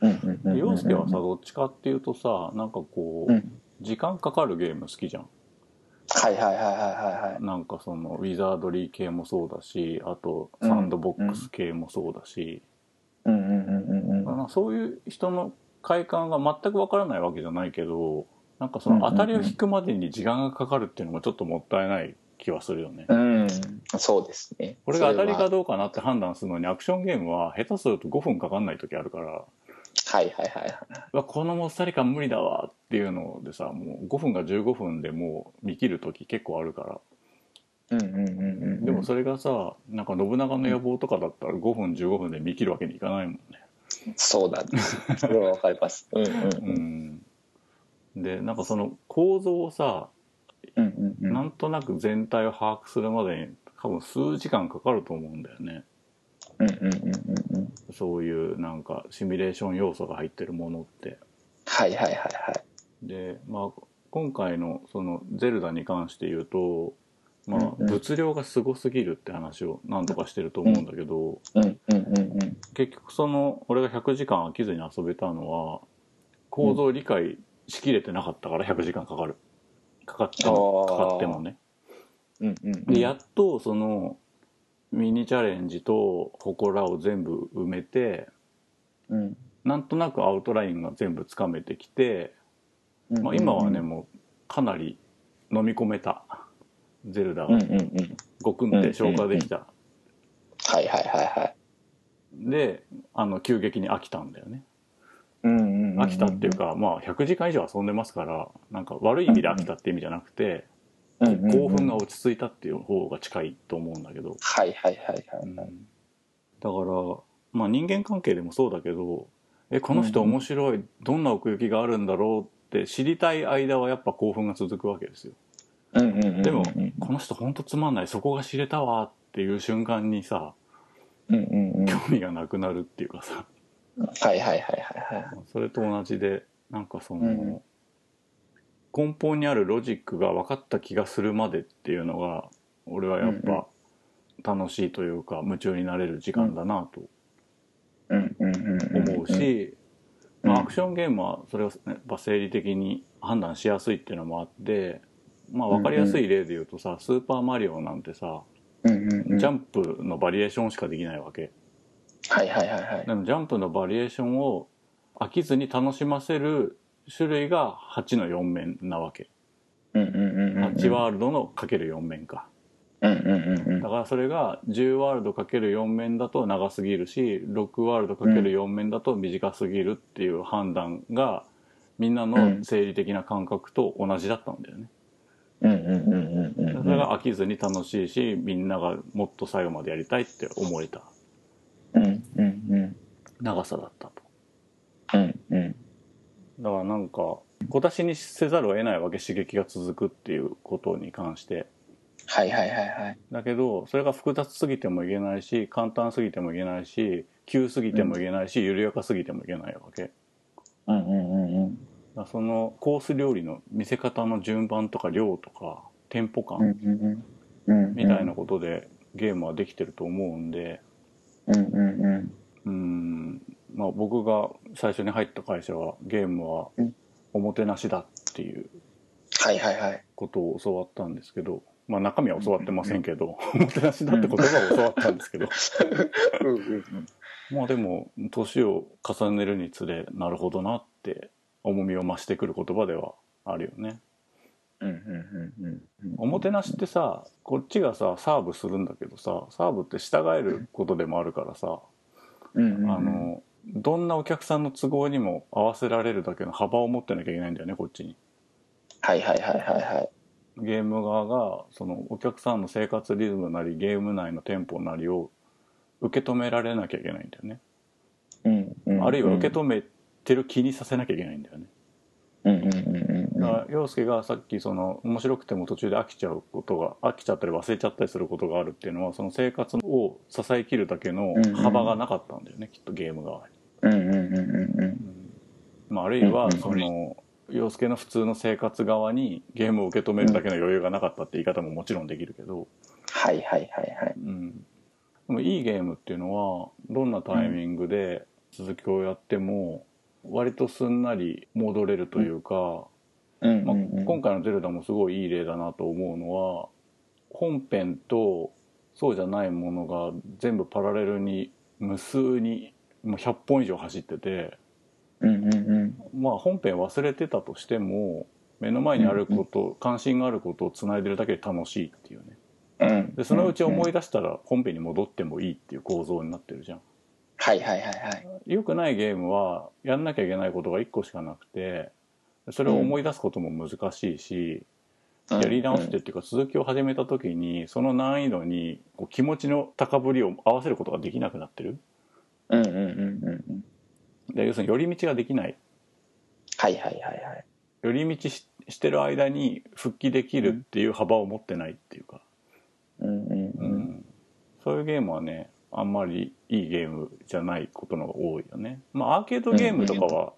Speaker 1: うんうんうんうん
Speaker 2: で洋介はさどっちかっていうとさなんかこ
Speaker 1: う
Speaker 2: うん時間かかるゲーム好きじゃん。
Speaker 1: はいはいはいはいはいはい
Speaker 2: なんかそのウィザードリー系もそうだしあとサンドボックス系もそうだし、
Speaker 1: うんうんうんうんうん
Speaker 2: なんかそういう人の快感が全くわからないわけじゃないけどなんかその当たりを引くまでに時間がかかるっていうのもちょっともったいない気はするよね。
Speaker 1: うん、そうですね。
Speaker 2: これが当たりか
Speaker 1: は
Speaker 2: どうかなって判断するのにアクションゲームは下手すると5分かかんない時あるから
Speaker 1: はいはいはいはい。
Speaker 2: うわこのもっさり感無理だわっていうのでさもう5分か15分でもう見切る時結構あるか
Speaker 1: う
Speaker 2: ら
Speaker 1: んうんうんうん。
Speaker 2: でもそれがさなんか信長の野望とかだったら5分15分で見切るわけにいかないもんね。
Speaker 1: そうなんです。それはわかります。うんうん
Speaker 2: う。ん、でなんかその構造をさ
Speaker 1: うんうんうん
Speaker 2: なんとなく全体を把握するまでに多分数時間かかると思うんだよね
Speaker 1: うんうんうんうんうん。
Speaker 2: そういうなんかシミュレーション要素が入ってるものって。
Speaker 1: はいはいはいはい。
Speaker 2: で、まあ、今回のその「ゼルダ」に関して言うと、まあ、
Speaker 1: うんうん
Speaker 2: 物量がすごすぎるって話を何とかしてると思うんだけど、
Speaker 1: うんうんうんうん。
Speaker 2: 結局その俺が100時間飽きずに遊べたのは構造を理解しきれてなかったから100時間かかるかかっても
Speaker 1: あ
Speaker 2: か
Speaker 1: ー
Speaker 2: かってもね
Speaker 1: うんうんうん。
Speaker 2: でやっとそのミニチャレンジと祠を全部埋めて
Speaker 1: うん。
Speaker 2: なんとなくアウトラインが全部つかめてきて、まあ、今はねもうかなり飲み込めたゼルダ
Speaker 1: うん
Speaker 2: が
Speaker 1: うんうん。
Speaker 2: ゴクンって消化でき
Speaker 1: は
Speaker 2: た
Speaker 1: いはいはいはい。
Speaker 2: であの急激に飽きたんだよね
Speaker 1: うんうんうん。
Speaker 2: 飽きたっていう。か、まあ、100時間以上遊んでますからなんか悪い意味で飽きたって意味じゃなくて、
Speaker 1: うんうんうん
Speaker 2: 興奮が落ち着いたっていう方が近いと思うんだけど、
Speaker 1: はいはいはいは
Speaker 2: うん
Speaker 1: い
Speaker 2: だ
Speaker 1: は
Speaker 2: か
Speaker 1: い。
Speaker 2: ら、まあ、人間関係でもそうだけどえこの人
Speaker 1: うんうん
Speaker 2: 面白いどんな奥行きがあるんだろうって知りたい間はやっぱ興奮が続くわけですよ。
Speaker 1: うんうんうんうん。
Speaker 2: でもこの人ほんとつまんないそこが知れたわっていう瞬間にさ
Speaker 1: うんうんうん。はい
Speaker 2: 興味がなくなるっていうかさ
Speaker 1: はいはいはいはい。
Speaker 2: それと同じでなんかその、
Speaker 1: うん
Speaker 2: 根本にあるロジックが分かった気がするまでっていうのが俺はやっぱ楽しいというか夢中になれる時間だなと
Speaker 1: うんうんうんん。
Speaker 2: 思う。し、
Speaker 1: うん
Speaker 2: まあ、アクションゲームはそれをやっぱ生理的に判断しやすいっていうのもあって、まあ、分かりやすい例で言うとさ「スーパーマリオ」なんてさ
Speaker 1: うんうんうん。
Speaker 2: ジャンプのバリエーションしかできないわけ。
Speaker 1: はいはいはいはい。
Speaker 2: でもジャンプのバリエーションを飽きずに楽しませる種類が8の4面なわけ
Speaker 1: うんうんうんうん。
Speaker 2: 8。ワールドの ×4 面か
Speaker 1: うんうんうんうん
Speaker 2: だ。からそれが10ワールド ×4 面だと長すぎるし6ワールド ×4 面だと短すぎるっていう判断がみんなの生理的な感覚と同じだったんだよね
Speaker 1: うんうんうんうんうんうん。
Speaker 2: それが飽きずに楽しいしみんながもっと最後までやりたいって思えた
Speaker 1: うんうん
Speaker 2: 長さだったと
Speaker 1: うんうんうん
Speaker 2: だからなんか小出しにせざるを得ないわけ刺激が続くっていうことに関して
Speaker 1: はいはいはいはい
Speaker 2: だけどそれが複雑すぎてもいけないし簡単すぎてもいけないし急すぎてもいけないし、緩やかすぎてもいけないわけだか
Speaker 1: うんうんうんうん
Speaker 2: らそのコース料理の見せ方の順番とか量とかテンポ
Speaker 1: うん
Speaker 2: 感
Speaker 1: うんうんうん
Speaker 2: みたいなことでゲームはできてると思うんで
Speaker 1: うんうんうん
Speaker 2: うんままあ、僕が最初に入った会社はゲームは
Speaker 1: うん
Speaker 2: おもてなしだっていう
Speaker 1: はいはいはい。
Speaker 2: ことを教わったんですけど、まあ、中身は教わってませんけど、おもてなしだって言葉を教わったんですけど、
Speaker 1: うんうん
Speaker 2: まあでも年を重ねるにつれなるほどなって重みを増してくる言葉ではあるよね。
Speaker 1: うんうんうんうん
Speaker 2: おもてなしってさこっちがさサーブするんだけどさサーブって従えることでもあるからさ、
Speaker 1: うんうんうん
Speaker 2: あのどんなお客さんの都合にも合わせられるだけの幅を持ってなきゃいけないんだよねこっちに。
Speaker 1: はいはいはいはいはい。
Speaker 2: ゲーム側がそのお客さんの生活リズムなりゲーム内のテンポなりを受け止められなきゃいけないんだよね。
Speaker 1: うんうん
Speaker 2: あるいは受け止めてる気にさせなきゃいけないんだよね。
Speaker 1: うんうんうんうんう
Speaker 2: だ
Speaker 1: ん
Speaker 2: から陽介がさっきその面白くても途中で飽きちゃうことが飽きちゃったり忘れちゃったりすることがあるっていうのはその生活を支えきるだけの幅がなかったんだよね、きっとゲーム側に。
Speaker 1: うんうんうんうんうん
Speaker 2: まあ、あるいは
Speaker 1: うんうん
Speaker 2: その陽介の普通の生活側にゲームを受け止めるだけの余裕がなかったって言い方ももちろんできるけど、
Speaker 1: はいはいはいはい。
Speaker 2: うん、でもいいゲームっていうのはどんなタイミングで続きをやっても割とすんなり戻れるというか。
Speaker 1: うんうん
Speaker 2: まあ
Speaker 1: うん
Speaker 2: 今回の「ゼルダ」もすごいいい例だなと思うのは本編とそうじゃないものが全部パラレルに無数にもう100本以上走ってて、
Speaker 1: うんうんうん
Speaker 2: まあ、本編忘れてたとしても目の前にあること、関心があることをつないでるだけで楽しいっていうね
Speaker 1: うん
Speaker 2: でそのうち思
Speaker 1: い
Speaker 2: い出したら本編に戻ってもいいっていう構造になってるじゃん。
Speaker 1: はいはいはいはい。
Speaker 2: 良くないゲームはやんなきゃいけないことが1個しかなくてそれを思い出すことも難しいし、
Speaker 1: うん
Speaker 2: やり直してっていうか続きを始めた時にその難易度にこう気持ちの高ぶりを合わせることができなくなってる
Speaker 1: うんうんうんうんうん。
Speaker 2: で要するに寄り道ができない
Speaker 1: はいはいはいはい。
Speaker 2: 寄り道ししてる間に復帰できるっていう幅を持ってないっていうか、
Speaker 1: うんうん
Speaker 2: う
Speaker 1: うん。
Speaker 2: んそういうゲームはねあんまりいいゲームじゃないことの方が多いよねまあアーケードゲームとかは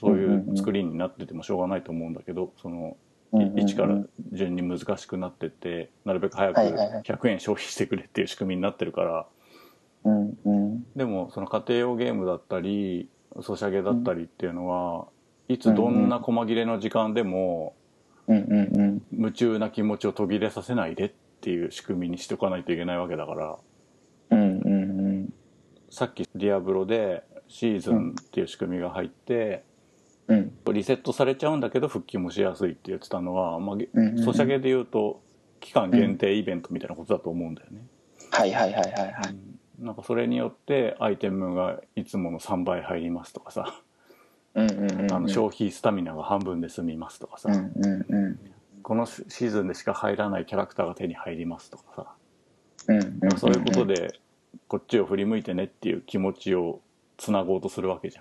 Speaker 2: そういう作りになっててもしょうがないと思うんだけどその
Speaker 1: うんうんうん
Speaker 2: 1から順に難しくなってってなるべく早く
Speaker 1: はいはいはい
Speaker 2: 100円消費してくれっていう仕組みになってるから
Speaker 1: うんうん
Speaker 2: でもその家庭用ゲームだったりソシャゲだったりっていうのは、いつどんな細切れの時間でも
Speaker 1: うんうんうん。
Speaker 2: 夢中な気持ちを途切れさせないでっていう仕組みにしておかないといけないわけだから
Speaker 1: うんうん
Speaker 2: さっき「ディアブロ」でシーズンっていう仕組みが入って、
Speaker 1: うん。うん
Speaker 2: リセットされちゃうんだけど復帰もしやすいって言ってたのは、まあげ
Speaker 1: うんうん。
Speaker 2: ソシャゲで言うと期間限定イベントみたいなことだと思うんだよね。
Speaker 1: はいはいはいはいはい。
Speaker 2: なんかそれによってアイテムがいつもの3倍入りますとかさ、
Speaker 1: うんうんうんうん。
Speaker 2: あの消費スタミナが半分で済みますとかさ、
Speaker 1: うんうんうん。
Speaker 2: このシーズンでしか入らないキャラクターが手に入りますとかさ、
Speaker 1: うんうんうん。
Speaker 2: そういうこと。でこっちを振り向いてねっていう気持ちをつなごうとするわけじ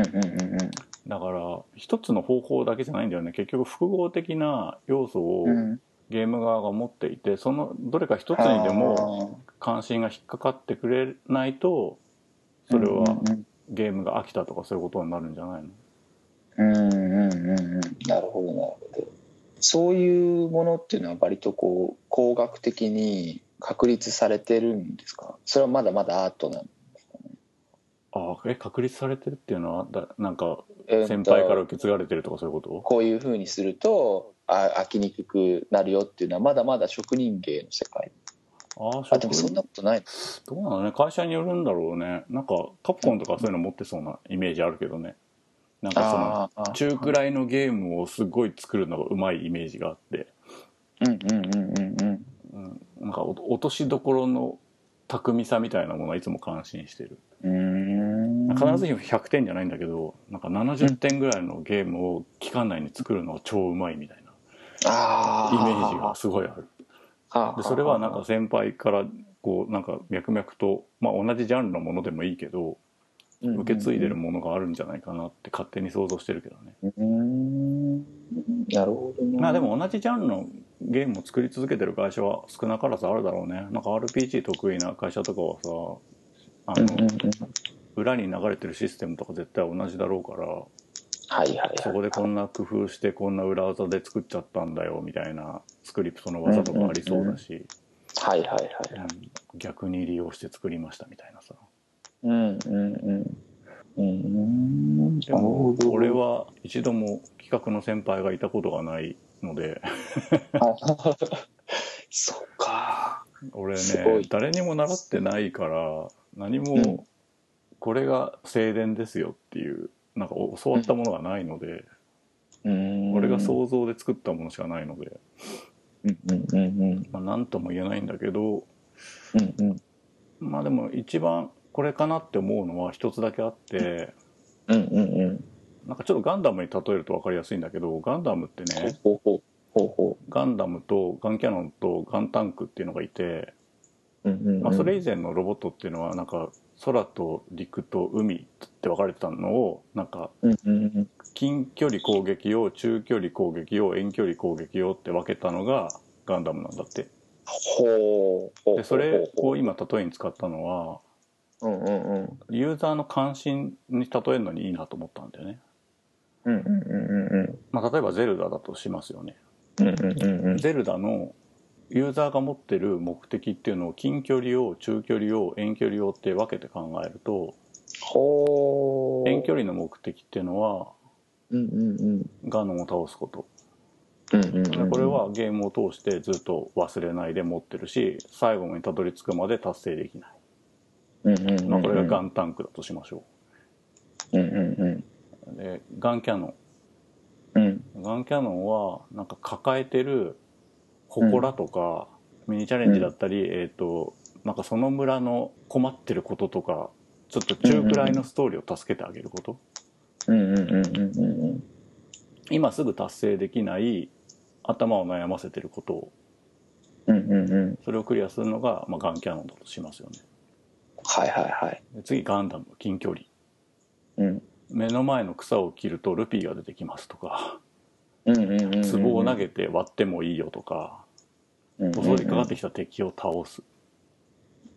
Speaker 1: う
Speaker 2: ん
Speaker 1: んうんうんうん。
Speaker 2: だから一つの方法だけじゃないんだよね結局複合的な要素を
Speaker 1: うん
Speaker 2: ゲーム側が持っていてそのどれか一つにでも関心が引っかかってくれないとそれはゲームが飽きたとかそういうことになるんじゃないの
Speaker 1: うんうんうんうんなるほどなるほどそういうものっていうのは割とこう工学的に確立されてるんですかそれはまだまだアートなの
Speaker 2: ああえ確立されてるっていうのはだなんか
Speaker 1: えーと
Speaker 2: 先輩から受け継がれてるとかそういうこと
Speaker 1: こういうふうにするとあ飽きにくくなるよっていうのはまだまだ職人芸の世界
Speaker 2: ああ
Speaker 1: あでもそんなことない
Speaker 2: どうなのね会社によるんだろうねなんかカプコンとかそういうの持ってそうなイメージあるけどねなんかその
Speaker 1: あーあー
Speaker 2: 中くらいのゲームをすごい作るのがうまいイメージがあって、
Speaker 1: うんうんうんうんうん
Speaker 2: うん、なんかお落としどころの巧みさみたいなものはいつも感心してる
Speaker 1: うーん
Speaker 2: 必ずしも100点じゃないんだけどなんか70点ぐらいのゲームを期間内に作るのは超うまいみたいな
Speaker 1: あ
Speaker 2: イメージがすごいあるでそれはなんか先輩からこうなんか脈々と、まあ、同じジャンルのものでもいいけど受け継いでるものがあるんじゃないかなって勝手に想像してるけどね、
Speaker 1: うーんなるほどね
Speaker 2: まあでも同じジャンルのゲームを作り続けてる会社は少なからずあるだろうねなんか RPG 得意な会社とかはさあ
Speaker 1: うん
Speaker 2: の、
Speaker 1: うんうん
Speaker 2: 裏に流れてるシステムとか絶対同じだろうから
Speaker 1: はいはいはい
Speaker 2: そこでこんな工夫してこんな裏技で作っちゃったんだよみたいなスクリプトの技とかありそうだし、
Speaker 1: はいはいはいはい
Speaker 2: うん逆に利用して作りましたみたいなさ
Speaker 1: うんうんうんうん
Speaker 2: でも俺は一度も企画の先輩がいたことがない ので
Speaker 1: あそっか
Speaker 2: 俺
Speaker 1: すご
Speaker 2: ね
Speaker 1: い
Speaker 2: 誰にも習ってないから何もこれが正伝ですよっていうなんか教わったものがないので、
Speaker 1: うん
Speaker 2: 俺が想像で作ったものしかないので、
Speaker 1: うんうんうんうん
Speaker 2: まあ、何とも言えないんだけど
Speaker 1: うんうん
Speaker 2: まあでも一番これかなって思うのは一つだけあって
Speaker 1: うんうんうん
Speaker 2: なんかちょっとガンダムに例えると分かりやすいんだけどガンダムってね
Speaker 1: ほうほうほうほ
Speaker 2: ガンダムとガンキャノンとガンタンクっていうのがいて、
Speaker 1: ううんうんうん
Speaker 2: まあ、それ以前のロボットっていうのはなんか空と陸と海って分かれてたのをなんか
Speaker 1: うんうんうん
Speaker 2: 近距離攻撃用中距離攻撃用遠距離攻撃用って分けたのがガンダムなんだって
Speaker 1: ほうほうほうほう
Speaker 2: でそれを今例えに使ったのは
Speaker 1: うんうんうん
Speaker 2: ユーザーの関心に例えるのにいいなと思ったんだよね、
Speaker 1: うんうんうんうん
Speaker 2: まあ、例えばゼルダだとしますよね
Speaker 1: うんうんうんうん
Speaker 2: ゼルダのユーザーが持ってる目的っていうのを近距離用中距離用遠距離用って分けて考えると
Speaker 1: ほう
Speaker 2: 遠距離の目的っていうのは
Speaker 1: うんうんうん
Speaker 2: ガノンを倒すこと
Speaker 1: うんうん
Speaker 2: で
Speaker 1: うん
Speaker 2: これはゲームを通してずっと忘れないで持ってるし最後にたどり着くまで達成できない、
Speaker 1: うんうんうんうん
Speaker 2: まあ、これがガンタンクだとしましょ
Speaker 1: うんうん
Speaker 2: うでガンキャノ
Speaker 1: うんうん
Speaker 2: ンガンキャノンはなんか抱えてる祠とか、ミニチャレンジだったり、えっ、となんかその村の困ってることとかちょっと中くらいのストーリーを助けてあげること、
Speaker 1: うんうんうんうんうん
Speaker 2: 今すぐ達成できない頭を悩ませてることを
Speaker 1: うんうんうん
Speaker 2: それをクリアするのが、まあ、ガンキャノンだとしますよね
Speaker 1: はいはいはい
Speaker 2: で次ガンダム近距離
Speaker 1: うん
Speaker 2: 目の前の草を切るとルピーが出てきますとか
Speaker 1: うんうんうんうん
Speaker 2: 壺を投げて割ってもいいよとか
Speaker 1: うんうんうん
Speaker 2: 襲いかかってきた敵を倒す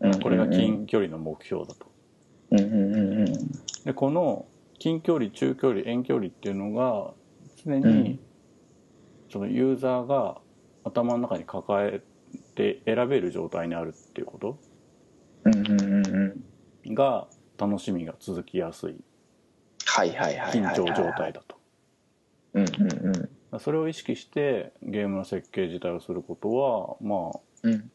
Speaker 1: うんうんうん
Speaker 2: これが近距離の目標だと
Speaker 1: うんうんうんうん
Speaker 2: でこの近距離中距離遠距離っていうのが常
Speaker 1: う
Speaker 2: に
Speaker 1: ん
Speaker 2: そのユーザーが頭の中に抱えて選べる状態にあるっていうこと
Speaker 1: うんうんうんうん
Speaker 2: が楽しみが続きやすい
Speaker 1: はいはいはいはい
Speaker 2: 緊
Speaker 1: はい
Speaker 2: 張状態だと
Speaker 1: うんうんうん
Speaker 2: それを意識してゲームの設計自体をすることはまあ
Speaker 1: うん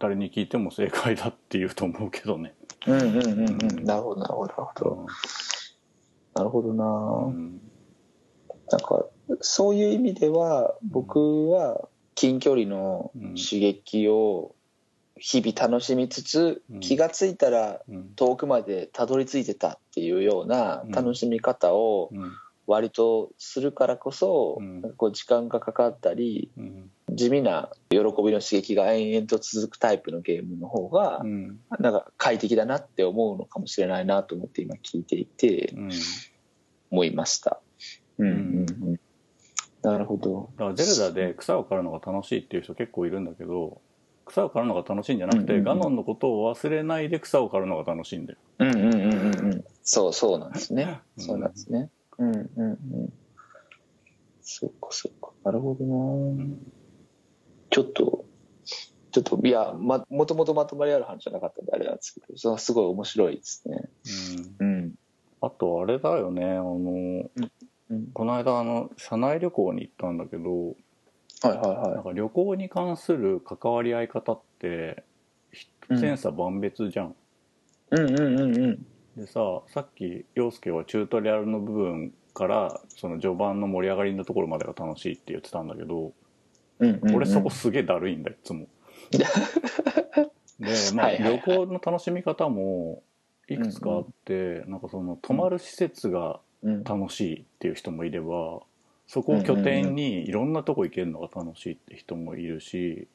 Speaker 2: 誰に聞いても正解だって言うと思うけどね、
Speaker 1: うんうんうんうんなるほどなるほどなるほどなるほどな
Speaker 2: う
Speaker 1: ぁ
Speaker 2: ん
Speaker 1: なんかそういう意味では僕は近距離の刺激を日々楽しみつつ、
Speaker 2: うん
Speaker 1: 気がついたら
Speaker 2: うん
Speaker 1: 遠くまでたどり着いてたっていうような
Speaker 2: うん
Speaker 1: 楽しみ方を
Speaker 2: うん
Speaker 1: 割とするからこそ、
Speaker 2: うん
Speaker 1: なんかこう時間がかかったり
Speaker 2: うん
Speaker 1: 地味な喜びの刺激が延々と続くタイプのゲームの方が
Speaker 2: う、ん
Speaker 1: なんか快適だなって思うのかもしれないなと思って今聞いていて
Speaker 2: うん
Speaker 1: 思いました。うんうんうん、なるほど。
Speaker 2: だからゼルダで草を刈るのが楽しいっていう人結構いるんだけど草を刈るのが楽しいんじゃなくて、
Speaker 1: うんうんうん
Speaker 2: ガノンのことを忘れないで草を刈るのが楽しいんだよ、
Speaker 1: うんうんうんうんうん。そうそうなんですね。
Speaker 2: うん
Speaker 1: そうなんですね。うんうんうん。そっかそっか。なるほどな。ちょっと、ちょっと、いや、ま、もともとまとまりある話じゃなかったんであれなんですけど、それはすごい面白いですね。
Speaker 2: うん、
Speaker 1: うん。
Speaker 2: あとあれだよねあの
Speaker 1: うん、
Speaker 2: この間あの社内旅行に行ったんだけど
Speaker 1: はいはい
Speaker 2: なん
Speaker 1: は
Speaker 2: か旅行に関する関わり合い方って千差万別じゃん、
Speaker 1: い。うんうんうんうん。
Speaker 2: でささっき陽介はチュートリアルの部分からその序盤の盛り上がりのところまでが楽しいって言ってたんだけど、
Speaker 1: うんうんうん、
Speaker 2: 俺そこすげえだるいんだよいつも。でま あ
Speaker 1: はいはいは
Speaker 2: 旅
Speaker 1: い
Speaker 2: 行の楽しみ方もいくつかあって、なんかその泊まる施設が
Speaker 1: うん、
Speaker 2: 楽しいっていう人もいればそこを拠点にいろんなとこ行けるのが楽しいって人もいるし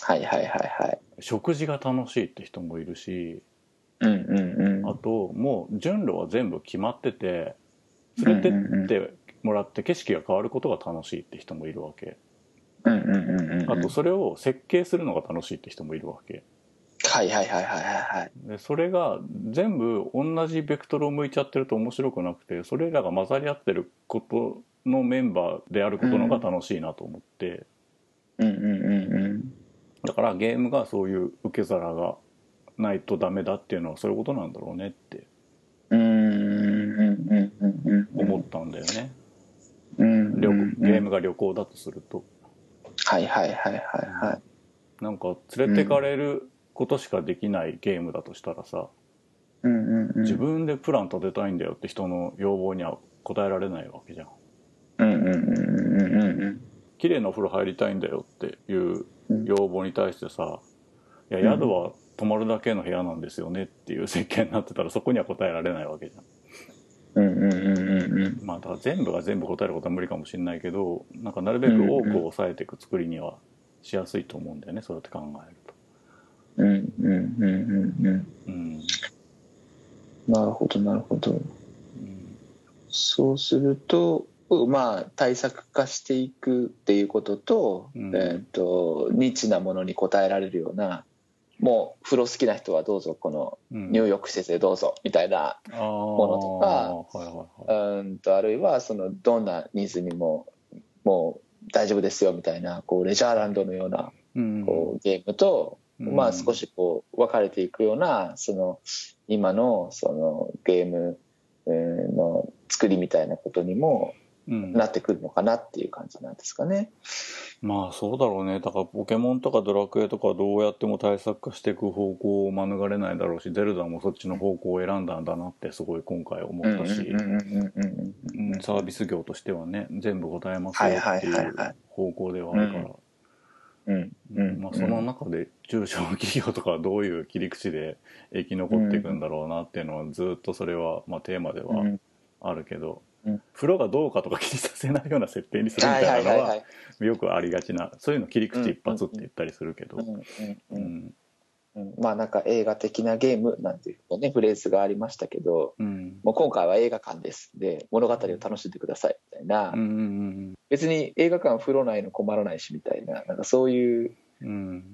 Speaker 1: はいはいはいはい。
Speaker 2: 食事が楽しいって人もいるし
Speaker 1: うんうんうん。
Speaker 2: あともう順路は全部決まってて連れてってもらって景色が変わることが楽しいって人もいるわけ
Speaker 1: うんうんうんうんうん。
Speaker 2: あとそれを設計するのが楽しいって人もいるわけ
Speaker 1: はいはいはいはいはいはい。
Speaker 2: でそれが全部同じベクトルを向いちゃってると面白くなくてそれらが混ざり合ってることのメンバーであることの方が楽しいなと思って
Speaker 1: うんうんうんうん。
Speaker 2: だからゲームがそういう受け皿がないとダメだっていうのはそういうことなんだろうねって
Speaker 1: うーん
Speaker 2: うんだよね、
Speaker 1: うん
Speaker 2: 旅
Speaker 1: うん
Speaker 2: ゲームが旅行だとすると
Speaker 1: はいはいはいはいはい
Speaker 2: なんか連れてかれることしかできないゲームだとしたらさ、
Speaker 1: うんうんうん
Speaker 2: 自分でプラン立てたいんだよって人の要望には応えられないわけじゃん
Speaker 1: うんうんうんうんうんうん
Speaker 2: 綺麗なお風呂入りたいんだよっていう要望に対してさ「いや
Speaker 1: うん
Speaker 2: 宿は泊まるだけの部屋なんですよね」っていう設計になってたらそこには答えられないわけじゃん。
Speaker 1: うんうんうんうんうん
Speaker 2: まあ、だから全部が全部答えることは無理かもしれないけどなんかなるべく多く抑えていく作りにはしやすいと思うんだよねそうやって考えると。
Speaker 1: うんうんうんうんうん
Speaker 2: うん
Speaker 1: なるほどなるほど
Speaker 2: うん
Speaker 1: そうするとまあ対策化していくっていうことと,、
Speaker 2: うん
Speaker 1: えー、とニッチなものに応えられるようなもう風呂好きな人はどうぞこの
Speaker 2: うん
Speaker 1: 入浴施設でどうぞみたいな、
Speaker 2: あー
Speaker 1: ものとか
Speaker 2: はいはいは
Speaker 1: うんとあるいはそのどんなニーズにももう大丈夫ですよみたいなこうレジャーランドのようない
Speaker 2: うん
Speaker 1: こうゲームと、
Speaker 2: うん
Speaker 1: まあ、少しこう分かれていくようなその今のそのゲームうんの作りみたいなことにも
Speaker 2: うん
Speaker 1: なってくるのかなっていう感じなんですかね。
Speaker 2: まあそうだろうねだからポケモンとかドラクエとかどうやっても対策化していく方向を免れないだろうしゼルダもそっちの方向を選んだんだなってすごい今回思ったし、うんサービス業としてはね全部答えますよって
Speaker 1: はい
Speaker 2: い
Speaker 1: はい
Speaker 2: う
Speaker 1: はいはい
Speaker 2: 方向ではあるから、まあ、その中で中小企業とかはどういう切り口で生き残っていくんだろうなっていうのはずっとそれは、まあ、テーマではあるけど、
Speaker 1: うん
Speaker 2: 風呂がどうかとか気にさせないような設定にするみ
Speaker 1: はいは
Speaker 2: たい
Speaker 1: い
Speaker 2: な
Speaker 1: はい
Speaker 2: の
Speaker 1: は。
Speaker 2: はいよくありがちなそういうの切り口一発って言ったりするけど、
Speaker 1: うんうん
Speaker 2: う
Speaker 1: うん
Speaker 2: ん
Speaker 1: うんまあなんか映画的なゲームなんていうねフレーズがありましたけど
Speaker 2: うん
Speaker 1: もう今回は映画館ですで物語を楽しんでくださいみたいな、
Speaker 2: うんうん
Speaker 1: 別に映画館風呂ないの困らないしみたいななんかそういう
Speaker 2: うんうん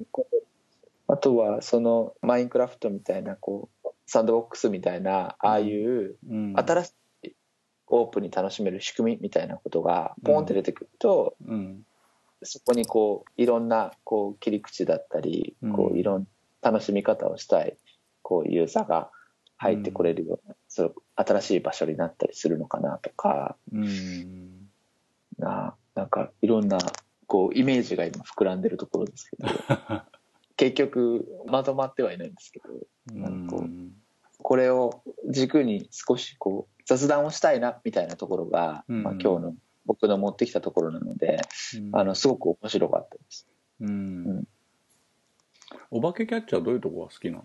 Speaker 1: あとはそのマインクラフトみたいなこうサンドボックスみたいなああいう
Speaker 2: うん
Speaker 1: 新しいオープンに楽しめる仕組みみたいなことがポンって出てくると、
Speaker 2: うん
Speaker 1: そこにこういろんなこう切り口だったり、
Speaker 2: うん
Speaker 1: こういろんな楽しみ方をしたいこうユーザーが入ってこれるような、その新しい場所になったりするのかなとか
Speaker 2: うん
Speaker 1: ななんかいろんなこうイメージが今膨らんでるところですけど結局まとまってはいないんですけど。なんかこう
Speaker 2: うん
Speaker 1: これを軸に少しこう雑談をしたいなみたいなところが、
Speaker 2: うん
Speaker 1: まあ、今日の僕の持ってきたところなので、あのすごく面白かったです。
Speaker 2: うん
Speaker 1: うん
Speaker 2: お化けキャッチャーどういうとこが好きなの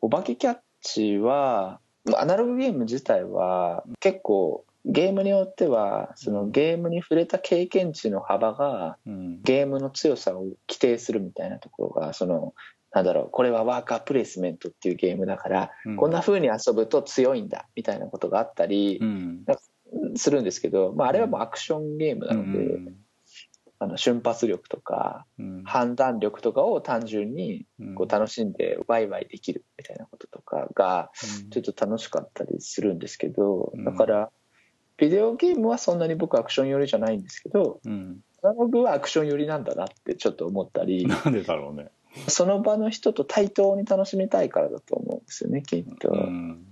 Speaker 1: お化けキャッチはまあアナログゲーム自体は結構ゲームによってはそのゲームに触れた経験値の幅が
Speaker 2: うん
Speaker 1: ゲームの強さを規定するみたいなところがそのなんだろうこれはワーカープレイスメントっていうゲームだから、
Speaker 2: うん
Speaker 1: こんな風に遊ぶと強いんだみたいなことがあったり、
Speaker 2: うん
Speaker 1: するんですけど、まあ、あれはもうアクションゲームなので、あの瞬発力とか
Speaker 2: うん
Speaker 1: 判断力とかを単純に
Speaker 2: うん
Speaker 1: こう楽しんでワイワイできるみたいなこととかが
Speaker 2: うん
Speaker 1: ちょっと楽しかったりするんですけど
Speaker 2: うん
Speaker 1: だからビデオゲームはそんなに僕アクション寄りじゃないんですけど
Speaker 2: うん
Speaker 1: アナログはアクション寄りなんだなってちょっと思ったり
Speaker 2: なんでだろうね。
Speaker 1: その場の人と対等に楽しみたいからだと思うんですよねきっと。
Speaker 2: うん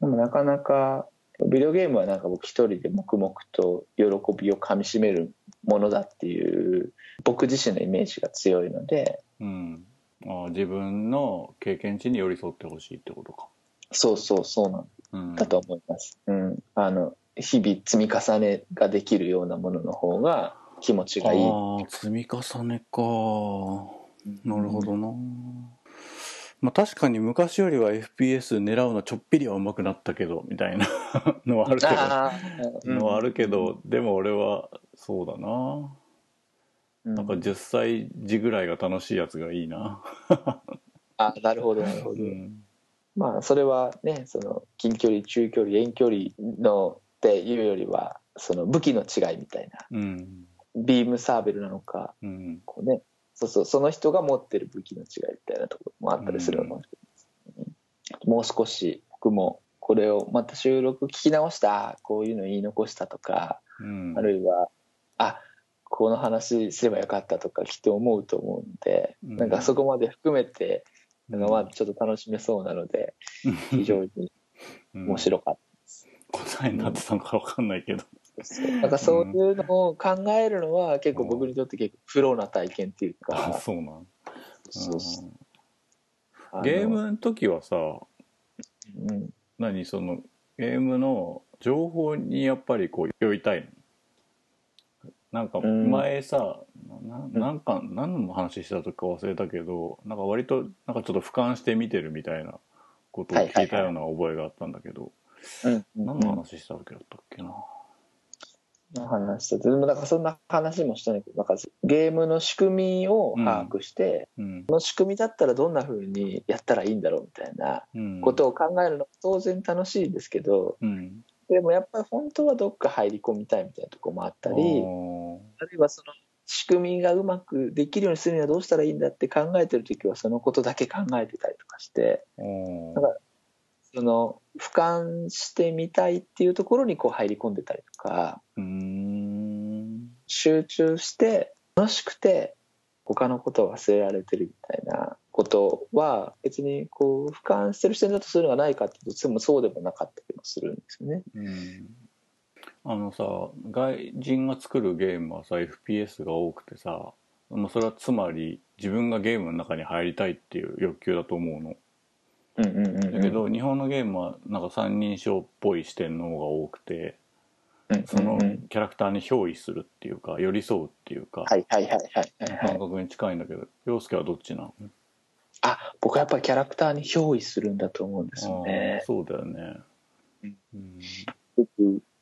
Speaker 1: でもなかなかビデオゲームはなんか僕一人で黙々と喜びをかみしめるものだっていう僕自身のイメージが強いので
Speaker 2: うんあ自分の経験値に寄り添ってほしいってことか。
Speaker 1: そうそうそうなん
Speaker 2: うん
Speaker 1: だと思います、うんあの日々積み重ねができるようなものの方が気持ちがいい
Speaker 2: あー積み重ねかなるほどな、まあ、確かに昔よりは FPS 狙うのちょっぴりは上手くなったけどみたいな のはあるけど
Speaker 1: あー
Speaker 2: のはあるけど、でも俺はそうだな
Speaker 1: うん
Speaker 2: なんか10歳児ぐらいが楽しいやつがいいな、
Speaker 1: あなるほどなるほ
Speaker 2: う
Speaker 1: ど、
Speaker 2: ん
Speaker 1: まあそれはねその近距離中距離遠距離のっていうよりはその武器の違いみたいな
Speaker 2: うん
Speaker 1: ビームサーベルなのか
Speaker 2: うん、
Speaker 1: こうね、そうそう、その人が持ってる武器の違いみたいなところもあったりするのかもしれないですね、もう少し僕もこれをまた収録聞き直した、こういうの言い残したとか、
Speaker 2: うん、
Speaker 1: あるいは、あこの話すればよかったとかきっと思うと思うんで、
Speaker 2: うん
Speaker 1: なんかそこまで含めて、なんかまあ
Speaker 2: うん
Speaker 1: ちょっと楽しめそうなので、非常に面白かっ
Speaker 2: 答えになってたのかわかんないけど。
Speaker 1: なんかそういうのを考えるのは結構僕にとって結構プロな体験っていう
Speaker 2: あ、
Speaker 1: か、
Speaker 2: そうなん。
Speaker 1: そうそうあの
Speaker 2: ゲームの時はさ、
Speaker 1: うん
Speaker 2: 何そのゲームの情報にやっぱりこう酔いたいのなんか
Speaker 1: うん
Speaker 2: 前さ、ななんか何の話したとか忘れたけどなんか割となんかちょっと俯瞰して見てるみたいなことを聞いたような覚えがあったんだけど、
Speaker 1: うんうんうん
Speaker 2: 何の話したわけだったっけな、
Speaker 1: 話したでもなんかそんな話もしたねなんかゲームの仕組みを把握して、
Speaker 2: うん
Speaker 1: この仕組みだったらどんな風にやったらいいんだろうみたいな
Speaker 2: うん、
Speaker 1: ことを考えるのも当然楽しいですけど
Speaker 2: うん
Speaker 1: でもやっぱり本当はどっか入り込みたいみたいなとこもあった
Speaker 2: あ
Speaker 1: り
Speaker 2: ー
Speaker 1: あるいはその仕組みがうまくできるようにするにはどうしたらいいんだって考えてる時はそのことだけ考えてたりとかして
Speaker 2: あー
Speaker 1: なんかその俯瞰してみたいっていうところにこう入り込んでたりとか。
Speaker 2: うーん
Speaker 1: 集中して楽しくて他のことを忘れられてるみたいなことは別にこう俯瞰してる視点だとそういうのがないかっていうとでもそうでもなかったりもするんですよね。
Speaker 2: うんあのさ外人が作るゲームはさ FPS が多くてさまあそれはつまり自分がゲームの中に入りたいっていう欲求だと思うの
Speaker 1: うんうんうんうん
Speaker 2: だけど、日本のゲームはなんか三人称っぽい視点の方が多くてその
Speaker 1: うんうん
Speaker 2: キャラクターに憑依するっていうか寄り添うっていうか、
Speaker 1: はいはいはいはいはいは
Speaker 2: 感
Speaker 1: い
Speaker 2: 覚に近いんだけど陽介はどっちなの
Speaker 1: あ僕はやっぱりキャラクターに憑依するんだと思うんですよ
Speaker 2: あー
Speaker 1: ね。
Speaker 2: そうだよね
Speaker 1: うん
Speaker 2: うん
Speaker 1: 僕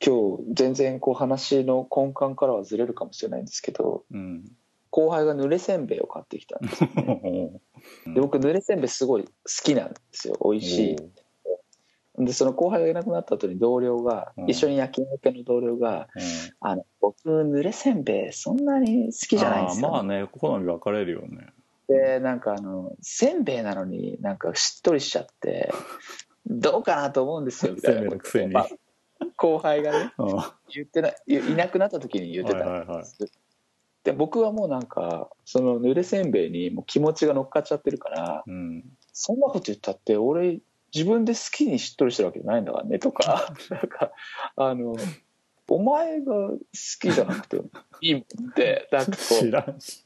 Speaker 1: 今日全然こう話の根幹からはずれるかもしれないんですけど
Speaker 2: うん
Speaker 1: 後輩が濡れせんべいを買ってきたんですよねで僕濡れせんべいすごい好きなんですよ美味 しいでその後輩がいなくなった後に同僚が、
Speaker 2: うん
Speaker 1: 一緒に夜勤明けの同僚が「あの僕濡れせんべいそんなに好きじゃないんです
Speaker 2: あーま
Speaker 1: よ、
Speaker 2: あね好み分かれるよね
Speaker 1: でなんかあのせんべいなのになんかしっとりしちゃって どうかなと思うんですよみたいなことを
Speaker 2: せんべいの
Speaker 1: ま
Speaker 2: く
Speaker 1: あ後輩がね
Speaker 2: うん
Speaker 1: 言ってないいいなくなった時に言ってたんです、で僕はもうなんかその濡れせんべいにもう気持ちが乗っかっちゃってるから
Speaker 2: うん、
Speaker 1: そんなこと言ったって俺自分で好きにしっとりしてるわけじゃないんだからねと かなんかあのお前が好きじゃなくていいもんってなん かこ
Speaker 2: 知
Speaker 1: う
Speaker 2: らんし。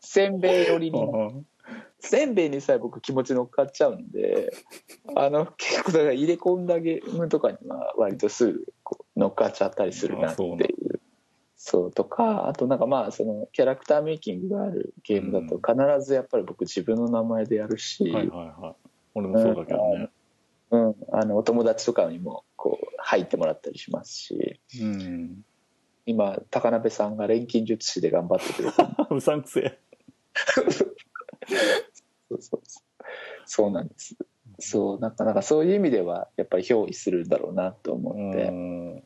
Speaker 1: せんべい寄り
Speaker 2: う
Speaker 1: に
Speaker 2: ん
Speaker 1: せんべいにさえ僕気持ち乗っかっちゃうんであの結構だから入れ込んだゲームとかには割とすぐこう乗っかっちゃったりするなっていう
Speaker 2: あ。
Speaker 1: そうとかあとなんかまあそのキャラクターメイキングがあるゲームだと必ずやっぱり僕自分の名前でやるし、
Speaker 2: はいはいはい。俺もそうだけどね。
Speaker 1: うん、あのお友達とかにもこう入ってもらったりしますし
Speaker 2: うん。
Speaker 1: 今高鍋さんが錬金術師で頑張ってくれ てる
Speaker 2: うさんくせえ。
Speaker 1: そうそうそうそうなんですそうなんかなんかそういう意味ではやっぱり憑依するんだろうなと思って、
Speaker 2: うん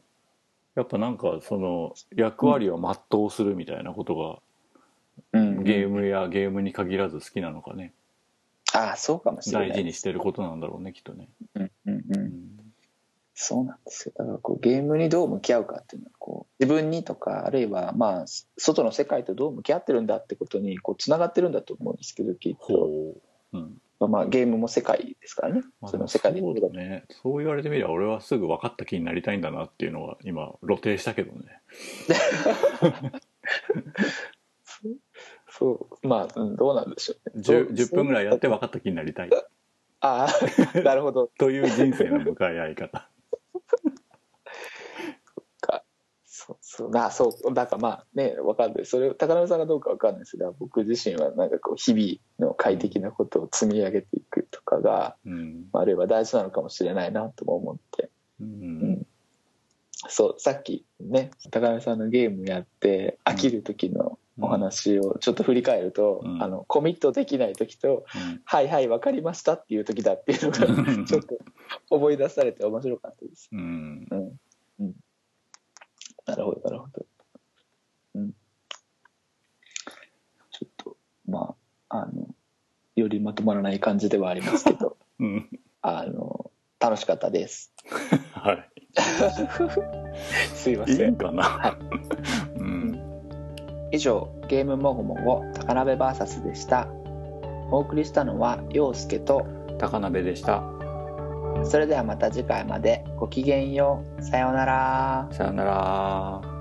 Speaker 2: やっぱなんかその役割を全うするみたいなこと
Speaker 1: うん
Speaker 2: がゲームやゲームに限らず好きなのかね
Speaker 1: ああそうかもしれない
Speaker 2: 大事にしてることなんだろうねきっとね、
Speaker 1: うんうんう、
Speaker 2: うんん
Speaker 1: そうなんですよだからこうゲームにどう向き合うかっていうのはこう自分にとかあるいはまあ外の世界とどう向き合ってるんだってことにこうつながってるんだと思うんですけどきっと、
Speaker 2: ほう、うん
Speaker 1: まあ、ゲームも世界ですからね、
Speaker 2: まあ、
Speaker 1: そ
Speaker 2: でも
Speaker 1: の世
Speaker 2: そ
Speaker 1: 界で
Speaker 2: うだねそう言われてみれば俺はすぐ分かった気になりたいんだなっていうのは今露呈したけどね
Speaker 1: そう、まあ、うんどうなんでしょうね。
Speaker 2: 10,
Speaker 1: そう
Speaker 2: 10分ぐらいやって分かった気になりたい
Speaker 1: ああ、 なるほど。
Speaker 2: という人生の向かい合い方
Speaker 1: そうそう、まあ、そう、だからまあね、わかんない。それ、高野さんがどうかわかんないですが、僕自身はなんかこう、日々の快適なことを積み上げていくとかが、
Speaker 2: うん、
Speaker 1: あるいは大事なのかもしれないなとも思って。
Speaker 2: うん、
Speaker 1: そう、さっきね、高野さんのゲームやって、飽きる時のお話をちょっと振り返ると、
Speaker 2: うん
Speaker 1: あの、コミットできない時と、はいはい、わかりましたっていう時だっていうのが、
Speaker 2: うん
Speaker 1: ちょっと思い出されて面白かったです。
Speaker 2: うん
Speaker 1: うん。うん。なるほど、なるほど。うん。ちょっと、まあ、あの、よりまとまらない感じではありますけ ど、
Speaker 2: うん
Speaker 1: あの、楽しかったです。
Speaker 2: は
Speaker 1: すいま
Speaker 2: いい
Speaker 1: せ
Speaker 2: い
Speaker 1: ん。
Speaker 2: か
Speaker 1: は
Speaker 2: ないうん
Speaker 1: 以上、ゲームもごもご、高鍋 VS でした。お送りしたのは、陽介と、
Speaker 2: 高鍋でした
Speaker 1: それではまた次回までごきげんよう。さようなら。
Speaker 2: さよなら。